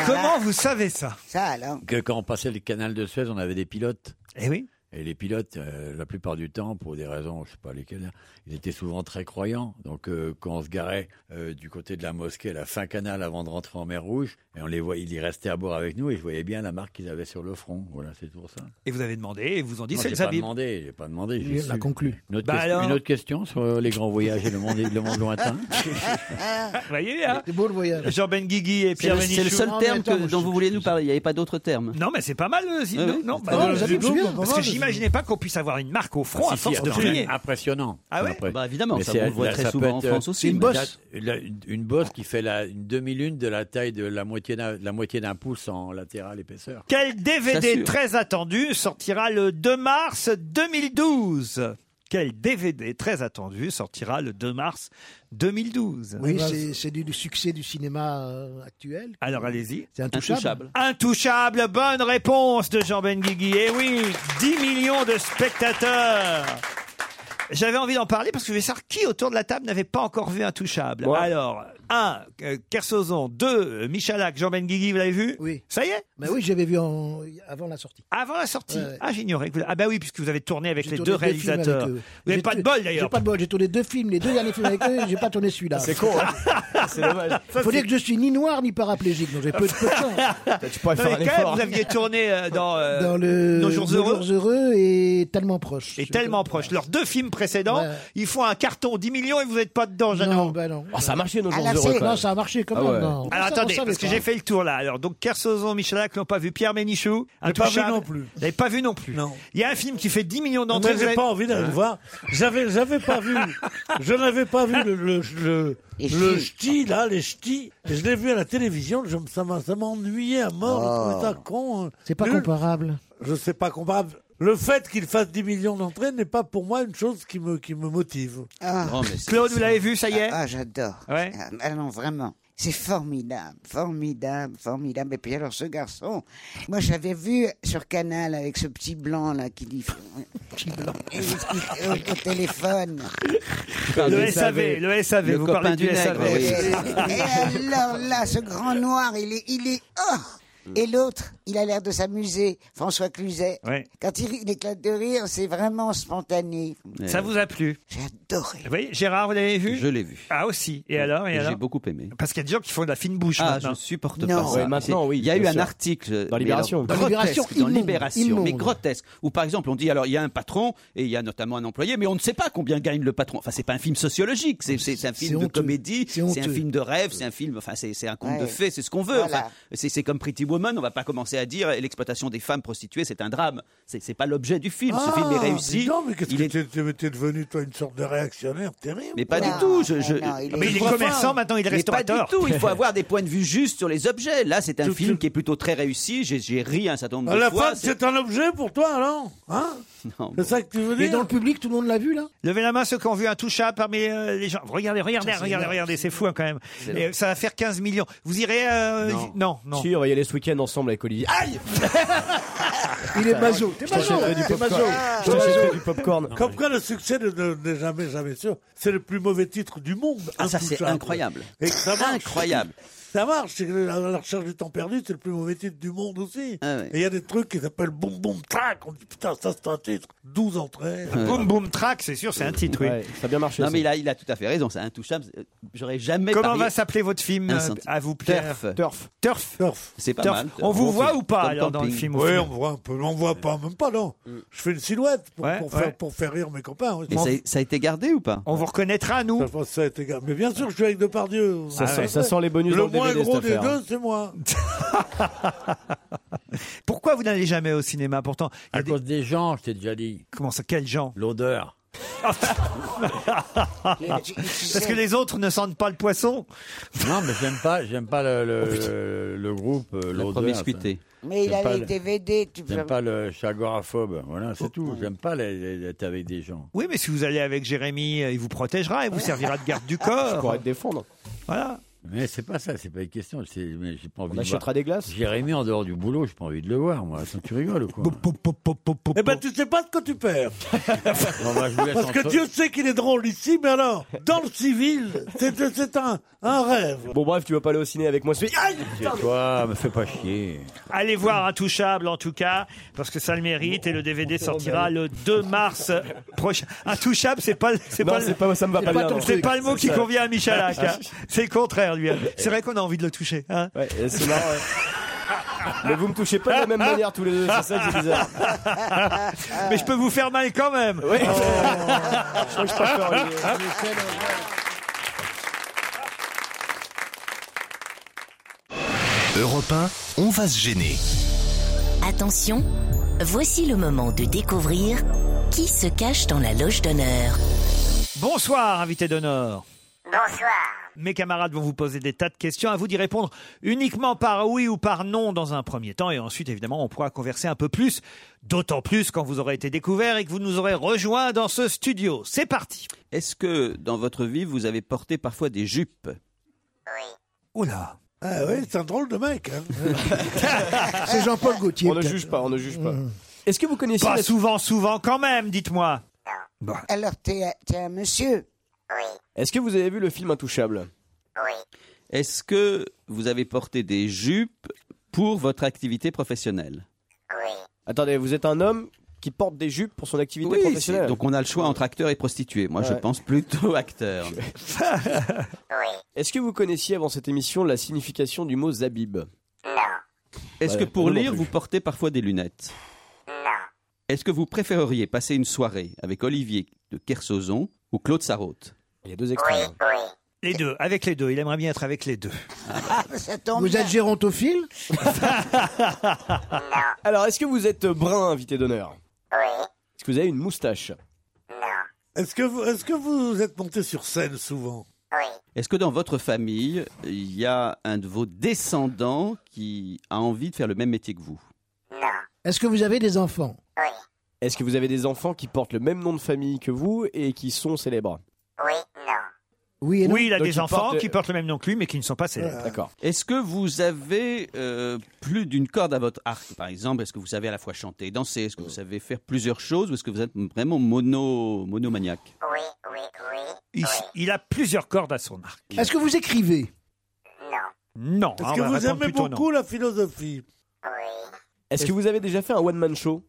Speaker 3: Comment vous savez ça
Speaker 4: Ça alors.
Speaker 10: Ah Que quand on passait le canal de Suez, on avait des pilotes.
Speaker 3: Eh oui.
Speaker 10: Et les pilotes, euh, la plupart du temps, pour des raisons, je sais pas lesquelles, ils étaient souvent très croyants. Donc, euh, quand on se garait euh, du côté de la mosquée, à la fin canal, avant de rentrer en mer Rouge, et on les voyait, ils y restaient à bord avec nous, et je voyais bien la marque qu'ils avaient sur le front. Voilà, c'est tout ça.
Speaker 3: Et vous avez demandé, et vous ont dit
Speaker 10: Non,
Speaker 3: c'est le
Speaker 10: j'ai pas
Speaker 3: Zabib.
Speaker 10: demandé, j'ai pas demandé. j'ai
Speaker 3: Il l'a
Speaker 10: su.
Speaker 3: conclu.
Speaker 10: Une autre,
Speaker 3: Bah
Speaker 10: question-
Speaker 3: alors
Speaker 10: une autre question sur euh, les grands voyages et le monde, le monde lointain.
Speaker 3: Vous voyez, hein
Speaker 6: C'est beau le voyage.
Speaker 3: (laughs) Jean Benguigui et
Speaker 7: C'est le,
Speaker 3: Pierre
Speaker 7: c'est le
Speaker 3: Bénichou.
Speaker 7: seul terme que- dont vous voulez nous parler. Il n'y avait pas d'autre terme.
Speaker 3: Non, mais c'est pas mal, euh, si-
Speaker 7: Ah
Speaker 3: non,
Speaker 7: oui.
Speaker 3: non,
Speaker 7: Ah,
Speaker 3: bah,
Speaker 7: non,
Speaker 3: non,
Speaker 7: j'avais
Speaker 3: du
Speaker 7: oublié,
Speaker 3: tout,
Speaker 7: pas mal,
Speaker 3: parce que
Speaker 7: je-
Speaker 3: j'imaginais pas qu'on puisse avoir une marque au front
Speaker 10: Ah,
Speaker 3: à
Speaker 10: si,
Speaker 3: force
Speaker 10: si,
Speaker 3: de
Speaker 10: attends,
Speaker 3: prier.
Speaker 10: c'est Impressionnant.
Speaker 3: Ah ouais
Speaker 10: Après.
Speaker 3: Bah, évidemment,
Speaker 10: Mais
Speaker 7: ça,
Speaker 10: c'est-
Speaker 7: on le voit très
Speaker 10: ça
Speaker 7: souvent
Speaker 10: peut
Speaker 7: en
Speaker 10: être,
Speaker 7: France
Speaker 10: euh,
Speaker 7: aussi,
Speaker 10: une
Speaker 7: mais-
Speaker 10: bosse. La- une, une bosse qui fait la, une demi-lune de la taille de la moitié d'un, la moitié d'un pouce en latérale épaisseur. (laughs)
Speaker 3: Quel DVD
Speaker 10: J'assure.
Speaker 3: très attendu sortira le 2 mars 2012 Quel DVD très attendu sortira le 2 mars 2012
Speaker 6: Oui, Ah, bah, c'est- c'est du, du succès du cinéma euh, actuel.
Speaker 3: Alors allez-y.
Speaker 6: C'est intouchable.
Speaker 3: Intouchable, bonne réponse de Jean Benguigui. Eh oui, 10 millions de spectateurs. J'avais envie d'en parler parce que je vais savoir qui autour de la table n'avait pas encore vu Intouchable. Alors, 1, Kersozon, 2, Michalak, Jean Benguigui, vous l'avez vu Oui. Ça y est
Speaker 6: Mais Bah oui, j'avais vu en- avant la sortie.
Speaker 3: Avant la sortie
Speaker 6: Ouais, ouais.
Speaker 3: Ah, j'ignorais. que vous- Ah bah oui, puisque vous avez tourné avec les
Speaker 6: J'ai
Speaker 3: deux
Speaker 6: tourné films avec
Speaker 3: réalisateurs.
Speaker 6: eux.
Speaker 3: Vous
Speaker 6: J'ai
Speaker 3: n'avez pas de
Speaker 6: tourné-
Speaker 3: bol d'ailleurs.
Speaker 6: J'ai pas de bol, j'ai tourné deux films, les deux derniers films avec eux, j'ai pas tourné celui-là.
Speaker 5: C'est con,
Speaker 3: (laughs)
Speaker 5: hein C'est dommage.
Speaker 6: Faut dire que je suis ni noir ni paraplégique, donc j'ai peu de peu de chance.
Speaker 5: Tu pourrais
Speaker 3: Non,
Speaker 5: faire
Speaker 3: mais quand
Speaker 5: un
Speaker 3: même,
Speaker 5: effort.
Speaker 3: vous aviez tourné euh, dans, euh,
Speaker 6: Dans le
Speaker 3: Nos jours
Speaker 6: Nos
Speaker 3: heureux.
Speaker 6: et tellement proche.
Speaker 3: Et tellement proche. Leurs deux films précédents,
Speaker 6: Ouais.
Speaker 3: ils font un carton 10 millions et vous n'êtes pas dedans, Jeanne.
Speaker 6: Non, bah non.
Speaker 5: ça a marché nos
Speaker 6: Ah, jours là, heureux, c'est- quand non, même. ça a marché
Speaker 5: Ah,
Speaker 6: quand même, non.
Speaker 3: Alors
Speaker 6: Ça, on
Speaker 3: attendez,
Speaker 6: savait
Speaker 3: parce que
Speaker 6: pas.
Speaker 3: j'ai fait le tour là. Alors donc Kersozon, Michalak n'ont pas vu Pierre Ménichou.
Speaker 8: J'ai pas vu
Speaker 3: Intouchable.
Speaker 8: non plus.
Speaker 3: Vous n'avez pas vu non plus. Il y a un film qui fait 10 millions d'entrées.
Speaker 8: Mais j'ai
Speaker 3: vous
Speaker 8: pas
Speaker 3: avez-
Speaker 8: envie d'aller le voir. J'avais, j'avais pas vu. Je n'avais pas vu le, le, le,
Speaker 3: Les
Speaker 8: le
Speaker 3: ch'tis.
Speaker 8: ch'ti, là, les ch'tis. Et je l'ai vu à la télévision. Je, me- ça, m'a, ça m'ennuyait à mort.
Speaker 6: Oh.
Speaker 8: Je trouvais ça con. hein.
Speaker 6: C'est pas
Speaker 8: Nul.
Speaker 6: comparable.
Speaker 8: Je sais pas comparable. Le fait qu'il fasse 10 millions d'entrées n'est pas pour moi une chose qui me, qui me motive.
Speaker 6: Ah.
Speaker 3: Ah. Claude, vous l'avez vu, ça y est
Speaker 4: Ah, ah, j'adore. Ah, ah non, vraiment. C'est formidable, formidable, formidable. Et puis alors, ce garçon, moi, j'avais vu sur Canal avec ce petit blanc, là, qui
Speaker 3: (laughs)
Speaker 4: dit... petit blanc. Au, au
Speaker 3: (laughs)
Speaker 4: téléphone.
Speaker 3: Le SAV, le SAV, vous parlez du SAV.
Speaker 4: Et, et alors là, ce grand noir, il est, il est, oh Et l'autre, il a l'air de s'amuser, François Cluzet.
Speaker 3: Ouais.
Speaker 4: Quand il, rit, il éclate de rire, c'est vraiment spontané.
Speaker 3: Ça vous a plu
Speaker 4: J'adorais.
Speaker 3: Vous voyez, Gérard, vous l'avez vu
Speaker 7: Je l'ai vu.
Speaker 3: Ah aussi. Et alors, et
Speaker 7: Et J'ai
Speaker 3: alors
Speaker 7: beaucoup aimé.
Speaker 3: Parce qu'il y a des gens qui font de la fine bouche
Speaker 7: Ah,
Speaker 3: maintenant.
Speaker 7: je supporte pas ça. C'est- Il y a eu un article
Speaker 3: Dans
Speaker 7: mais
Speaker 3: Libération.
Speaker 7: alors,
Speaker 3: Dans
Speaker 7: grotesque,
Speaker 3: Libération,
Speaker 7: dans
Speaker 3: immonde,
Speaker 7: Libération,
Speaker 3: immonde.
Speaker 7: mais grotesque. Où par exemple, on dit alors il y a un patron et il y a notamment un employé, mais on ne sait pas combien gagne le patron. Enfin, c'est pas un film sociologique, c'est c'est un film de
Speaker 4: honteux.
Speaker 7: comédie, c'est un
Speaker 4: honteux.
Speaker 7: film de rêve, c'est un film, enfin c'est c'est un conte de
Speaker 4: Ouais.
Speaker 7: fées, c'est ce qu'on veut.
Speaker 4: Voilà.
Speaker 7: Enfin, c'est c'est comme Pretty Woman, on va pas commencer à dire l'exploitation des femmes prostituées, c'est un drame. C'est c'est pas l'objet du film. Ce film est réussi.
Speaker 8: Non, Ah, mais qu'est-ce que t'es- t'es, t'es devenu, toi, une sorte de réactionnaire terrible.
Speaker 7: Mais pas
Speaker 8: quoi.
Speaker 7: du tout. Je, Ah, je-
Speaker 8: Ah, Mais il est commerçant, maintenant, il est
Speaker 7: Mais
Speaker 8: restaurateur.
Speaker 7: Pas du tout.
Speaker 8: (laughs)
Speaker 7: (laughs) Il faut avoir des points de vue justes sur les objets. Là, c'est un
Speaker 8: Tout-
Speaker 7: film qui est plutôt très réussi. J'ai- J'ai ri un certain nombre
Speaker 8: Ah,
Speaker 7: de
Speaker 8: la
Speaker 7: fois.
Speaker 8: femme, c'est un objet pour toi, alors Hein
Speaker 7: Non,
Speaker 8: C'est ça que tu veux dire
Speaker 6: Et dans le public, tout le monde l'a vu, là
Speaker 3: Levez la main ceux qui ont vu un touchable parmi euh, les gens. Regardez, regardez,
Speaker 6: Putain, c'est
Speaker 3: regardez,
Speaker 6: énorme.
Speaker 3: regardez, c'est fou hein, quand même.
Speaker 5: C'est
Speaker 3: Et, euh, ça va faire 15 millions. Vous irez euh, y- non. non,
Speaker 5: Si, on va y aller ce week-end ensemble avec Olivier. Aïe
Speaker 6: Il est maso. T'es
Speaker 5: Je
Speaker 6: maso.
Speaker 5: t'achèterai du
Speaker 6: T'es
Speaker 5: popcorn.
Speaker 6: maso.
Speaker 5: Je t'achèterai du popcorn.
Speaker 8: Comme quoi, le succès de- de- n'est jamais, jamais sûr. C'est le plus mauvais titre du monde.
Speaker 7: Ah, ça, c'est
Speaker 8: Intouchable.
Speaker 7: incroyable.
Speaker 8: Et que ça marche.
Speaker 7: Incroyable.
Speaker 8: Ça marche. c'est que La, la recherche du temps perdu, c'est le plus mauvais titre du monde aussi.
Speaker 7: Ah ouais.
Speaker 8: Et il y a des trucs qui s'appellent Boum Boum Trac. On dit putain, ça c'est un titre. 12 entrées.
Speaker 7: Ah
Speaker 3: Boum boum track, Ah, c'est sûr, c'est un titre. Oui.
Speaker 5: ça a bien marché.
Speaker 7: Non, mais il a, il a tout à fait raison. C'est intouchable. Euh, J'aurais jamais.
Speaker 3: Comment
Speaker 7: parié
Speaker 3: va s'appeler votre film
Speaker 7: un
Speaker 3: euh,
Speaker 7: centime.
Speaker 3: à vous, Pierre
Speaker 7: Turf.
Speaker 5: Turf.
Speaker 3: Turf.
Speaker 7: C'est pas
Speaker 3: Turf.
Speaker 7: mal.
Speaker 3: On vous
Speaker 7: Bon,
Speaker 3: voit
Speaker 7: c'est
Speaker 3: ou pas
Speaker 7: comme
Speaker 3: alors dans le
Speaker 7: camping.
Speaker 3: film au
Speaker 8: Oui,
Speaker 3: final
Speaker 8: on voit un peu. On voit pas, même pas, non. Je fais une silhouette pour,
Speaker 3: Ouais,
Speaker 8: pour
Speaker 3: ouais.
Speaker 8: Faire, pour faire rire mes copains.
Speaker 7: Et ça, ça a été gardé ou pas
Speaker 3: On vous reconnaîtra, nous.
Speaker 8: Je pense que ça a été gar- Mais bien sûr, je suis avec Depardieu.
Speaker 5: Ça sent- ça sent les bonus
Speaker 8: Ah Le
Speaker 5: dans le DVD,
Speaker 8: moins gros
Speaker 5: cette
Speaker 8: des
Speaker 5: affaire.
Speaker 7: hein.
Speaker 8: deux, c'est moi.
Speaker 3: Pourquoi vous n'allez jamais au cinéma Pourtant, il y a
Speaker 10: À
Speaker 3: des-
Speaker 10: cause des gens, je t'ai déjà dit.
Speaker 3: comment ça Quels gens
Speaker 10: L'odeur.
Speaker 3: Ah, Parce que les autres ne sentent pas le poisson.
Speaker 10: Non, mais j'aime pas, j'aime pas le, le, le, le groupe, euh, l'odeur.
Speaker 7: Oh, promiscuité.
Speaker 10: ça.
Speaker 4: Mais il
Speaker 10: J'aime
Speaker 4: a
Speaker 10: pas
Speaker 4: les
Speaker 10: le-
Speaker 4: DVD, tu peux...
Speaker 10: J'aime pas le chagoraphobe. Voilà,
Speaker 4: Oh.
Speaker 10: c'est tout. J'aime pas les- les- être avec des gens.
Speaker 3: Oui, mais si vous allez avec Jérémy, euh, il vous protégera et vous servira de garde du corps.
Speaker 5: Pour être défendre.
Speaker 3: Voilà.
Speaker 10: Mais c'est pas ça, c'est pas une question. c'est- mais J'ai pas envie de
Speaker 5: achètera
Speaker 10: voir.
Speaker 5: des glaces
Speaker 10: Jérémy, en dehors du boulot, j'ai pas envie de le voir, moi. Attends, tu rigoles ou quoi
Speaker 8: Eh ben, tu sais pas ce que tu perds.
Speaker 10: Non, moi, je vous laisse
Speaker 8: Parce que
Speaker 10: entre-
Speaker 8: Dieu sait qu'il est drôle ici, mais alors, dans le civil, c'est c'est un, un rêve.
Speaker 5: Bon, bref, tu vas pas aller au ciné avec moi. ce- Aïe putain, mais-
Speaker 10: Toi, me fais pas chier.
Speaker 3: Allez voir Intouchable en tout cas, parce que ça le mérite et le DVD sortira le 2 mars prochain. Intouchable, c'est pas, c'est
Speaker 5: Non,
Speaker 3: pas,
Speaker 5: c'est pas- ça me va pas bien, non.
Speaker 3: C'est pas le mot qui
Speaker 5: Ça-
Speaker 3: convient à Michalak.
Speaker 5: (laughs)
Speaker 3: hein. C'est le contraire lui. hein. C'est vrai qu'on a envie de le toucher. hein.
Speaker 5: Ouais, c'est marrant. ouais. Mais vous me touchez pas de la même manière tous les deux, c'est ça qui est bizarre.
Speaker 3: (laughs) Mais je peux vous faire mal quand même. Oh.
Speaker 5: Je crois que je
Speaker 3: (laughs)
Speaker 5: préfère Olivier.
Speaker 2: Europe 1, on va se gêner.
Speaker 11: Attention, voici le moment de découvrir qui se cache dans la loge d'honneur.
Speaker 3: Bonsoir, invité d'honneur.
Speaker 15: Bonsoir.
Speaker 3: Mes camarades vont vous poser des tas de questions. À vous d'y répondre uniquement par oui ou par non dans un premier temps. Et ensuite, évidemment, on pourra converser un peu plus. D'autant plus quand vous aurez été découvert et que vous nous aurez rejoints dans ce studio. C'est parti.
Speaker 7: Est-ce que dans votre vie, vous avez porté parfois des jupes
Speaker 3: Oula.
Speaker 8: Ah oui, c'est un drôle de mec. hein.
Speaker 3: Ah
Speaker 6: C'est Jean-Paul Gaultier.
Speaker 5: On ne juge pas, on ne juge pas. Est-ce que vous connaissez
Speaker 3: Pas
Speaker 5: la-
Speaker 3: souvent, souvent quand même, dites-moi.
Speaker 4: Alors, t'es un- t'es un monsieur
Speaker 5: Est-ce que vous avez vu le film Intouchable
Speaker 7: Est-ce que vous avez porté des jupes pour votre activité professionnelle
Speaker 5: Attendez, vous êtes un homme qui porte des jupes pour son activité professionnelle.
Speaker 7: c'est- donc on a le choix entre acteur et prostituée. Moi, je
Speaker 5: Ouais.
Speaker 7: pense plutôt acteur.
Speaker 5: Est-ce que vous connaissiez avant cette émission la signification du mot Zabib
Speaker 7: Est-ce
Speaker 5: Ouais,
Speaker 7: que pour
Speaker 5: moi non
Speaker 7: lire,
Speaker 5: plus.
Speaker 7: vous portez parfois des lunettes Est-ce que vous préféreriez passer une soirée avec Olivier de Kersozon ou Claude Sarraute
Speaker 5: Il y a deux extraits.
Speaker 3: Les deux, avec les deux. Il aimerait bien être avec les deux.
Speaker 7: Ah.
Speaker 6: Vous êtes gérontophile
Speaker 5: Alors, est-ce que vous êtes brun, invité d'honneur Est-ce que vous avez une moustache
Speaker 8: Est-ce que, vous- est-ce que vous êtes monté sur scène souvent
Speaker 7: Est-ce que dans votre famille, il y a un de vos descendants qui a envie de faire le même métier que vous
Speaker 6: Est-ce que vous avez des enfants
Speaker 5: Est-ce que vous avez des enfants qui portent le même nom de famille que vous et qui sont célèbres
Speaker 6: Oui,
Speaker 3: Oui, il a
Speaker 5: Donc,
Speaker 3: des
Speaker 5: il
Speaker 3: enfants
Speaker 5: porte- euh,
Speaker 3: qui portent le même nom que lui, mais qui ne sont pas célèbres.
Speaker 5: D'accord.
Speaker 7: Est-ce que vous avez euh, plus d'une corde à votre arc, par exemple Est-ce que vous savez à la fois chanter et danser Est-ce que vous savez faire plusieurs choses Ou est-ce que vous êtes vraiment mono, monomaniaque
Speaker 3: Il, il a plusieurs cordes à son arc.
Speaker 6: Est-ce que vous écrivez
Speaker 3: Non.
Speaker 8: Est-ce
Speaker 3: hein, on
Speaker 8: que
Speaker 3: va
Speaker 8: vous
Speaker 3: répondre
Speaker 8: aimez
Speaker 3: plutôt
Speaker 8: beaucoup la philosophie
Speaker 5: Est-ce que vous avez déjà fait un one-man show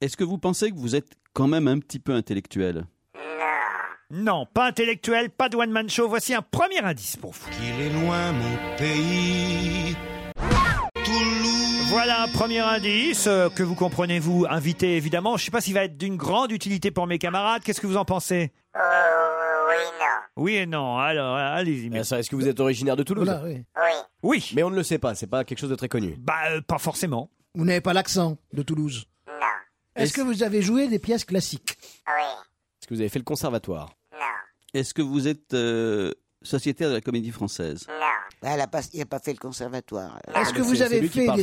Speaker 7: Est-ce que vous pensez que vous êtes quand même un petit peu intellectuel
Speaker 3: Non, pas intellectuel, pas de one-man show. Voici un premier indice pour vous. Qu'il est loin, mon pays. Voilà un premier indice euh, que vous comprenez, vous, invité évidemment. Je ne sais pas s'il va être d'une grande utilité pour mes camarades. Qu'est-ce que vous en pensez Oui et non. Alors, allez-y.
Speaker 5: Ah, ça, Est-ce que vous êtes originaire de Toulouse
Speaker 6: Voilà, oui.
Speaker 3: Oui.
Speaker 5: Mais on ne le sait pas, c'est pas quelque chose de très connu.
Speaker 3: Bah, pas forcément.
Speaker 6: Vous n'avez pas l'accent de Toulouse Est-ce que vous avez joué des pièces classiques
Speaker 5: Est-ce que vous avez fait le conservatoire
Speaker 7: Est-ce que vous êtes euh, sociétaire de la comédie française
Speaker 4: Ah, elle a pas, il n'a pas fait le conservatoire.
Speaker 6: Ah, Est-ce que vous avez fait des-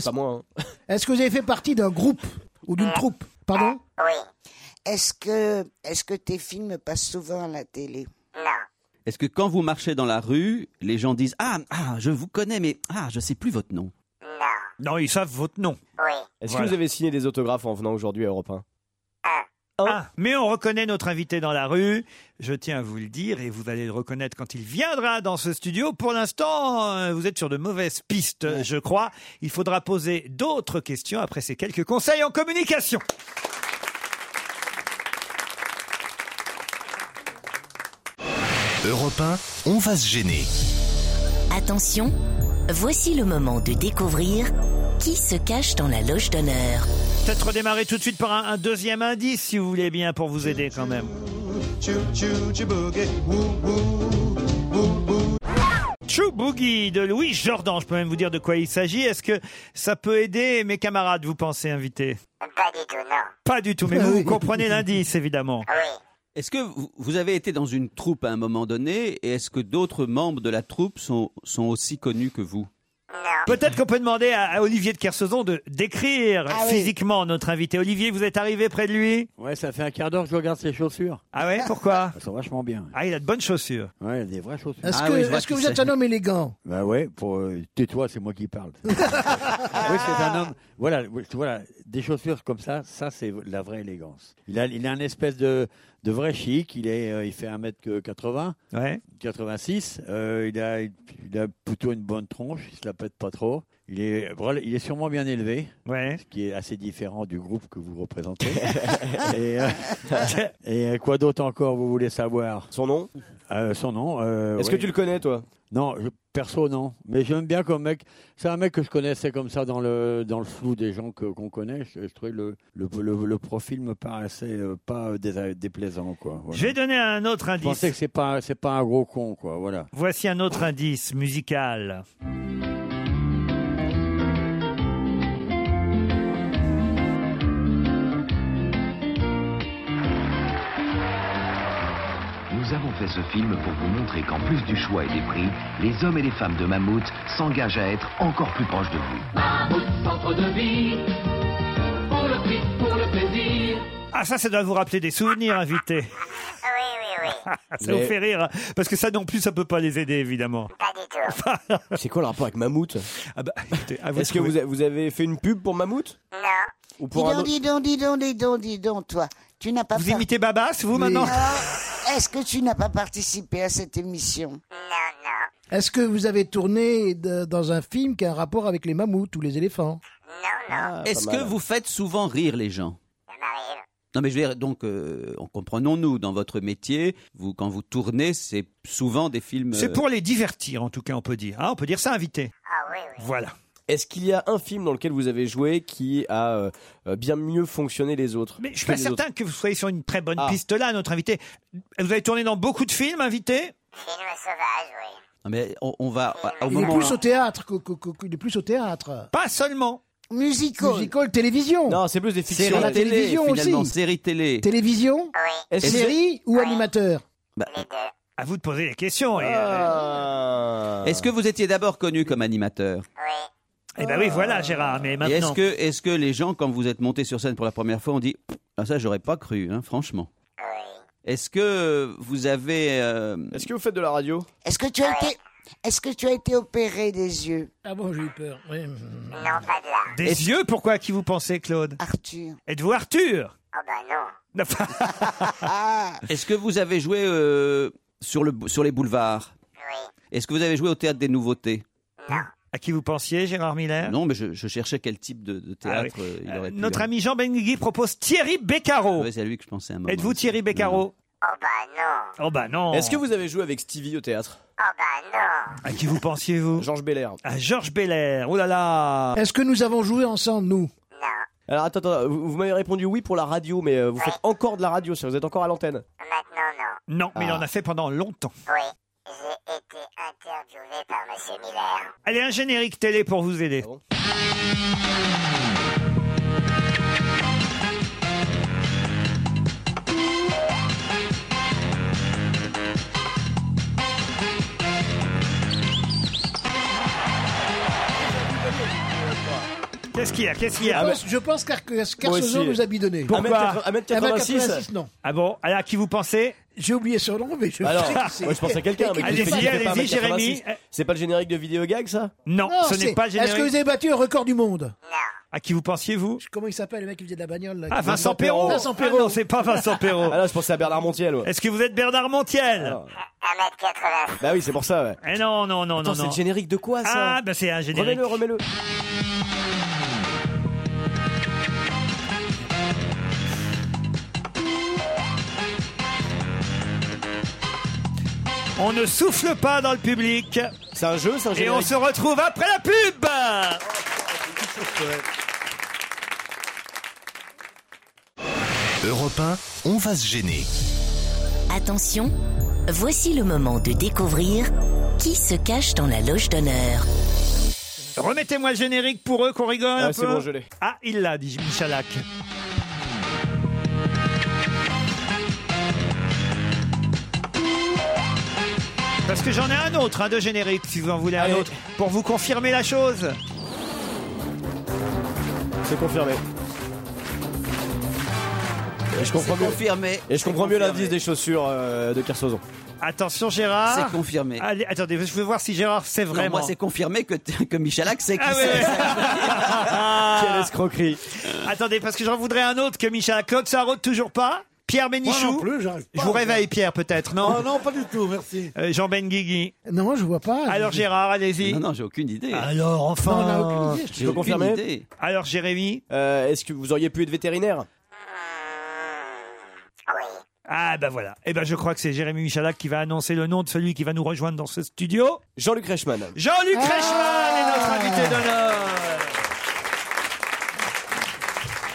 Speaker 6: Est-ce que vous avez fait partie d'un groupe ou d'une troupe Pardon
Speaker 4: Ah, Est-ce que, est-ce que tes films passent souvent à la télé
Speaker 7: Est-ce que quand vous marchez dans la rue, les gens disent ah, ah, je vous connais, mais ah, je sais plus votre nom
Speaker 3: Non, ils savent votre nom.
Speaker 5: Est-ce
Speaker 3: Voilà.
Speaker 5: que vous avez signé des autographes en venant aujourd'hui à Europe 1
Speaker 3: Ah, mais on reconnaît notre invité dans la rue. Je tiens à vous le dire et vous allez le reconnaître quand il viendra dans ce studio. Pour l'instant, euh, vous êtes sur de mauvaises pistes, je crois. Il faudra poser d'autres questions après ces quelques conseils en communication.
Speaker 2: Europe 1, on va se gêner.
Speaker 11: Attention, voici le moment de découvrir qui se cache dans la loge d'honneur.
Speaker 3: Peut-être redémarrer tout de suite par un, un deuxième indice, si vous voulez bien, pour vous aider quand même. Chou Boogie de Louis Jordan. Je peux même vous dire de quoi il s'agit. Est-ce que ça peut aider mes camarades, vous pensez, invités
Speaker 15: Pas du tout, non.
Speaker 3: Pas du tout, mais
Speaker 6: Ah
Speaker 3: vous, vous comprenez l'indice, évidemment.
Speaker 7: Ah Est-ce que vous- vous avez été dans une troupe à un moment donné et est-ce que d'autres membres de la troupe sont, sont aussi connus que vous
Speaker 3: Peut-être qu'on peut demander à, à Olivier de Kersauzon de décrire
Speaker 10: Ah oui.
Speaker 3: physiquement notre invité. Olivier, vous êtes arrivé près de lui
Speaker 10: Ouais, ça fait un quart d'heure que je regarde ses chaussures.
Speaker 3: Ah ouais, pourquoi
Speaker 10: Elles sont vachement bien.
Speaker 3: Ah, il a de bonnes chaussures.
Speaker 10: Ouais, il a des vraies chaussures. Ah
Speaker 6: Est-ce que, est-ce que vous êtes un homme élégant
Speaker 10: Bah ouais, pour euh, tais-toi, c'est moi qui parle. oui, c'est un homme. Voilà, oui, tu vois, là, des chaussures comme ça, ça c'est la vraie élégance. Il a, il a un espèce de, de vrai chic. Il est, euh, il fait 1m80,
Speaker 3: ouais.
Speaker 10: 86. Euh, il a, il a plutôt une bonne tronche. Il se la pète pas trop. Il est, voilà, il est sûrement bien élevé,
Speaker 3: ouais.
Speaker 10: ce qui est assez différent du groupe que vous
Speaker 5: (laughs)
Speaker 10: représentez. et, euh, et, euh, quoi d'autre encore vous voulez savoir Son nom Son nom. euh,
Speaker 5: Est-ce
Speaker 10: ouais.
Speaker 5: que tu le connais, toi
Speaker 10: Non, je- perso non, mais j'aime bien comme mec. C'est un mec que je connaissais comme ça dans le dans le flou des gens que qu'on connaît. Je, je trouvais le le, le le profil me paraissait euh, pas euh, désa- déplaisant quoi. Voilà.
Speaker 3: Je vais donner un autre
Speaker 10: Je pensais
Speaker 3: indice.
Speaker 10: que c'est pas un- c'est pas un gros con quoi. Voilà.
Speaker 3: Voici un autre indice musical.
Speaker 17: Nous avons fait ce film pour vous montrer qu'en plus du choix et des prix, les hommes et les femmes de Mammouth s'engagent à être encore plus proches de vous.
Speaker 18: Mammouth, centre de vie, pour le prix, pour le plaisir.
Speaker 3: Ah, ça, ça doit vous rappeler des souvenirs, invité.
Speaker 15: oui, oui.
Speaker 3: (laughs) ça
Speaker 5: Mais-
Speaker 3: vous fait rire, hein. parce que ça non plus, ça peut pas les aider, évidemment.
Speaker 15: Pas du
Speaker 5: (laughs)
Speaker 15: tout.
Speaker 5: C'est quoi le rapport Ah, avec Mammouth
Speaker 3: Ah bah, vous
Speaker 5: Est-ce que
Speaker 3: trouvez-
Speaker 5: vous, a- vous avez fait une pub pour Mammouth
Speaker 15: Non.
Speaker 5: Ou
Speaker 4: Dis
Speaker 5: pour un
Speaker 4: donc,
Speaker 5: autre
Speaker 4: dis donc, dis donc, dis donc, dis donc, toi. Tu n'as pas.
Speaker 3: Vous imitez Babas, vous, maintenant
Speaker 4: Non. Est-ce que tu n'as pas participé à cette émission
Speaker 6: Est-ce que vous avez tourné de- dans un film qui a un rapport avec les mammouths ou les éléphants Ah,
Speaker 7: Est-ce que vous faites souvent rire les gens non mais je veux dire, donc, euh, en comprenons-nous, dans votre métier, vous, quand vous tournez, c'est souvent des
Speaker 3: (laughs)
Speaker 7: films...
Speaker 3: C'est
Speaker 7: euh,
Speaker 3: pour les divertir, en tout cas, on peut dire. Ah, on peut dire ça, invité. Voilà.
Speaker 5: Est-ce qu'il y a un film dans lequel vous avez joué qui a euh, euh, bien mieux fonctionné les autres
Speaker 3: Mais je suis pas certain que vous soyez sur une très bonne
Speaker 5: Ah.
Speaker 3: piste là, notre invité. Vous avez tourné dans beaucoup de films, invité
Speaker 15: Film sauvage, oui.
Speaker 7: Non, mais on, on va... Au
Speaker 6: Il est
Speaker 7: moment
Speaker 6: plus au théâtre. qu'au- qu'au- qu'au- Il est plus au théâtre.
Speaker 3: Pas seulement.
Speaker 6: Musical. Musical, télévision.
Speaker 5: Non, c'est plus des
Speaker 7: Série
Speaker 6: Sur la
Speaker 7: télé,
Speaker 6: télévision
Speaker 7: finalement,
Speaker 6: aussi.
Speaker 7: série télé.
Speaker 6: Télévision
Speaker 7: Est-ce que-
Speaker 6: Série ou animateur
Speaker 7: Bah,
Speaker 3: À vous de poser les questions. et,
Speaker 6: Ah.
Speaker 7: euh, Est-ce que vous étiez d'abord connu comme animateur
Speaker 3: Eh ben
Speaker 5: Euh.
Speaker 3: oui, voilà, Gérard. Mais
Speaker 7: Et Est-ce
Speaker 3: maintenant,
Speaker 7: que, est que les gens, quand vous êtes monté sur scène pour la première fois, ont dit ah, ça, j'aurais pas cru, hein, franchement Est-ce que vous avez. euh,
Speaker 5: Est-ce que vous faites de la radio
Speaker 4: Est-ce que tu as été. Est-ce que tu as été opéré des yeux
Speaker 6: Ah bon, j'ai eu peur.
Speaker 15: Non, pas de là.
Speaker 3: des yeux, pourquoi à qui vous pensez, Claude
Speaker 4: Arthur.
Speaker 3: Êtes-vous Arthur
Speaker 15: Oh bah non.
Speaker 3: (laughs)
Speaker 7: Est-ce que vous avez joué euh, sur, le, sur les boulevards Est-ce que vous avez joué au théâtre des nouveautés
Speaker 3: À qui vous pensiez, Gérard Miller
Speaker 7: Non, mais je, je cherchais quel type de, de théâtre
Speaker 3: Ah oui.
Speaker 7: euh, il aurait pu.
Speaker 3: Notre ami Jean Benguigui propose Thierry Beccaro.
Speaker 7: Oui, c'est à lui que je pensais à un moment.
Speaker 3: Êtes-vous Thierry Beccaro
Speaker 15: Oh bah non.
Speaker 3: Oh bah non.
Speaker 5: Est-ce que vous avez joué avec Stevie au théâtre
Speaker 15: Oh bah non.
Speaker 3: À qui vous pensiez, vous
Speaker 5: Georges Belair.
Speaker 3: À Ah, Georges Belair. Oh là là.
Speaker 6: Est-ce que nous avons joué ensemble, nous
Speaker 5: Alors attends, attends, vous, vous m'avez répondu oui pour la radio, mais euh, vous faites encore de la radio, ça, vous êtes encore à l'antenne.
Speaker 15: Maintenant, Ah, non.
Speaker 3: Non, mais il en a fait pendant longtemps.
Speaker 15: Oui, j'ai été interviewé par Monsieur Miller.
Speaker 3: Allez, un générique télé pour vous aider. Qu'est-ce qu'il y a Qu'est-ce qu'il y
Speaker 6: Je
Speaker 3: a
Speaker 6: pense, je pense qu'Ar- que Carcezon
Speaker 3: Ah aussi.
Speaker 6: nous a bidonné.
Speaker 3: Pourquoi
Speaker 6: 1m86, non.
Speaker 3: Ah bon Alors, à qui vous pensez
Speaker 6: J'ai oublié son nom, mais je
Speaker 5: Bah Alors,
Speaker 6: sais qui c'est.
Speaker 5: moi je pensais à quelqu'un, mais qui
Speaker 3: Allez-y,
Speaker 5: fait- qui fait pas
Speaker 3: allez-y,
Speaker 5: 1m86.
Speaker 3: Jérémy.
Speaker 5: C'est pas le générique de Vidéo Gag, ça
Speaker 3: Non,
Speaker 6: Non,
Speaker 3: ce n'est
Speaker 6: c'est-
Speaker 3: pas le générique.
Speaker 6: Est-ce que vous avez battu un record du monde
Speaker 3: À qui vous pensiez, vous
Speaker 6: Comment il s'appelle le mec qui faisait de la bagnole là,
Speaker 3: Ah,
Speaker 6: qui-
Speaker 3: Vincent Perrault
Speaker 6: Vincent
Speaker 3: Ah
Speaker 6: Perrault
Speaker 3: non, c'est pas Vincent Perrault.
Speaker 5: Ah là, je pensais à Bernard Montiel. ouais. Ah.
Speaker 3: Est-ce que vous êtes Bernard Montiel
Speaker 5: Bah oui, c'est pour ça, ouais.
Speaker 3: Eh non, non, non, non,
Speaker 5: Attends, c'est
Speaker 3: non.
Speaker 5: le générique de quoi, ça
Speaker 3: Ah, ben c'est un générique.
Speaker 5: Remets-le, remets-le.
Speaker 3: On ne souffle pas dans le public.
Speaker 5: C'est un jeu, c'est un
Speaker 3: Et on
Speaker 5: générique.
Speaker 3: se retrouve après la pub
Speaker 2: Europe 1, on va se gêner.
Speaker 11: Attention, voici le moment de découvrir qui se cache dans la loge d'honneur.
Speaker 3: Remettez-moi le générique pour eux qu'on rigole un
Speaker 5: Ah, c'est
Speaker 3: peu.
Speaker 5: bon, je l'ai.
Speaker 3: Ah, il l'a, dit Michalak. Parce que j'en ai un autre, hein, de générique, si vous en voulez un autre, pour vous confirmer la chose.
Speaker 5: C'est confirmé. Et je comprends
Speaker 7: C'est
Speaker 5: mieux,
Speaker 7: confirmé.
Speaker 5: Et je
Speaker 7: C'est
Speaker 5: comprends mieux
Speaker 7: confirmé.
Speaker 5: l'indice des chaussures euh, de Kersozon.
Speaker 3: Attention Gérard.
Speaker 7: C'est confirmé.
Speaker 3: Allez, attendez, je veux voir si Gérard c'est
Speaker 7: Non,
Speaker 3: vraiment.
Speaker 7: moi, c'est confirmé que, que Michalak sait qui
Speaker 3: Ah
Speaker 7: c'est.
Speaker 3: ouais. (laughs)
Speaker 7: Quelle
Speaker 5: escroquerie.
Speaker 3: Attendez, parce que j'en voudrais un autre que Michel Cox, ça rôde toujours pas. Pierre Bénichou. Je vous réveille, Pierre, peut-être, non
Speaker 8: Ah
Speaker 19: Oh non, pas du tout, merci.
Speaker 3: Euh, Jean Benguigui.
Speaker 6: Non, je vois pas.
Speaker 3: Alors Gérard, allez-y.
Speaker 7: Non, non, j'ai aucune idée.
Speaker 3: Alors, enfin.
Speaker 5: Non, on a aucune idée. Je peux confirmer Euh,
Speaker 3: Alors, Jérémy
Speaker 5: Est-ce que vous auriez pu être vétérinaire
Speaker 3: Ah ben voilà. Eh ben je crois que c'est Jérémy Michalak qui va annoncer le nom de celui qui va nous rejoindre dans ce studio.
Speaker 5: Jean-Luc Reichmann.
Speaker 3: Jean-Luc Reichmann est notre
Speaker 7: Ah.
Speaker 3: invité d'honneur.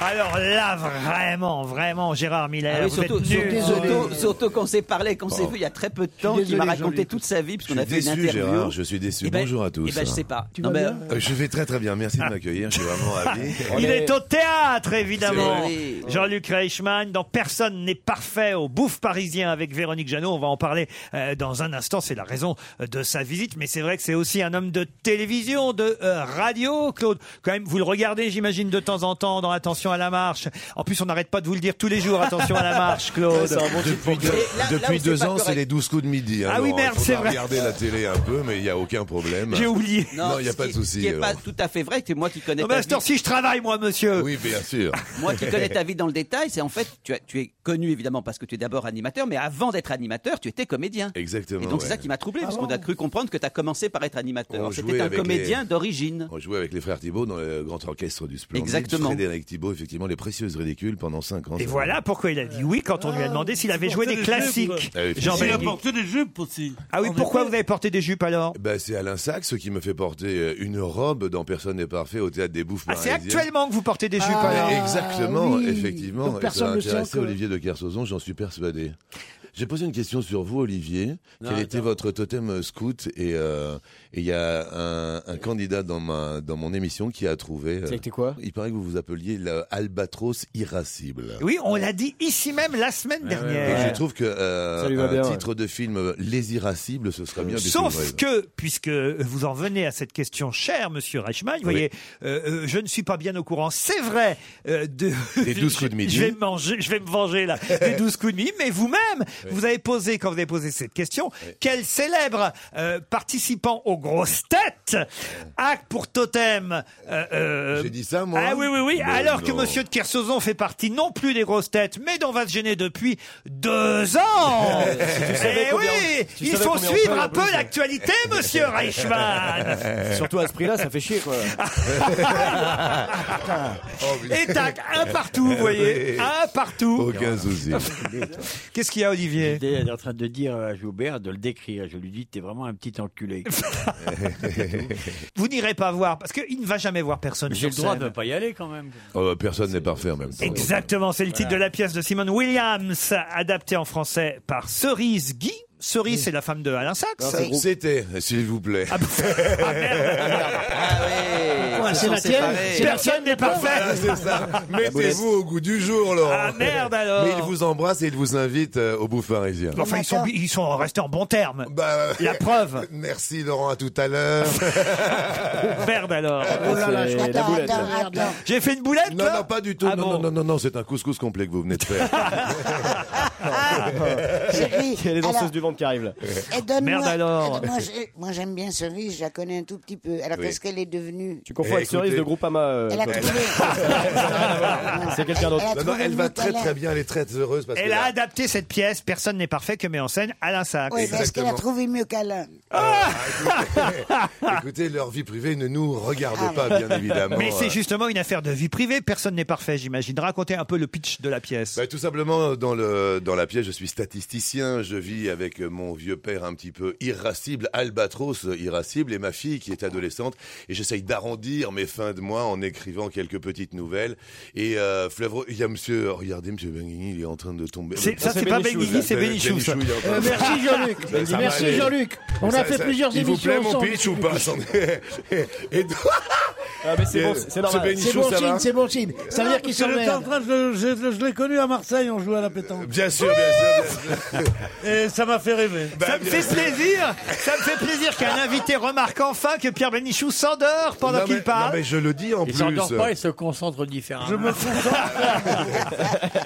Speaker 3: Alors là, vraiment, vraiment, Gérard Miller,
Speaker 7: Ah oui,
Speaker 3: vous
Speaker 7: surtout,
Speaker 3: êtes
Speaker 7: surtout-
Speaker 3: nul.
Speaker 7: surtout- surtout qu'on s'est parlé, qu'on s'est
Speaker 3: Bon.
Speaker 7: vu il y a très peu de
Speaker 3: suis
Speaker 7: temps, qu'il
Speaker 3: désolé,
Speaker 7: m'a raconté
Speaker 3: Jean-Luc.
Speaker 7: toute sa vie, puisqu'on
Speaker 20: Je
Speaker 7: a fait
Speaker 20: suis
Speaker 7: une
Speaker 20: déçu,
Speaker 7: interview.
Speaker 20: Gérard, je suis déçu.
Speaker 7: Eh ben-
Speaker 20: Bonjour à tous.
Speaker 7: eh ben, je sais pas.
Speaker 20: Tu
Speaker 7: Non,
Speaker 20: vas
Speaker 7: mais,
Speaker 20: bien Euh, je vais très très bien, merci de m'accueillir, je suis vraiment
Speaker 7: (laughs)
Speaker 20: ravi. euh,
Speaker 3: Il est au théâtre, évidemment.
Speaker 20: C'est vrai.
Speaker 3: Jean-Luc Reichmann, dans Personne n'est parfait, au Bouffe Parisien avec Véronique Jeannot. On va en parler euh, dans un instant. C'est la raison euh, de sa visite. Mais c'est vrai que c'est aussi un homme de télévision, de euh, radio, Claude. Quand même, vous le regardez, j'imagine, de temps en temps dans Attention à la marche. En plus, on n'arrête pas de vous le dire tous les jours, Attention à la marche, Claude.
Speaker 20: depuis deux, depuis deux ans, c'est les 12 coups de midi. hein,
Speaker 3: Ah oui,
Speaker 20: Laurent.
Speaker 3: merde,
Speaker 20: Il
Speaker 3: c'est
Speaker 20: faudra
Speaker 3: vrai.
Speaker 20: Regarder la télé un peu, mais il n'y a aucun problème. (laughs) Non, il n'y a
Speaker 7: ce
Speaker 20: pas de
Speaker 7: qui- Ce
Speaker 20: souci.
Speaker 7: qui n'est pas
Speaker 20: alors.
Speaker 7: tout à fait vrai, c'est moi qui connais
Speaker 20: Non, mais
Speaker 7: ta
Speaker 20: à cette
Speaker 7: vie.
Speaker 3: Si je travaille, moi, monsieur.
Speaker 20: Oui, bien sûr.
Speaker 7: Moi qui connais ta vie dans le détail, c'est en fait, tu, as- tu es connu évidemment parce que tu es d'abord animateur, mais avant d'être animateur, tu étais comédien.
Speaker 20: Exactement.
Speaker 7: Et donc c'est
Speaker 20: ouais.
Speaker 7: ça qui m'a troublé, parce qu'on a cru comprendre que tu as commencé par être animateur.
Speaker 20: On
Speaker 7: Alors,
Speaker 20: jouait
Speaker 7: C'était un
Speaker 20: avec
Speaker 7: comédien
Speaker 20: les-
Speaker 7: d'origine.
Speaker 20: On jouait avec les frères Thibault dans le grand orchestre du Splendide.
Speaker 7: Exactement.
Speaker 20: Frédéric Thibault, effectivement, les précieuses ridicules pendant 5 ans.
Speaker 3: Et voilà pourquoi il a dit oui quand on lui a demandé s'il avait joué des
Speaker 10: Ah
Speaker 3: classiques. Jean
Speaker 20: Jean-Baptiste.
Speaker 8: Il a porté des jupes aussi.
Speaker 3: Ah oui, pourquoi vous avez porté des jupes alors
Speaker 20: Bah, c'est Alain Saxe qui me fait porter euh, une robe dans Personne n'est parfait au théâtre des Bouffes.
Speaker 3: Ah, c'est
Speaker 20: parisiennes.
Speaker 3: actuellement que vous portez des jupes alors
Speaker 20: Mais Ah, Exactement, effectivement.
Speaker 3: Ah Donc,
Speaker 20: Et
Speaker 3: Ah personne
Speaker 20: ça a
Speaker 3: ne sait
Speaker 20: intéressé
Speaker 3: encore.
Speaker 20: Olivier de Kersauzon, j'en suis persuadé. J'ai posé une question sur vous, Olivier.
Speaker 10: Non,
Speaker 20: Quel était votre totem euh, scout Et euh, et il y a un, un candidat dans, ma, dans mon émission qui a trouvé. euh,
Speaker 5: C'était quoi
Speaker 20: Il paraît que vous vous appeliez l'albatros irascible.
Speaker 3: Oui, on l'a dit ici même la semaine dernière.
Speaker 20: Et je trouve que euh,
Speaker 3: Ah Ça lui va
Speaker 20: un
Speaker 3: bien, ouais.
Speaker 20: titre de film euh, Les Irascibles, ce serait bien. du tout
Speaker 3: Sauf
Speaker 20: vrai.
Speaker 3: que, puisque vous en venez à cette question chère, monsieur Reichmann, vous voyez, euh, euh, je ne suis pas bien au courant, c'est vrai, euh, de...
Speaker 20: (laughs) Des 12 coups de
Speaker 3: (laughs)
Speaker 20: midi.
Speaker 3: Je vais, manger, je vais me venger là,
Speaker 20: (laughs)
Speaker 3: des 12 coups de midi, mais vous-même, vous avez posé, quand vous avez posé cette question, quel célèbre euh, participant aux grosses têtes a pour totem... euh,
Speaker 20: J'ai dit ça, moi
Speaker 3: Ah oui, oui, oui,
Speaker 20: Mais
Speaker 3: alors que
Speaker 20: non.
Speaker 3: monsieur de Kersauzon fait partie non plus des grosses têtes, mais dont va se gêner depuis deux ans
Speaker 5: Tu savais
Speaker 3: Eh
Speaker 5: combien
Speaker 3: oui,
Speaker 5: on- tu
Speaker 3: il
Speaker 5: savais
Speaker 3: faut
Speaker 5: combien on
Speaker 3: suivre
Speaker 5: paye,
Speaker 3: un
Speaker 5: en
Speaker 3: peu
Speaker 5: plus.
Speaker 3: l'actualité, monsieur Reichmann.
Speaker 5: Surtout à ce prix-là, ça fait
Speaker 3: (laughs)
Speaker 5: chier, quoi.
Speaker 20: Oh,
Speaker 3: Et tac, un partout, vous
Speaker 20: (laughs)
Speaker 3: voyez, un partout.
Speaker 20: Aucun souci.
Speaker 3: (laughs) Qu'est-ce qu'il y a, Olivier
Speaker 10: Elle est en train de dire à Joubert de le décrire. Je lui dis, t'es vraiment un
Speaker 3: (laughs)
Speaker 10: petit enculé.
Speaker 3: Vous n'irez pas voir, parce qu'il ne va jamais voir personne. sur
Speaker 10: J'ai le droit
Speaker 3: scène.
Speaker 10: de ne pas y aller quand même.
Speaker 20: Oh, bah, personne n'est parfait en même temps.
Speaker 3: Exactement, c'est le titre
Speaker 10: Voilà.
Speaker 3: de la pièce de Simone Williams, adaptée en français par Cerise Guy. Cerise, c'est la femme de Alain Saxe.
Speaker 20: Ça, C'était, s'il vous plaît.
Speaker 3: Ah, bah, Pourquoi, Ah, c'est
Speaker 20: Ils sont
Speaker 3: la tienne
Speaker 20: séparés.
Speaker 3: Personne n'est parfait.
Speaker 20: Voilà, bah, c'est ça. Mettez-vous au goût du jour, Laurent.
Speaker 3: Ah, merde, alors.
Speaker 20: Mais il vous embrasse et il vous invite euh, au bouffe parisien.
Speaker 3: Enfin, ils sont, ils sont restés en bons termes. La preuve.
Speaker 20: Bah, Merci Laurent, à tout
Speaker 3: (laughs)
Speaker 20: à l'heure.
Speaker 3: Merde alors.
Speaker 5: Ah,
Speaker 20: Oh là là, je crois que la boulette, là.
Speaker 3: J'ai fait une boulette Ah
Speaker 20: Non, non, pas du tout. non, non, non, non, non, c'est un couscous complet que vous venez de
Speaker 3: (laughs)
Speaker 20: faire. Ah.
Speaker 5: Il y a les danseuses
Speaker 4: Alors-
Speaker 5: du ventre qui arrivent là.
Speaker 4: Et donne-moi-
Speaker 5: Merde alors.
Speaker 4: Moi, j'ai- moi, j'aime bien Cerise, je la connais un tout petit peu. Alors
Speaker 5: Oui.
Speaker 4: qu'est-ce qu'elle est devenue
Speaker 5: Tu
Speaker 6: Eh,
Speaker 5: confonds avec Cerise de Groupama. euh,
Speaker 4: Elle a
Speaker 5: Claude.
Speaker 4: trouvé.
Speaker 5: (laughs) C'est quelqu'un d'autre.
Speaker 20: Non, non, elle va très très bien, elle est très heureuse. Parce
Speaker 3: Elle
Speaker 20: que
Speaker 3: a
Speaker 20: là-
Speaker 3: adapté cette pièce, personne n'est parfait, que met en scène Alain
Speaker 20: Ah,
Speaker 3: Saxe.
Speaker 4: Oui, parce qu'elle a trouvé mieux qu'Alain.
Speaker 20: euh,
Speaker 3: (laughs)
Speaker 20: Écoutez, leur vie privée ne nous regarde pas, bien évidemment.
Speaker 3: Mais
Speaker 20: Euh,
Speaker 3: c'est justement une affaire de vie privée, personne n'est parfait, j'imagine. Racontez un peu le pitch de la pièce.
Speaker 20: Bah, tout simplement, dans, le, dans la pièce, je suis statisticien. Je vis avec mon vieux père un petit peu irascible, albatros euh, irascible, et ma fille qui est adolescente. Et j'essaye d'arrondir mes fins de mois en écrivant quelques petites nouvelles. Et euh, Flavreau- il y a monsieur, regardez, monsieur Benguigui, il est en train de tomber.
Speaker 3: C'est- ça, c'est pas Benguigui, c'est Bénichou, ça.
Speaker 20: il est en train
Speaker 3: Euh,
Speaker 20: de-
Speaker 3: merci, Jean-Luc.
Speaker 20: Ça, ça
Speaker 19: Merci,
Speaker 20: va aller.
Speaker 19: Jean-Luc. On a fait plusieurs
Speaker 20: Il vous
Speaker 19: émissions
Speaker 20: plaît mon
Speaker 19: ensemble.
Speaker 20: pitch ou pas Attendez. Et donc-
Speaker 5: Ah, mais c'est
Speaker 20: Et
Speaker 5: bon, c'est normal.
Speaker 20: ce bénichou, ça va
Speaker 6: bon signe. Ça veut dire qu'il
Speaker 8: J'étais en
Speaker 6: s'emmerde.
Speaker 8: train de- Je, je- je l'ai connu à Marseille, on jouait à la pétanque.
Speaker 20: Bien sûr, bien sûr.
Speaker 8: Et ça m'a fait rêver.
Speaker 3: Ça me fait plaisir, ça me fait plaisir qu'un invité remarque enfin que Pierre Benichou s'endort pendant
Speaker 20: Non, mais-
Speaker 3: qu'il parle.
Speaker 20: non, mais je le dis en
Speaker 10: Il
Speaker 20: plus. euh,
Speaker 10: s'endort pas, il se concentre différemment.
Speaker 3: Vous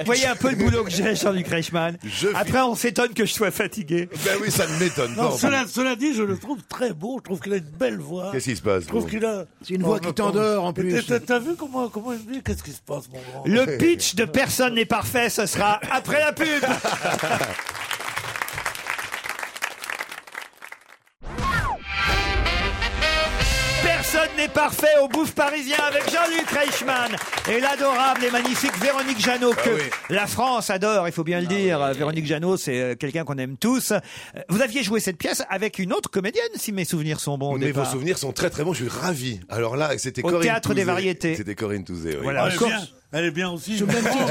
Speaker 3: voyez un peu le boulot que j'ai, Jean-Luc Reichmann. Après, on s'étonne que je sois fatigué.
Speaker 20: Ben oui, ça ne m'étonne
Speaker 8: Non, cela, cela dit, je le trouve très beau. Je trouve qu'il a une belle voix.
Speaker 20: Qu'est-ce qui se passe,
Speaker 8: Je trouve
Speaker 20: vous
Speaker 8: qu'il a.
Speaker 6: C'est une voix qui t'endort, en plus.
Speaker 8: Et T'as t'as vu comment, comment il me dit Qu'est-ce qui se passe, mon grand
Speaker 3: Le pitch de Personne n'est parfait, ce sera après la pub. Personne n'est parfait au bouffe parisien avec Jean-Luc Reichmann et l'adorable et magnifique Véronique Jeannot que la France adore, il faut bien le dire. Véronique Jeannot, c'est euh, quelqu'un qu'on aime tous. Euh, Vous aviez joué cette pièce avec une autre comédienne, si mes souvenirs sont bons. au
Speaker 20: Mais vos
Speaker 3: départ.
Speaker 20: souvenirs sont très très bons, je suis ravi. Alors là, c'était
Speaker 3: Au
Speaker 20: Corinne
Speaker 3: Théâtre des
Speaker 20: Touzé.
Speaker 3: Variétés.
Speaker 20: C'était Corinne Touzé, oui.
Speaker 3: Voilà,
Speaker 8: Ah, elle, est bien, elle est bien aussi. Une grande,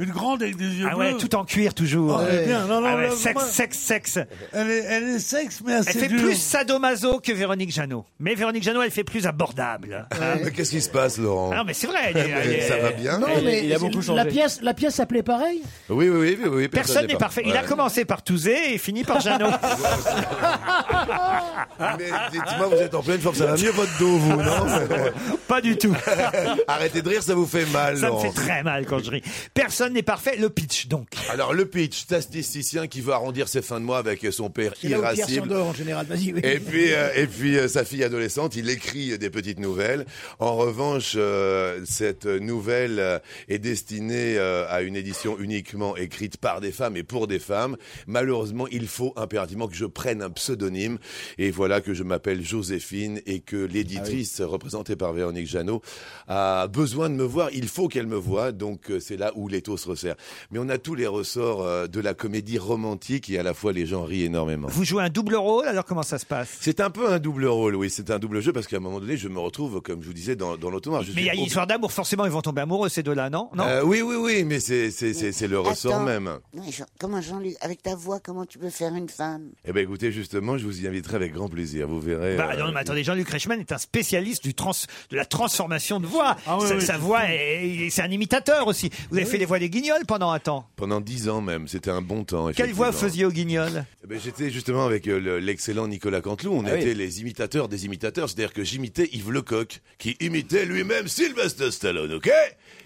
Speaker 8: une grande avec des yeux
Speaker 3: Ah ouais,
Speaker 8: bleus.
Speaker 3: tout en cuir toujours.
Speaker 8: Ah, elle est bien. Non, non,
Speaker 3: Ah ouais,
Speaker 8: là,
Speaker 3: sexe,
Speaker 8: moi-
Speaker 3: sexe, sexe.
Speaker 8: Elle est, elle est sexe,
Speaker 20: Ah,
Speaker 8: mais
Speaker 3: Elle
Speaker 8: assez
Speaker 3: fait
Speaker 8: dure.
Speaker 3: plus sadomaso que Véronique Jeannot. Mais Véronique Jeannot, elle fait plus abordable.
Speaker 20: (laughs)
Speaker 3: hein.
Speaker 20: Ah, mais Qu'est-ce qui se passe, Laurent
Speaker 3: Ah non, mais c'est vrai, elle est- elle est-
Speaker 20: Ça va bien
Speaker 6: Non, mais la pièce, la pièce s'appelait pareil.
Speaker 20: Oui, oui, oui. oui, oui,
Speaker 3: Personne n'est parfait. Il a commencé par Touzé et fini
Speaker 20: (laughs)
Speaker 3: par Jeannot.
Speaker 20: Ah
Speaker 3: (laughs)
Speaker 20: Mais dites-moi, vous êtes en pleine forme, ça va mieux votre dos, vous, non
Speaker 3: (laughs) Pas du tout.
Speaker 20: (laughs) Arrêtez de rire, ça vous fait mal,
Speaker 3: Ça me
Speaker 20: Laurent.
Speaker 3: fait très mal quand je ris. Personne n'est parfait. Le pitch, donc.
Speaker 20: Alors, le pitch, statisticien qui veut arrondir ses fins de mois avec son père
Speaker 6: C'est là où Pierre
Speaker 20: irascible.
Speaker 6: s'endort en général. Vas-y. oui.
Speaker 20: Et puis, euh, et puis euh, sa fille adolescente, il écrit des petites nouvelles. En revanche, euh, cette nouvelle euh, est destinée euh, à une édition uniquement écrite par des femmes et pour des femmes. Malheureusement, il faut impérativement que je prenne un pseudonyme. Et voilà que je m'appelle Joséphine et que
Speaker 3: Ah
Speaker 20: l'éditrice représentée par Véronique Jeannot a besoin de me voir. Il faut qu'elle me voie. Donc, euh, c'est là où les taux se resserrent. Mais on a tous les ressorts euh, de la comédie romantique et à la fois les gens rient énormément.
Speaker 3: Vous jouez un double rôle, alors comment ça se passe
Speaker 20: C'est un peu un double rôle, oui. C'est un double jeu parce qu'à un moment donné, je me retrouve, comme je vous disais, dans, dans l'automar. Je
Speaker 3: Mais il
Speaker 20: suis
Speaker 3: y a une
Speaker 20: au-
Speaker 3: histoire d'amour, forcément, ils vont tomber amoureux, ces deux-là, non, non
Speaker 20: Euh, oui, oui, oui, mais c'est c'est- c'est- c'est le ressort
Speaker 4: Attends.
Speaker 20: même.
Speaker 4: Non, mais Jean- comment Jean-Luc, avec ta voix, comment tu peux faire une femme
Speaker 20: Eh ben, écoutez, justement, je vous y inviterai avec grand plaisir. Vous verrez.
Speaker 3: Bah,
Speaker 20: euh,
Speaker 3: non, mais attendez, Jean-Luc Reichmann est un spécialiste du trans, de la transformation de voix.
Speaker 8: oui,
Speaker 3: sa,
Speaker 8: oui,
Speaker 3: sa
Speaker 8: c'est
Speaker 3: voix, est- c'est un imitateur aussi. Vous avez fait les voix des guignols pendant un temps.
Speaker 20: Pendant dix ans même, c'était un bon temps.
Speaker 3: Quelle voix
Speaker 20: effectivement.
Speaker 3: faisiez au guignol
Speaker 20: Eh ben, J'étais justement avec euh, le- l'excellent Nicolas Canteloup. On
Speaker 3: Ah oui.
Speaker 20: était les imitateurs des imitateurs. C'est-à-dire que j'imitais Yves Lecoq, qui imitait lui-même Sylvester Stallone, ok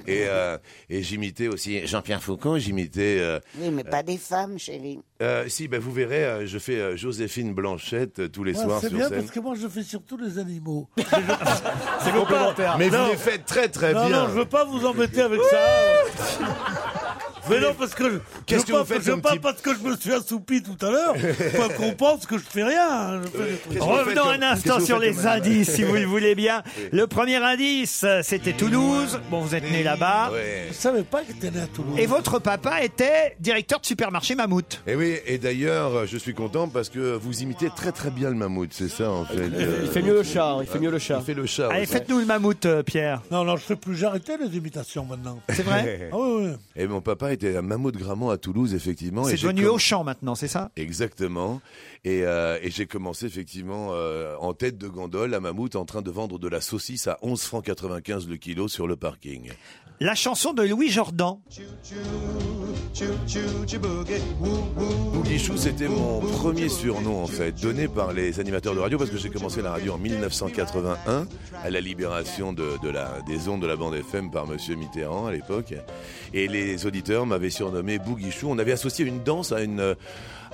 Speaker 20: Et, euh, et j'imitais aussi Jean-Pierre Foucault, j'imitais... euh,
Speaker 4: Oui, mais pas des femmes, chérie.
Speaker 20: Euh, si, ben vous verrez, euh, je fais euh, Joséphine Blanchette euh, tous les
Speaker 8: Ouais,
Speaker 20: soirs
Speaker 8: Ah, c'est
Speaker 20: sur
Speaker 8: bien
Speaker 20: scène.
Speaker 8: parce que moi je fais surtout les animaux.
Speaker 20: C'est
Speaker 8: complémentaire.
Speaker 20: Mais
Speaker 8: Non.
Speaker 20: vous les faites très très
Speaker 8: non,
Speaker 20: bien.
Speaker 8: non, je veux pas vous embêter avec ça.
Speaker 20: (laughs)
Speaker 8: Mais non, parce que je,
Speaker 20: Qu'est-ce
Speaker 8: je
Speaker 20: que
Speaker 8: veux
Speaker 20: vous
Speaker 8: pas-
Speaker 20: faites
Speaker 8: je veux
Speaker 20: comme
Speaker 8: pas
Speaker 20: petit-
Speaker 8: parce que je me suis assoupi tout
Speaker 20: (laughs)
Speaker 8: à l'heure, pas qu'on pense que je fais rien. hein, je fais des trucs.
Speaker 20: qu'est-ce que vous faites
Speaker 3: Revenons
Speaker 20: comme-
Speaker 3: un
Speaker 20: qu'est-ce que
Speaker 3: instant
Speaker 20: vous
Speaker 3: sur
Speaker 20: faites
Speaker 3: les
Speaker 20: comme-
Speaker 3: indices, si vous le voulez bien.
Speaker 20: (laughs) Oui. Ah
Speaker 3: Le premier indice, euh, c'était Toulouse. Bon, vous êtes né là-bas.
Speaker 20: Ouais.
Speaker 8: Je savais pas que t'es né à Toulouse.
Speaker 3: Et votre papa était directeur de supermarché Mammouth.
Speaker 20: Et Eh oui, et d'ailleurs, euh, je suis content parce que vous imitez très très bien le mammouth, c'est ça en fait. euh,
Speaker 5: Il fait mieux le chat, hein, il fait mieux le chat.
Speaker 20: Il fait le chat.
Speaker 3: Allez,
Speaker 20: aussi.
Speaker 3: faites-nous le Mammouth, euh, Pierre.
Speaker 8: Non, non, je sais plus. J'ai arrêté les imitations maintenant.
Speaker 3: C'est vrai
Speaker 20: (laughs)
Speaker 8: Ah oui, oui.
Speaker 20: Et mon papa était un mammouth Grammont à Toulouse, effectivement. et
Speaker 3: C'est
Speaker 20: j'ai
Speaker 3: devenu
Speaker 20: com-
Speaker 3: Auchan maintenant, c'est ça
Speaker 20: Exactement. Et, euh, et j'ai commencé effectivement euh, en tête de gondole à Mammouth en train de vendre de la saucisse à 11 francs 95 le kilo sur le parking.
Speaker 3: La chanson de Louis Jordan.
Speaker 20: Bouguichou, c'était mon premier surnom en fait, donné par les animateurs de radio parce que j'ai commencé la radio en 1981 à la libération de, de la, des ondes de la bande FM par Monsieur Mitterrand à l'époque. Et les auditeurs m'avaient surnommé Bouguichou. On avait associé une danse à une,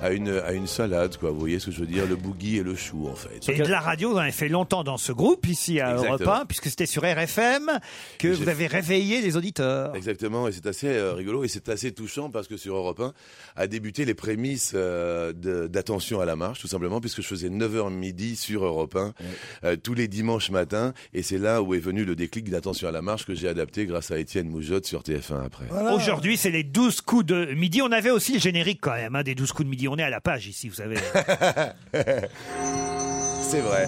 Speaker 20: à une, à une salade, quoi. Vous voyez ce que je veux dire Le bougui et le chou en fait.
Speaker 3: Et de la radio, vous en avez fait longtemps dans ce groupe, ici à
Speaker 20: Exactement.
Speaker 3: Europe 1, puisque c'était sur RFM que
Speaker 20: J'ai-
Speaker 3: vous avez réveillé les auditeurs.
Speaker 20: Exactement, et c'est assez euh, rigolo et c'est assez touchant parce que sur Europe 1 a débuté les prémices euh, de- d'attention à la marche, tout simplement, puisque je faisais 9h midi sur Europe 1 euh, tous les dimanches matins, et c'est là où est venu le déclic d'attention à la marche que j'ai adapté grâce à Étienne Moujotte sur
Speaker 3: (laughs)
Speaker 20: TF1 après.
Speaker 3: Aujourd'hui, c'est les 12 coups de midi. On avait aussi le générique quand même, hein, des 12 coups de midi. On est à la page ici, vous
Speaker 20: (laughs)
Speaker 3: savez.
Speaker 20: C'est vrai.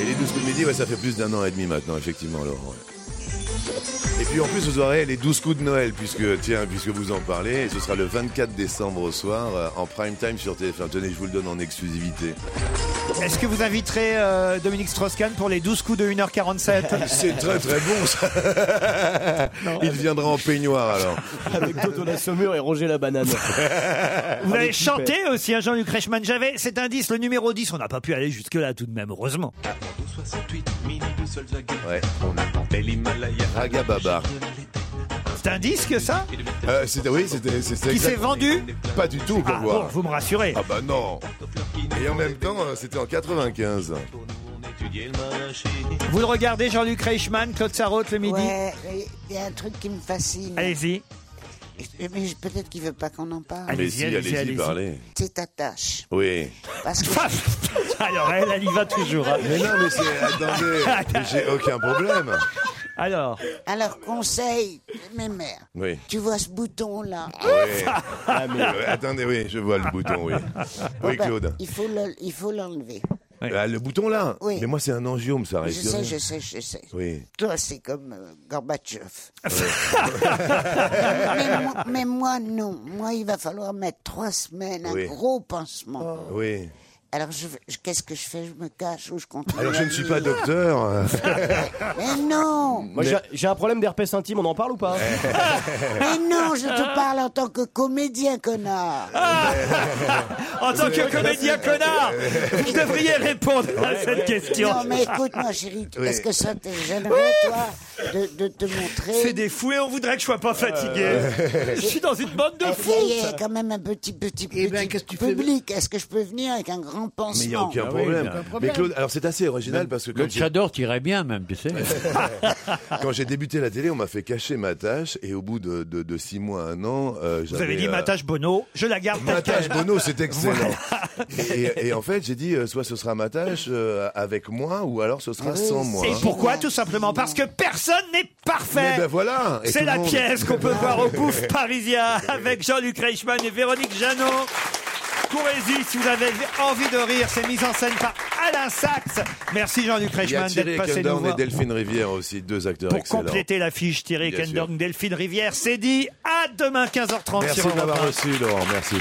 Speaker 20: Et les 12 coups de midi, ouais, ça fait plus d'un an et demi maintenant, effectivement, Laurent. ouais. Et puis en plus, vous aurez les 12 coups de Noël, puisque, tiens, puisque vous en parlez, et ce sera le 24 décembre au soir, euh, en prime time sur TF1. Tenez, je vous le donne en exclusivité.
Speaker 3: Est-ce que vous inviterez euh, Dominique Strauss-Kahn pour les 12 coups de 1h47
Speaker 20: C'est très très bon ça. Il viendra en peignoir alors.
Speaker 5: Avec Toto la Saumur et Roger la
Speaker 20: (laughs)
Speaker 5: Banane.
Speaker 3: Vous
Speaker 5: On
Speaker 3: avez
Speaker 5: est
Speaker 3: chanté
Speaker 5: équipés.
Speaker 3: aussi, hein, Jean-Luc Reichmann. J'avais cet indice, le numéro 10. On n'a pas pu aller jusque-là tout de même, heureusement.
Speaker 20: Ouais. Raga Baba.
Speaker 3: C'est un disque ça
Speaker 20: euh, c'était- Oui, c'était.
Speaker 3: Qui s'est vendu
Speaker 20: Pas du tout, pour
Speaker 3: Ah,
Speaker 20: voir.
Speaker 3: bon, vous me rassurez.
Speaker 20: Ah bah non. Et en même temps, euh, c'était en 95.
Speaker 3: Vous le regardez, Jean-Luc Reichmann, Claude Sarraute le midi
Speaker 4: Ouais, mais il y a un truc qui me fascine.
Speaker 3: Allez-y.
Speaker 4: Mais je- peut-être qu'il veut pas qu'on en parle.
Speaker 20: Mais si, allez-y, parlez.
Speaker 4: C'est ta tâche.
Speaker 20: Oui.
Speaker 4: Parce que
Speaker 3: (laughs) Alors elle, elle y va toujours. hein.
Speaker 20: Mais non, mais c'est. Attendez, j'ai aucun problème.
Speaker 3: Alors
Speaker 4: Alors, conseil de mes mères.
Speaker 20: Oui.
Speaker 4: Tu vois ce bouton-là
Speaker 20: Oui. Ah, mais, euh, attendez, oui, je vois le bouton, oui. Oui,
Speaker 4: Bon,
Speaker 20: Claude.
Speaker 4: ben, il faut le- il faut l'enlever.
Speaker 20: Ah, le bouton là
Speaker 4: Oui.
Speaker 20: Mais moi, c'est un angiome, ça arrive.
Speaker 4: je sais, je sais, je sais.
Speaker 20: Oui.
Speaker 4: Toi, c'est comme euh, Gorbatchev. (laughs) mais, moi, mais moi, non. Moi, il va falloir mettre trois semaines, un
Speaker 20: Oui. Oh.
Speaker 4: gros pansement.
Speaker 20: Oui.
Speaker 4: Alors, je, je- qu'est-ce que je fais Je me cache ou je continue
Speaker 20: Alors, je
Speaker 4: à
Speaker 20: ne suis
Speaker 4: vivre
Speaker 20: pas docteur.
Speaker 4: (laughs) Mais non
Speaker 5: Moi, j'ai- j'ai un problème d'herpès intime, on en parle ou
Speaker 20: (laughs)
Speaker 5: pas
Speaker 4: Mais non, je te parle en tant que comédien, connard
Speaker 3: Ah (laughs) En tant que comédien connard, vous devriez répondre à cette question.
Speaker 4: Non, mais écoute, ma chérie,
Speaker 3: Oui.
Speaker 4: est-ce que ça te gênerait, toi, de, de te montrer
Speaker 3: C'est des fouets, on voudrait que je sois pas fatigué.
Speaker 4: Euh.
Speaker 3: Je suis dans une bande de
Speaker 4: Eh,
Speaker 3: fous.
Speaker 4: Il y a quand même un petit, petit, petit public. Est-ce que je peux venir avec un grand pansement
Speaker 20: Mais Ah il n'y a
Speaker 10: Ah
Speaker 20: aucun problème. Mais Claude, alors c'est assez original
Speaker 10: Même
Speaker 20: parce que
Speaker 10: le
Speaker 20: quand j'ai-
Speaker 10: Chador t'irait bien, même, tu sais. (laughs)
Speaker 20: quand j'ai débuté la télé, on m'a fait cacher ma tâche et au bout de, de, de six mois, un an, euh,
Speaker 3: Vous avez
Speaker 20: j'avais,
Speaker 3: dit
Speaker 20: euh,
Speaker 3: ma tâche Bono, je la garde
Speaker 20: Ma
Speaker 3: telle
Speaker 20: tâche,
Speaker 3: quelle.
Speaker 20: Bono,
Speaker 3: (laughs)
Speaker 20: c'est excellent. et, et en fait, j'ai dit, euh, soit ce sera ma tâche euh, avec moi, ou alors ce sera sans moi.
Speaker 3: Ah Et pourquoi Tout simplement parce que personne n'est parfait.
Speaker 20: Mais ben voilà. Et
Speaker 3: C'est
Speaker 20: tout
Speaker 3: la
Speaker 20: le monde-
Speaker 3: pièce qu'on peut
Speaker 20: (laughs)
Speaker 3: voir au bouffe parisien avec Jean-Luc Reichmann et Véronique Jeannot. Courez-y si vous avez envie de rire. C'est mis en scène par Alain Sachs. Merci Jean-Luc
Speaker 20: Il y a
Speaker 3: Reichmann
Speaker 20: Thierry
Speaker 3: d'être passé nous
Speaker 20: Condon et
Speaker 3: voir.
Speaker 20: Delphine Rivière aussi, deux acteurs
Speaker 3: Pour
Speaker 20: excellents.
Speaker 3: compléter l'affiche, Thierry
Speaker 20: Bien sûr.
Speaker 3: Kendorn, Delphine Rivière, c'est dit. À demain 15h30
Speaker 20: Merci
Speaker 3: sur
Speaker 20: de m'avoir
Speaker 3: Europe 1.
Speaker 20: reçu, Laurent. Merci.